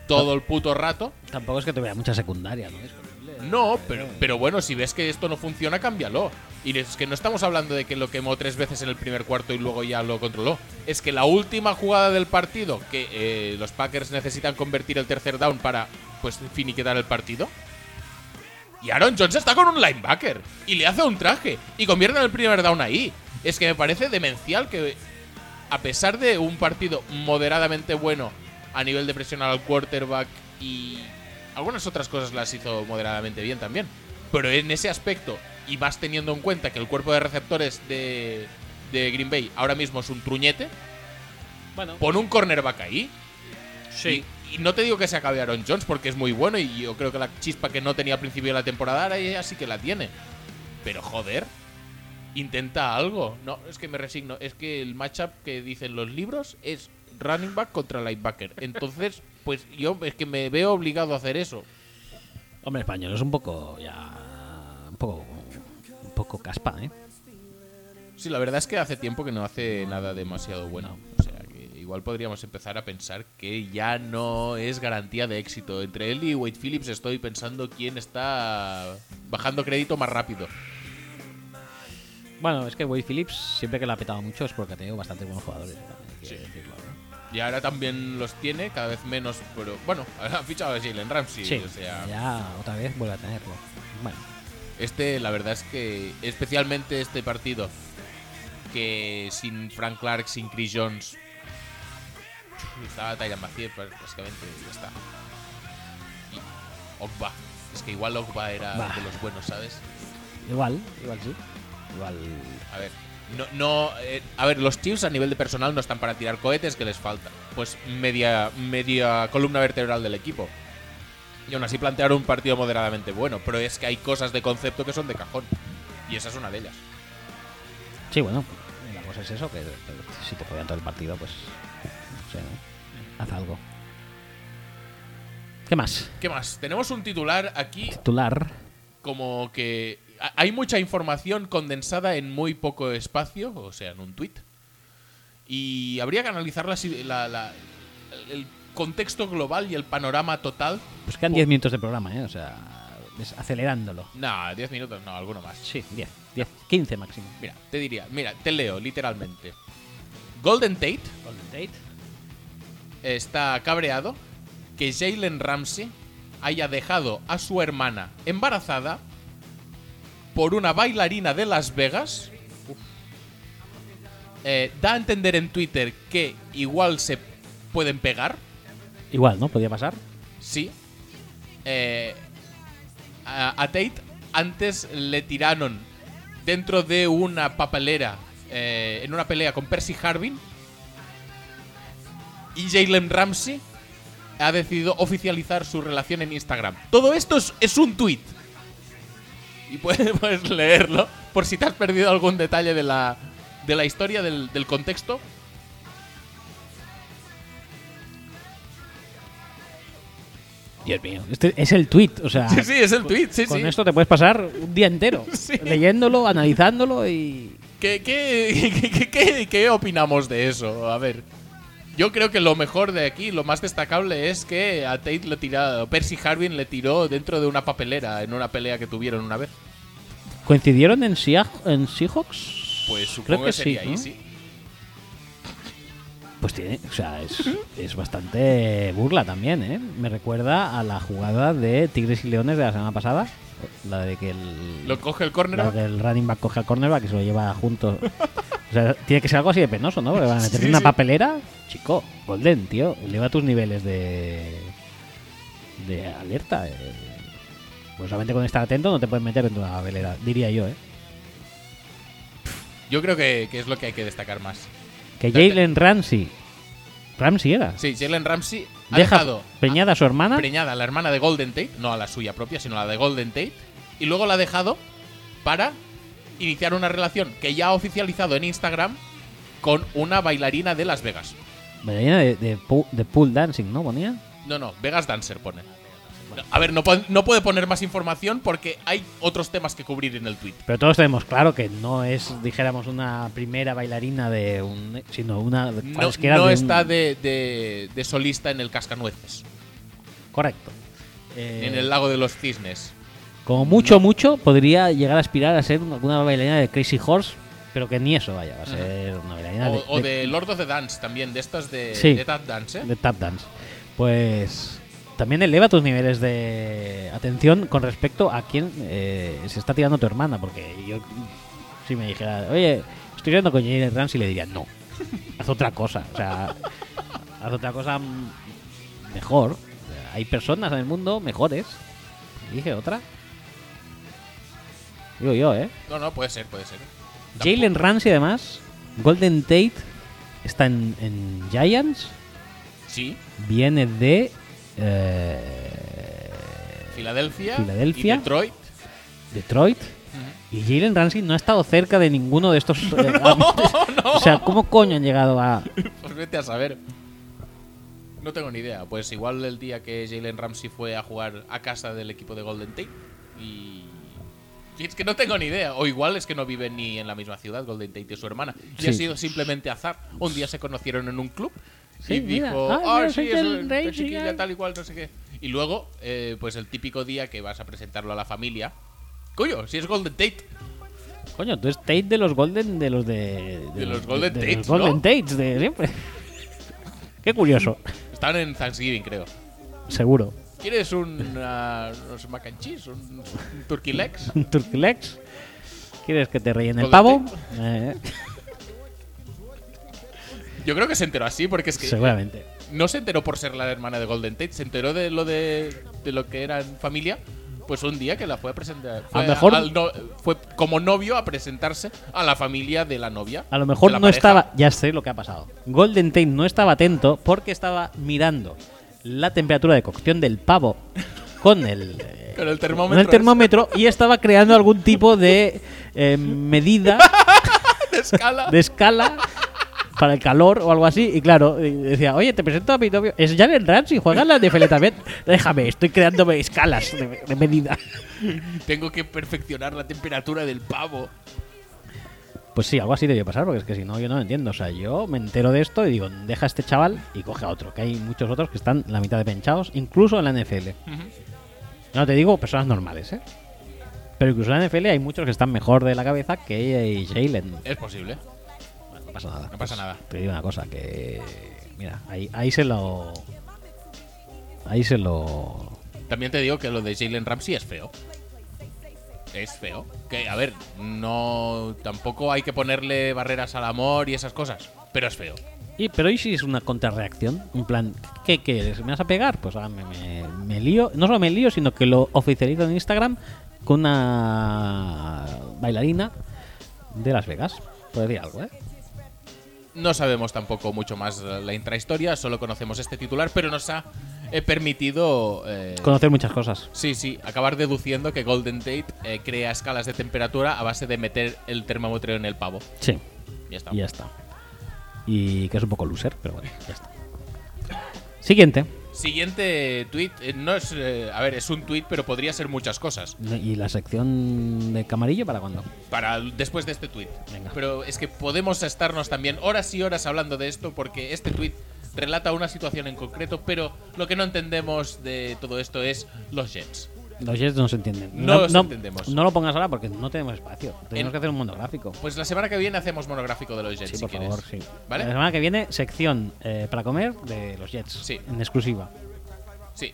todo el puto rato.
tampoco es que tuviera mucha secundaria, ¿no? Es horrible.
No, pero, pero bueno, si ves que esto no funciona, cámbialo. Y es que no estamos hablando de que lo quemó tres veces en el primer cuarto y luego ya lo controló. Es que la última jugada del partido, que eh, los Packers necesitan convertir el tercer down para pues finiquitar el partido. Y Aaron Jones está con un linebacker y le hace un traje y convierte el primer down ahí. Es que me parece demencial que a pesar de un partido moderadamente bueno a nivel de presionar al quarterback y algunas otras cosas las hizo moderadamente bien también. Pero en ese aspecto, y más teniendo en cuenta que el cuerpo de receptores de, de Green Bay ahora mismo es un truñete,
Bueno,
pon un cornerback ahí.
sí.
Y, y no te digo que se acabe Aaron Jones porque es muy bueno y yo creo que la chispa que no tenía al principio de la temporada ahora ya sí que la tiene. Pero joder, intenta algo. No, es que me resigno. Es que el matchup que dicen los libros es running back contra linebacker. Entonces, [LAUGHS] pues yo es que me veo obligado a hacer eso.
Hombre, español es un poco ya. Un poco. Un poco caspa, ¿eh?
Sí, la verdad es que hace tiempo que no hace nada demasiado bueno. O sea, que igual podríamos empezar a pensar que ya no es garantía de éxito. Entre él y Wade Phillips estoy pensando quién está bajando crédito más rápido.
Bueno, es que Wade Phillips, siempre que la ha petado mucho, es porque ha tenido bastantes buenos jugadores. ¿no? Hay que
Sí.
decirlo, ¿no?
Y ahora también los tiene, cada vez menos, pero bueno, [LAUGHS] ahora ha fichado a Jalen Ramsey.
Sí,
O sea,
ya otra vez vuelve a tenerlo. Bueno,
este, la verdad es que, especialmente este partido, que sin Frank Clark, sin Chris Jones, estaba Tyran Macier prácticamente, y ya está. Y Ogba, es que igual Ogba era
Bah.
de los buenos, ¿sabes?
igual, igual sí. Igual.
A ver, no, no, eh, a ver, los Chiefs a nivel de personal no están para tirar cohetes que les falta. Pues media, media columna vertebral del equipo. Y aún así plantear un partido moderadamente bueno, pero es que hay cosas de concepto que son de cajón. Y esa es una de ellas.
Sí, bueno, la cosa es eso, que, que si te podían todo el partido, pues. No sé, ¿no? Haz algo. ¿Qué más?
¿Qué más? Tenemos un titular aquí
Titular.
como que ha- hay mucha información condensada en muy poco espacio, o sea, en un tweet. Y habría que analizar la si- la- la- el contexto global y el panorama total
Pues quedan
Oh.
10 minutos de programa, ¿eh? O sea, es acelerándolo.
No, 10 minutos, no, alguno más.
Sí, 10, 10, 15 máximo.
Mira, te diría, mira, te leo literalmente. Golden Tate
Golden Tate.
está cabreado que Jalen Ramsey haya dejado a su hermana embarazada por una bailarina de Las Vegas. Eh, da a entender en Twitter que igual se pueden pegar.
Igual, ¿no? Podía pasar.
Sí. Eh, a, a Tate antes le tiraron dentro de una papelera eh, en una pelea con Percy Harvin. Y Jalen Ramsey ha decidido oficializar su relación en Instagram. Todo esto es, es un tweet. Y [LAUGHS] puedes, puedes leerlo por si te has perdido algún detalle de la, de la historia, del, del contexto.
Dios mío. Este es el tweet, o sea.
[LAUGHS] Sí, sí, es el tweet, sí,
Ah, con
sí.
esto te puedes pasar un día entero
[LAUGHS] Sí.
leyéndolo, analizándolo y.
[LAUGHS] ¿Qué, qué, qué, qué- qué- qué opinamos de eso? A ver. Yo creo que lo mejor de aquí, lo más destacable es que a Tate le tirado, Percy Harvin le tiró dentro de una papelera en una pelea que tuvieron una vez.
¿Coincidieron en, Sea en Seahawks?
Pues supongo que, sería ahí,
¿no?
sí.
Pues tiene, o sea, es, es bastante burla también, ¿eh? Me recuerda a la jugada de Tigres y Leones de la semana pasada. La de que el,
Lo coge el córner.
la de que el running back coge al cornerback y se lo lleva junto. O sea, tiene que ser algo así de penoso, ¿no? Porque van a meterle
Sí,
una
sí.
papelera. Chico, Golden, tío, eleva tus niveles de. de alerta. eh. Pues solamente con estar atento no te puedes meter en una papelera, diría yo, ¿eh?
Yo creo que, que es lo que hay que destacar más.
Que
Te- te-
Jalen Ramsey. Ramsey era.
Sí, Jalen Ramsey ha
Deja
dejado
preñada a su hermana.
preñada a la hermana de Golden Tate, no a la suya propia, sino a la de Golden Tate, y luego la ha dejado para iniciar una relación que ya ha oficializado en Instagram con una bailarina de Las Vegas.
Bailarina de, de, pu- de pool dancing, ¿no? Ponía.
No, no, Vegas Dancer pone. No, A ver, no, pon- no puede poner más información porque hay otros temas que cubrir en el tweet.
Pero todos tenemos claro que no es, dijéramos, una primera bailarina de un. sino una. de
No,
cualesquiera de
no
un-
está de, de- de solista en el Cascanueces,
Correcto.
ni
Eh,
en el Lago de los Cisnes.
Como mucho, mucho, podría llegar a aspirar a ser alguna bailarina de Crazy Horse, pero que ni eso vaya, va a ser una bailarina
O, o
de,
de Lord of the Dance también, de estas de,
Sí.
de Tap Dance. ¿eh?
de tap dance. Pues también eleva tus niveles de atención con respecto a quién eh, se está tirando tu hermana, porque yo si me dijera, oye, estoy hablando con Jalen Ramsey, le diría, no, haz otra cosa, o sea, haz otra cosa mm, mejor. Hay personas en el mundo mejores. Elige otra. Digo yo, ¿eh?
No, no, puede ser, puede ser.
Jalen Ramsey, además. Golden Tate está en, en Giants.
Sí,
Viene de. eh,
Filadelfia,
Filadelfia.
y Detroit. [LAUGHS]
Detroit. Y Jalen Ramsey no ha estado cerca de ninguno de
[LAUGHS]
estos. [LAUGHS] eh, O sea, ¿cómo coño han llegado a.?
Pues vete a saber. No tengo ni idea. Pues igual el día que Jalen Ramsey fue a jugar a casa del equipo de Golden Tate. Y. y es que no tengo ni idea. O igual es que no viven ni en la misma ciudad, Golden Tate y su hermana. Y
Sí.
ha sido simplemente azar. Un día se conocieron en un club.
Sí,
y
mira.
dijo,
Ah,
ah,
mira,
sí,
soy
es
Jalen
la
Ramsey,
chiquilla,
ah".
tal y cual, no sé qué. Y luego, eh, pues el típico día que vas a presentarlo a la familia. Coño, si es Golden Tate.
Coño, tú es Tate de los Golden. De los de.
De los Golden
de
Tates,
los Golden
¿no?
Tates de siempre. Qué curioso.
Estaban en Thanksgiving, creo.
Seguro. [LAUGHS]
¿Quieres un, ah, unos mac and cheese? ¿Un, un turkey legs?
Un Turkilex. ¿Quieres que te rellene el pavo?
Golden [LAUGHS]
Eh,
Yo creo que se enteró así, porque es que
seguramente.
no se enteró por ser la hermana de Golden Tate, se enteró de lo de, de lo que eran familia. Pues un día que la fue a presentar. Fue,
mejor-
al no- fue como novio a presentarse a la familia de la novia.
A lo
de
mejor
la
no
pareja.
estaba. Ya sé lo que ha pasado. Golden Tate no estaba atento porque estaba mirando la temperatura de cocción del pavo con
[LAUGHS]
el. eh,
Con el termómetro.
con el termómetro y estaba creando algún tipo de eh, medida
de
[LAUGHS]
escala.
de escala para el calor o algo así. Y claro, eh, decía, oye, te presento a mi novio. Es Jalen Ramsey, juega en la NFL también. Déjame, estoy creándome escalas de, de medida.
Tengo que perfeccionar la temperatura del pavo.
Pues sí, algo así debió pasar, porque es que si no, yo no lo entiendo. O sea, yo me entero de esto y digo, deja a este chaval y coge a otro, que hay muchos otros que están la mitad de penchados, incluso en la NFL. No te digo personas normales, ¿eh? Pero incluso en la NFL hay muchos que están mejor de la cabeza que eh, Jalen.
Es posible.
Bueno, no pasa nada.
No pasa nada.
Te digo una cosa, que... Mira, ahí, ahí se lo... Ahí se lo...
También te digo que lo de Jalen Ramsey es feo. Es feo. Que, a ver, no. Tampoco hay que ponerle barreras al amor y esas cosas. Pero es feo.
Y, pero ¿y si es una contrarreacción? En plan, ¿qué quieres? ¿Me vas a pegar? Pues ahora me, me- me lío. No solo me lío, sino que lo oficializo en Instagram con una bailarina de Las Vegas. Puede decir algo, ¿eh?
No sabemos tampoco mucho más eh, la intrahistoria, solo conocemos este titular, pero nos ha eh, permitido. eh,
Conocer muchas cosas.
sí, sí, acabar deduciendo que Golden Tate eh, crea escalas de temperatura a base de meter el termómetro en el pavo.
Sí.
Ya está.
Y ya está. Y que es un poco loser, pero bueno, ya está. Siguiente.
Siguiente tweet, eh, no es. eh, a ver, es un tweet, pero podría ser muchas cosas.
¿Y la sección de camarillo para cuándo?
para el- después de este tweet.
Venga.
Pero es que podemos estarnos también horas y horas hablando de esto porque este tweet relata una situación en concreto, pero lo que no entendemos de todo esto es los Jets.
Los Jets no se entienden.
No los entendemos.
No lo pongas ahora porque no tenemos espacio. Tenemos
En-
que hacer un mundo gráfico.
Pues la semana que viene hacemos monográfico de los Jets,
Sí,
si
por
quieres.
favor, sí. Eh. La
¿Vale?
semana que viene, sección eh, para comer de los Jets.
Sí.
En exclusiva.
Sí.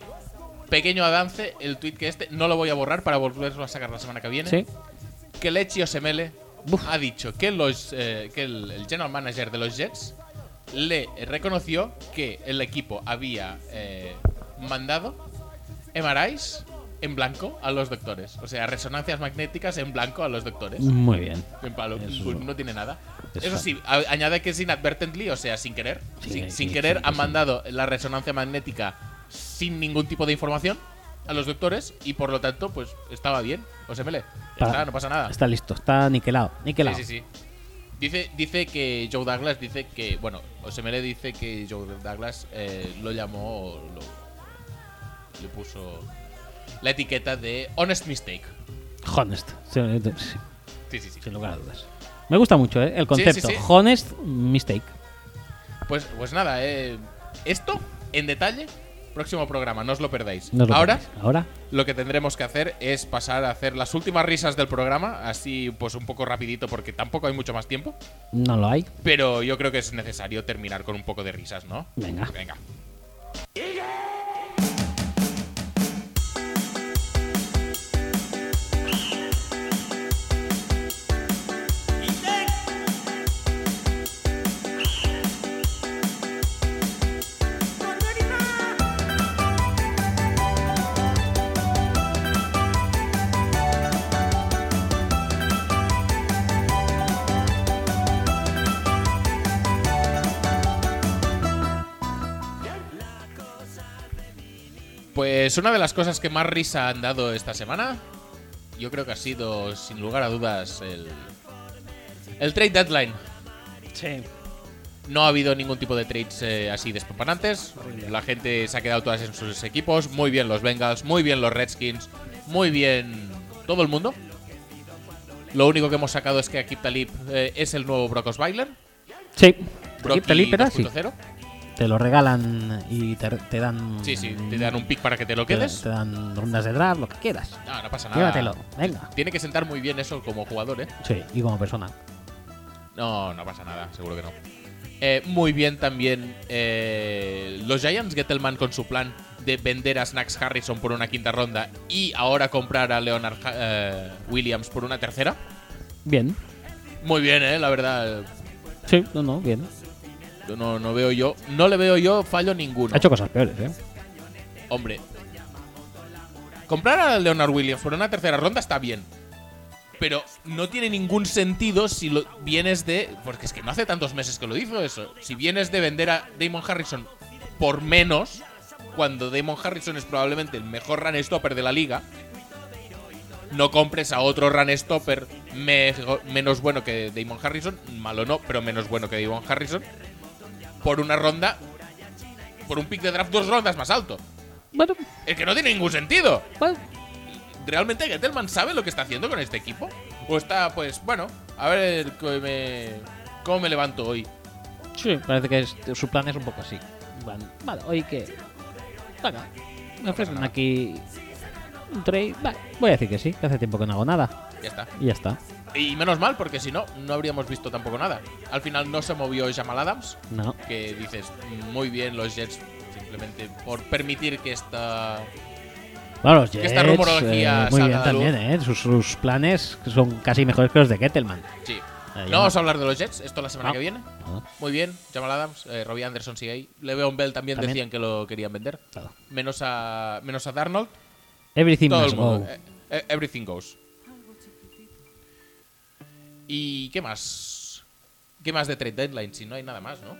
Pequeño avance, el tweet que este no lo voy a borrar para volverlo a sacar la semana que viene.
Sí.
Que Lechi Osemele
Buf.
ha dicho que, los, eh, que el, el general manager de los Jets le reconoció que el equipo había eh, mandado MRIs en blanco a los doctores. O sea, resonancias magnéticas en blanco a los doctores.
Muy bien.
En palo,
Mm. Eso.
pues no tiene nada.
Eso.
Eso sí, a- añade que es inadvertently, o sea, sin querer.
Sí,
sin,
sí,
sin
sí,
querer
sí,
han
sí.
mandado la resonancia magnética sin ningún tipo de información a los doctores y por lo tanto, pues estaba bien. O se mele.
Para-
no pasa nada.
Está listo. Está niquelado. Niquelado.
Ah. Sí, sí, sí. Dice, dice que Joe Douglas dice que. Bueno, Osemele dice que Joe Douglas eh, lo llamó. o lo- le puso la etiqueta de honest mistake.
Honest. Sí, sí,
Sí, sí, sí.
Sin lugar a dudas. Me gusta mucho ¿eh? el concepto.
sí, sí.
Honest mistake.
Pues, pues nada, eh, esto en detalle, próximo programa, no os lo perdáis.
No os lo
Ahora
perdáis. Ahora.
lo que tendremos que hacer es pasar a hacer las últimas risas del programa, así pues un poco rapidito porque tampoco hay mucho más tiempo,
No lo hay.
pero yo creo que es necesario terminar con un poco de risas, ¿no?
Venga.
Venga. Pues una de las cosas que más risa han dado esta semana, yo creo que ha sido, sin lugar a dudas, el, el trade deadline.
Sí.
No ha habido ningún tipo de trades eh, así despampanantes. La gente se ha quedado todas en sus equipos. Muy bien los Bengals, muy bien los Redskins, muy bien todo el mundo. Lo único que hemos sacado es que Akib Talib eh, es el nuevo Brock Osweiler.
Sí.
Brocky
Te libera, sí.
2.0.
Te lo regalan y te, te dan.
Sí, sí, te dan un pick para que te lo
te,
quedes.
te dan rondas de draft, lo que quieras.
No, no pasa nada.
Llévatelo. Venga.
Tiene que sentar muy bien eso como jugador, ¿eh?
Sí, y como persona.
No, no pasa nada, seguro que no. Eh, muy bien también eh, los Giants Gettleman con su plan de vender a Snacks Harrison por una quinta ronda y ahora comprar a Leonard Ha- eh, Williams por una tercera.
Bien.
Muy bien, eh, la verdad.
Sí, no, no, bien.
Yo No, no veo yo, no le veo yo fallo ninguno.
Ha hecho cosas peores, ¿eh?
Hombre, comprar a Leonard Williams por una tercera ronda está bien. Pero no tiene ningún sentido si lo vienes de. Porque es que no hace tantos meses que lo hizo eso. Si vienes de vender a Damon Harrison por menos, cuando Damon Harrison es probablemente el mejor run stopper de la liga, no compres a otro run stopper mejo- menos bueno que Damon Harrison, malo no, pero menos bueno que Damon Harrison, por una ronda, por un pick de draft dos rondas más alto.
Bueno,
Es que no tiene ningún sentido.
bueno.
¿Realmente Gettelman sabe lo que está haciendo con este equipo? ¿O está, pues, bueno, a ver cómo me, cómo me levanto hoy?
Sí, parece que es- su plan es un poco así. Van, vale, hoy que. Venga, me ofrecen
nada.
aquí un trade. Vale, voy a decir que sí, que hace tiempo que no hago nada.
Ya está.
Y ya está.
Y menos mal, porque si no, no habríamos visto tampoco nada. Al final no se movió Jamal Adams,
No.
que dices, muy bien los Jets, simplemente por permitir que esta...
Bueno, los
Que
Jets.
esta rumorología
eh, muy bien
salga a la luz.
también, ¿eh? Sus, sus planes son casi mejores que los de Kettelman.
Sí.
Eh,
No vamos a hablar de los Jets, esto la semana
No.
que viene.
No,
Muy bien, Jamal Adams, eh, Robbie Anderson sigue ahí. Le'Veon Bell también,
También.
decían que lo querían vender.
todo.
Menos a, menos a Darnold.
Everything
Todo
must
el mundo.
go.
Eh, eh, Everything goes. ¿Y qué más? ¿Qué más de trade deadline? Si no hay nada más, ¿no?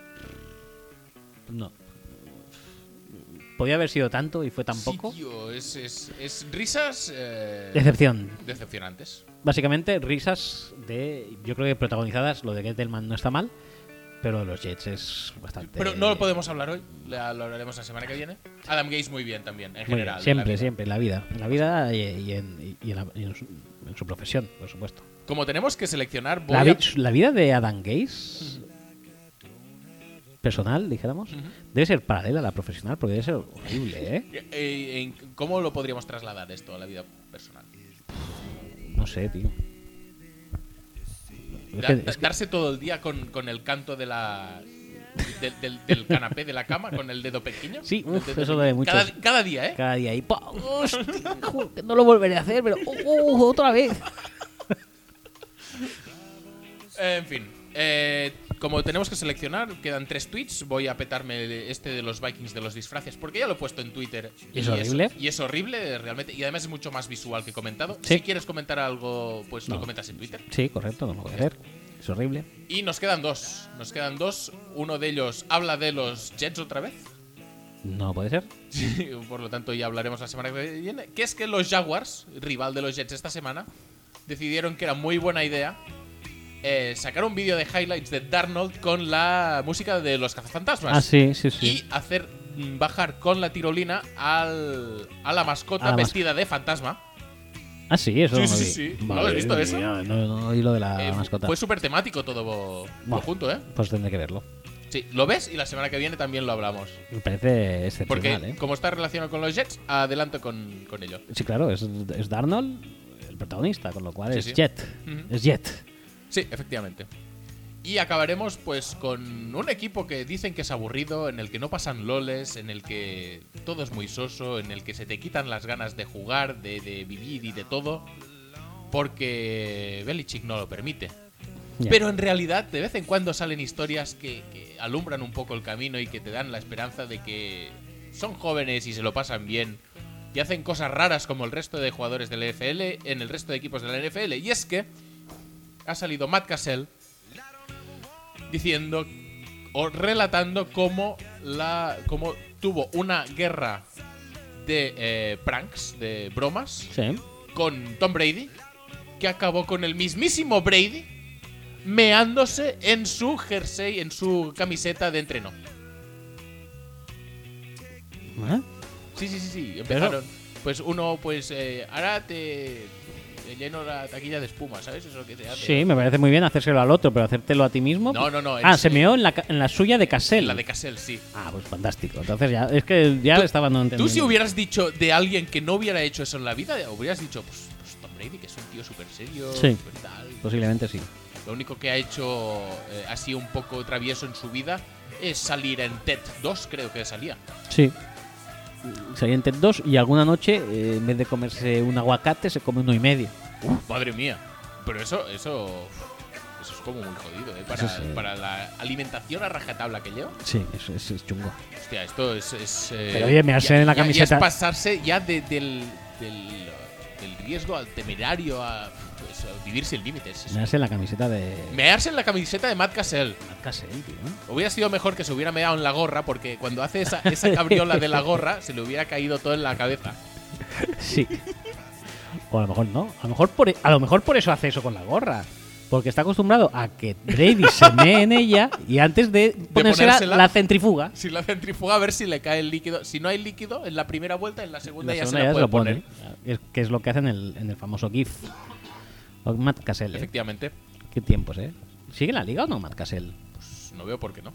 No. Podía haber sido tanto y fue tan poco.
Sí, tío, es, es- es risas eh,
Decepción.
decepcionantes.
Básicamente, risas de. Yo creo que protagonizadas. Lo de Gettelman no está mal. Pero lo de los Jets es bastante.
Pero no lo podemos hablar hoy, la- lo hablaremos la semana que viene. Adam Gates muy bien también, en
Muy bien,
general. la
siempre,
vida.
siempre, en la vida. En la vida y, y en, y en la- y en su, en su profesión, por supuesto.
Como tenemos que seleccionar, voy
La,
a-
vi- la vida de Adam Gaze personal, dijéramos, debe ser paralela a la profesional porque debe ser horrible, ¿eh?
Eh, eh, en- ¿Cómo lo podríamos trasladar esto a la vida personal?
No sé, tío. Es
Da-
que-
da-
es que-
darse todo el día con, con el canto de la. del, del- del canapé de la cama con el dedo pequeño.
Sí,
Del
uf,
dedo
eso
pequeño.
lo de muchos.
Cada, cada día, ¿eh?
cada día ahí. ¡pa! Hostia, ju- que no lo volveré a hacer, pero ¡uh, uh, otra vez.
Eh, en fin. eh, como tenemos que seleccionar, quedan tres tweets. Voy a petarme este de los Vikings de los disfraces, porque ya lo he puesto en Twitter.
¿Y es horrible?
y es horrible, realmente. Y además es mucho más visual que comentado.
Sí.
Si quieres comentar algo, pues lo
No.
comentas en Twitter.
Sí, correcto, no lo voy a hacer. Es horrible.
Y nos quedan dos. Nos quedan dos. Uno de ellos habla de los Jets otra vez.
No puede ser.
Sí, [LAUGHS] por lo tanto ya hablaremos la semana que viene. Que es que los Jaguars, rival de los Jets esta semana, decidieron que era muy buena idea eh, sacar un vídeo de highlights de Darnold con la música de los cazafantasmas.
Ah, sí, sí, sí.
Y hacer mm, bajar con la tirolina al, a la mascota
A la mas-
vestida de fantasma.
Ah, sí, eso.
Sí,
no lo
sí,
vi.
sí. ¿No lo
Madre
has visto eso?
mía, No, no, no, y lo de la
Eh, fu-
mascota.
Fue súper temático todo
Buah.
junto, ¿eh?
Pues tendré que verlo.
Sí, lo ves y la semana que viene también lo hablamos.
Me parece
Porque
excepcional, ¿eh?
como está relacionado con los Jets, adelante con, con ello.
Sí, claro, es, es Darnold el protagonista, con lo cual
Sí,
es
sí.
Jet.
Ujú.
Es Jet.
Sí, efectivamente. Y acabaremos pues con un equipo que dicen que es aburrido, en el que no pasan loles, en el que todo es muy soso, en el que se te quitan las ganas de jugar, de, de vivir y de todo, porque Belichick no lo permite.
Ya.
Pero en realidad de vez en cuando salen historias que, que alumbran un poco el camino y que te dan la esperanza de que son jóvenes y se lo pasan bien y hacen cosas raras como el resto de jugadores del NFL en el resto de equipos de la NFL. Y es que ha salido Matt Cassell diciendo o relatando cómo la cómo tuvo una guerra de eh, pranks, de bromas
Sí. ¿Eh?
con Tom Brady, que acabó con el mismísimo Brady meándose en su jersey, en su camiseta de entreno.
¿Eh?
Sí, sí, sí, sí. Empezaron. Pues uno, pues eh, ahora te, te lleno la taquilla de espuma, ¿sabes? Eso que se hace.
Sí, me parece muy bien hacérselo al otro, pero hacértelo a ti mismo.
No, no, no,
Ah,
es-
se meó en la, ca- en la suya de Cassell.
La de Cassell, sí.
Ah, pues fantástico. Entonces ya, es que ya
Tú-
estaba no entendiendo.
Tú si hubieras dicho de alguien que no hubiera hecho eso en la vida, hubieras dicho, pues, pues Tom Brady, que es un tío súper serio,
Sí.
súper tal.
Posiblemente sí.
Lo único que ha hecho eh, así un poco travieso en su vida es salir en TED 2, creo que salía.
Sí. Salían TED 2 y alguna noche, eh, en vez de comerse un aguacate, se come uno y medio.
Madre mía. Pero eso, eso. Eso es como muy jodido, ¿eh? Para,
Eso sí.
para la alimentación a rajatabla que lleva.
Sí, eso es, es chungo.
Hostia, esto es. es, eh,
Pero oye, mearse en la
ya- ya
camiseta.
es pasarse ya de- del, del, del riesgo al temerario a, pues, a vivir sin límites. Es-
Me hace la camiseta de.
Mearse en la camiseta de Matt Cassell.
Cassell, tío.
Hubiera sido mejor que se hubiera meado en la gorra, porque cuando hace esa, esa cabriola de la gorra, se le hubiera caído todo en la cabeza.
Sí. [LAUGHS] O a lo mejor no. A lo mejor, por, e, a lo mejor por eso hace eso con la gorra. Porque está acostumbrado a que Brady se mee en ella y antes de ponérsela,
ponérsela.
la centrifuga.
Si la centrifuga, a ver si le cae el líquido. Si no hay líquido, en la primera vuelta, en la segunda
La
ya se
segunda
la
ya se
puede
lo
poner.
pone. Es, que es lo que hacen en el, en el famoso GIF. O Matt Cassell, ¿eh?
Efectivamente.
Qué tiempos, ¿eh? ¿Sigue en la liga o no, Matt Cassell?
Pues no veo por qué no.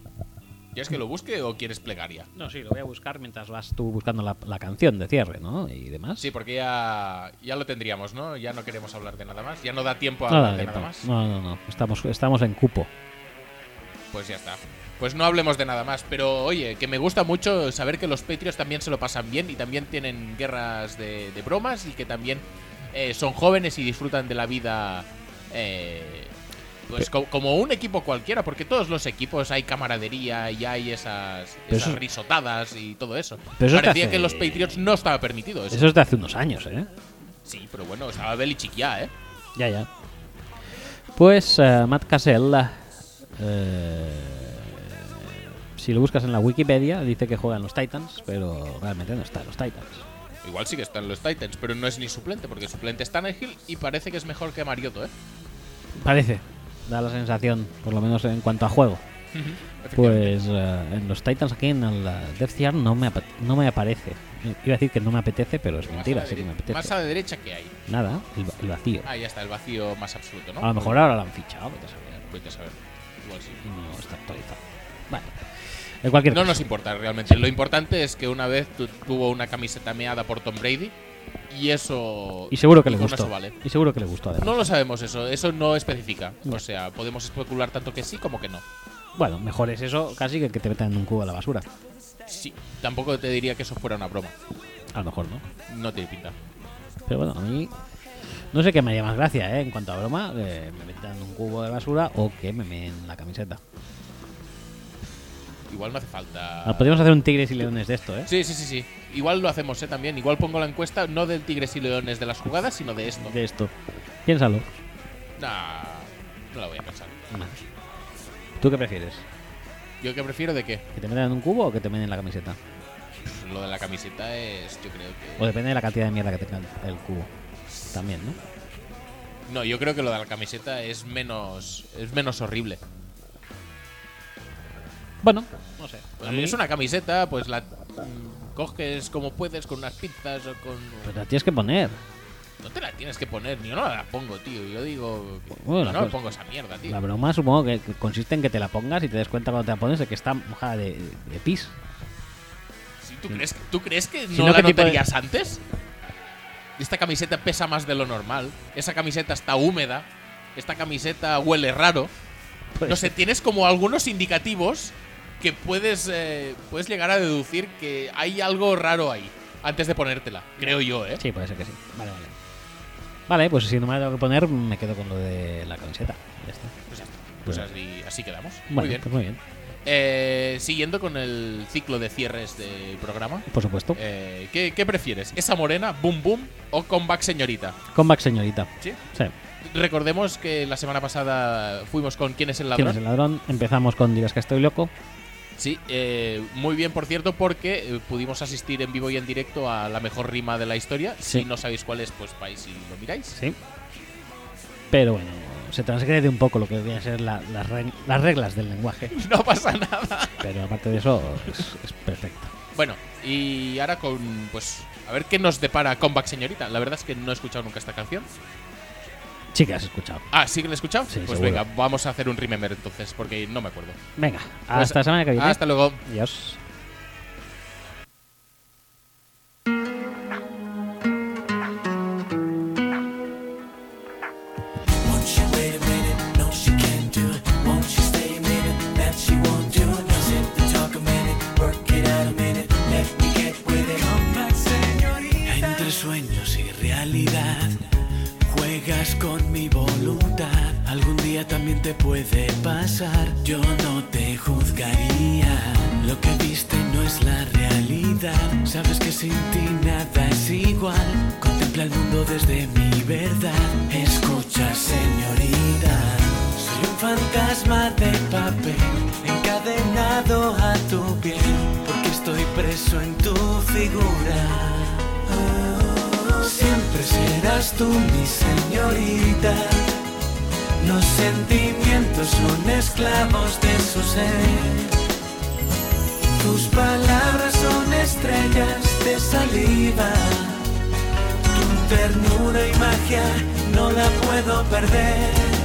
¿Quieres que lo busque o quieres plegaria?
No, sí, lo voy a buscar mientras vas tú buscando la, la canción de cierre, ¿no? Y demás.
Sí, porque ya, ya lo tendríamos, ¿no? Ya no queremos hablar de nada más. Ya no da tiempo a
no,
hablar
da
de
tiempo.
nada más.
no, no, no. Estamos, estamos en cupo.
Pues ya está. Pues no hablemos de nada más. Pero oye, que me gusta mucho saber que los Patriots también se lo pasan bien y también tienen guerras de, de bromas y que también eh, son jóvenes y disfrutan de la vida. eh, pues co- como un equipo cualquiera, porque todos los equipos hay camaradería y hay esas,
Pero
esas
eso-
risotadas y todo eso.
Pero eso te
Parecía
hace-
que en los Patriots no estaba permitido eso.
Eso es de hace unos años, ¿eh?
Sí, pero bueno, estaba Belichick ya, ¿eh?
Ya, ya. Pues eh, Matt Cassell, eh, si lo buscas en la Wikipedia, dice que juegan los Titans, pero realmente no está en los Titans.
Igual sí que están los Titans, pero no es ni suplente, porque suplente es Tannehill y parece que es mejor que Mariotto, ¿eh?
Parece. Da la sensación, por lo menos en cuanto a juego.
Efectivamente.
Pues eh, en los Titans aquí en el eh, Death Yard no me, apa- no me aparece. Iba a decir que no me apetece, pero es
Más a
mentira,
la
sí que me
dere-
apetece.
Más a la derecha que hay.
Nada, el, va- el vacío.
Ah, ya está, el vacío más absoluto, ¿no? Eh,
A lo mejor ahora lo han fichado, vete a saber.
Vete a saber. Igual sí.
No pues, está actualizado. Bueno, en cualquier
No
caso.
nos importa realmente. Lo importante es que una vez tu- tuvo una camiseta meada por Tom Brady y eso.
Y seguro que
y
le
con
gustó.
eso vale.
Y seguro que le gustó, además.
No lo sabemos eso, eso no especifica. O sea, podemos especular tanto que sí como que no.
Bueno, mejor es eso casi que que te metan en un cubo de la basura.
Sí, tampoco te diría que eso fuera una broma.
A lo mejor, ¿no?
No tiene pinta.
Pero bueno, a mí no sé qué me haría más gracia, ¿eh? En cuanto a broma, que me metan un cubo de basura o que me meen la camiseta.
Igual no hace falta.
Ah, Podríamos hacer un tigres y leones de esto, ¿eh?
Sí, sí, sí, sí. Igual lo hacemos ¿eh? también. Igual pongo la encuesta no del Tigres y Leones de las jugadas, sino de esto.
De esto. Piénsalo.
Nah, no la voy a pensar.
¿Tú qué prefieres?
¿Yo qué prefiero de qué?
¿Que te metan en un cubo o que te meten en la camiseta?
Pff, Lo de la camiseta es, yo creo
O
que...
depende de la cantidad de mierda que tenga el cubo. También, ¿no?
No, yo creo que lo de la camiseta es menos, es menos horrible.
Bueno, no sé.
Pues Es una camiseta, pues la mm, coges como puedes, con unas pinzas o con...
Pero te la tienes que poner.
No te la tienes que poner, yo no la pongo, tío. Yo digo... que-
Bueno, la
no me
cosa-
pongo esa mierda, tío.
La broma supongo que que consiste en que te la pongas y te des cuenta cuando te la pones de que está mojada de, de pis. [LAUGHS]
Sí, ¿tú, crees, ¿Tú crees que no
Si no,
la
¿qué tipo de-
notarías antes? Esta camiseta pesa más de lo normal. Esa camiseta está húmeda. Esta camiseta huele raro.
Puede
No sé, tienes como algunos indicativos que puedes, eh, puedes llegar a deducir que hay algo raro ahí antes de ponértela. Creo yo, ¿eh?
Sí, puede ser que sí. Vale, vale. Vale, pues si no me la tengo que poner, me quedo con lo de la camiseta. Ya está.
Pues, ya está. Pues
Bueno.
así, así quedamos.
Bueno,
Muy bien.
pues muy bien.
Eh, siguiendo con el ciclo de cierres del programa.
Por supuesto.
eh, ¿qué, ¿Qué prefieres? ¿Esa morena, boom boom o comeback señorita?
Comeback señorita.
¿Sí?
Sí.
Recordemos que la semana pasada fuimos con ¿Quién es el
¿Quién
ladrón?
es el ladrón? Empezamos con Dirás que estoy loco.
Sí, eh, muy bien, por cierto, porque eh, pudimos asistir en vivo y en directo a la mejor rima de la historia.
Sí.
Si no sabéis cuál es, pues vais y lo miráis. [LAUGHS]
Sí. Pero bueno, se transgrede un poco lo que deberían ser la- las reg- las reglas del lenguaje.
No pasa nada.
Pero aparte de eso, es, es perfecto.
Bueno, y ahora con, pues, a ver qué nos depara Comeback Señorita. La verdad es que no he escuchado nunca esta canción.
Sí que has escuchado.
Ah, ¿sí que la he escuchado?
Sí,
pues
seguro.
venga, vamos a hacer un remember entonces, porque no me acuerdo.
Venga, hasta
Pues-
la semana que viene.
Hasta luego.
Adiós.
Won't you wait a minute? No, she can't do it. Won't she stay a minute? That she won't do it. Now sit and talk a minute, work it out a minute. Let me get with it. Come back, señorita. Entre sueños y realidad, juegas con mi voluntad. Algún día también te puede pasar. Yo no te juzgaría. Lo que viste no es la realidad. Sabes que sin ti nada es igual. Contempla el mundo desde mi verdad. Escucha, señorita. Soy un fantasma de papel, encadenado a tu piel, porque estoy preso en tu figura. Siempre serás tú mi señorita. Los sentimientos son esclavos de su ser. Tus palabras son estrellas de saliva. Tu ternura y magia no la puedo perder.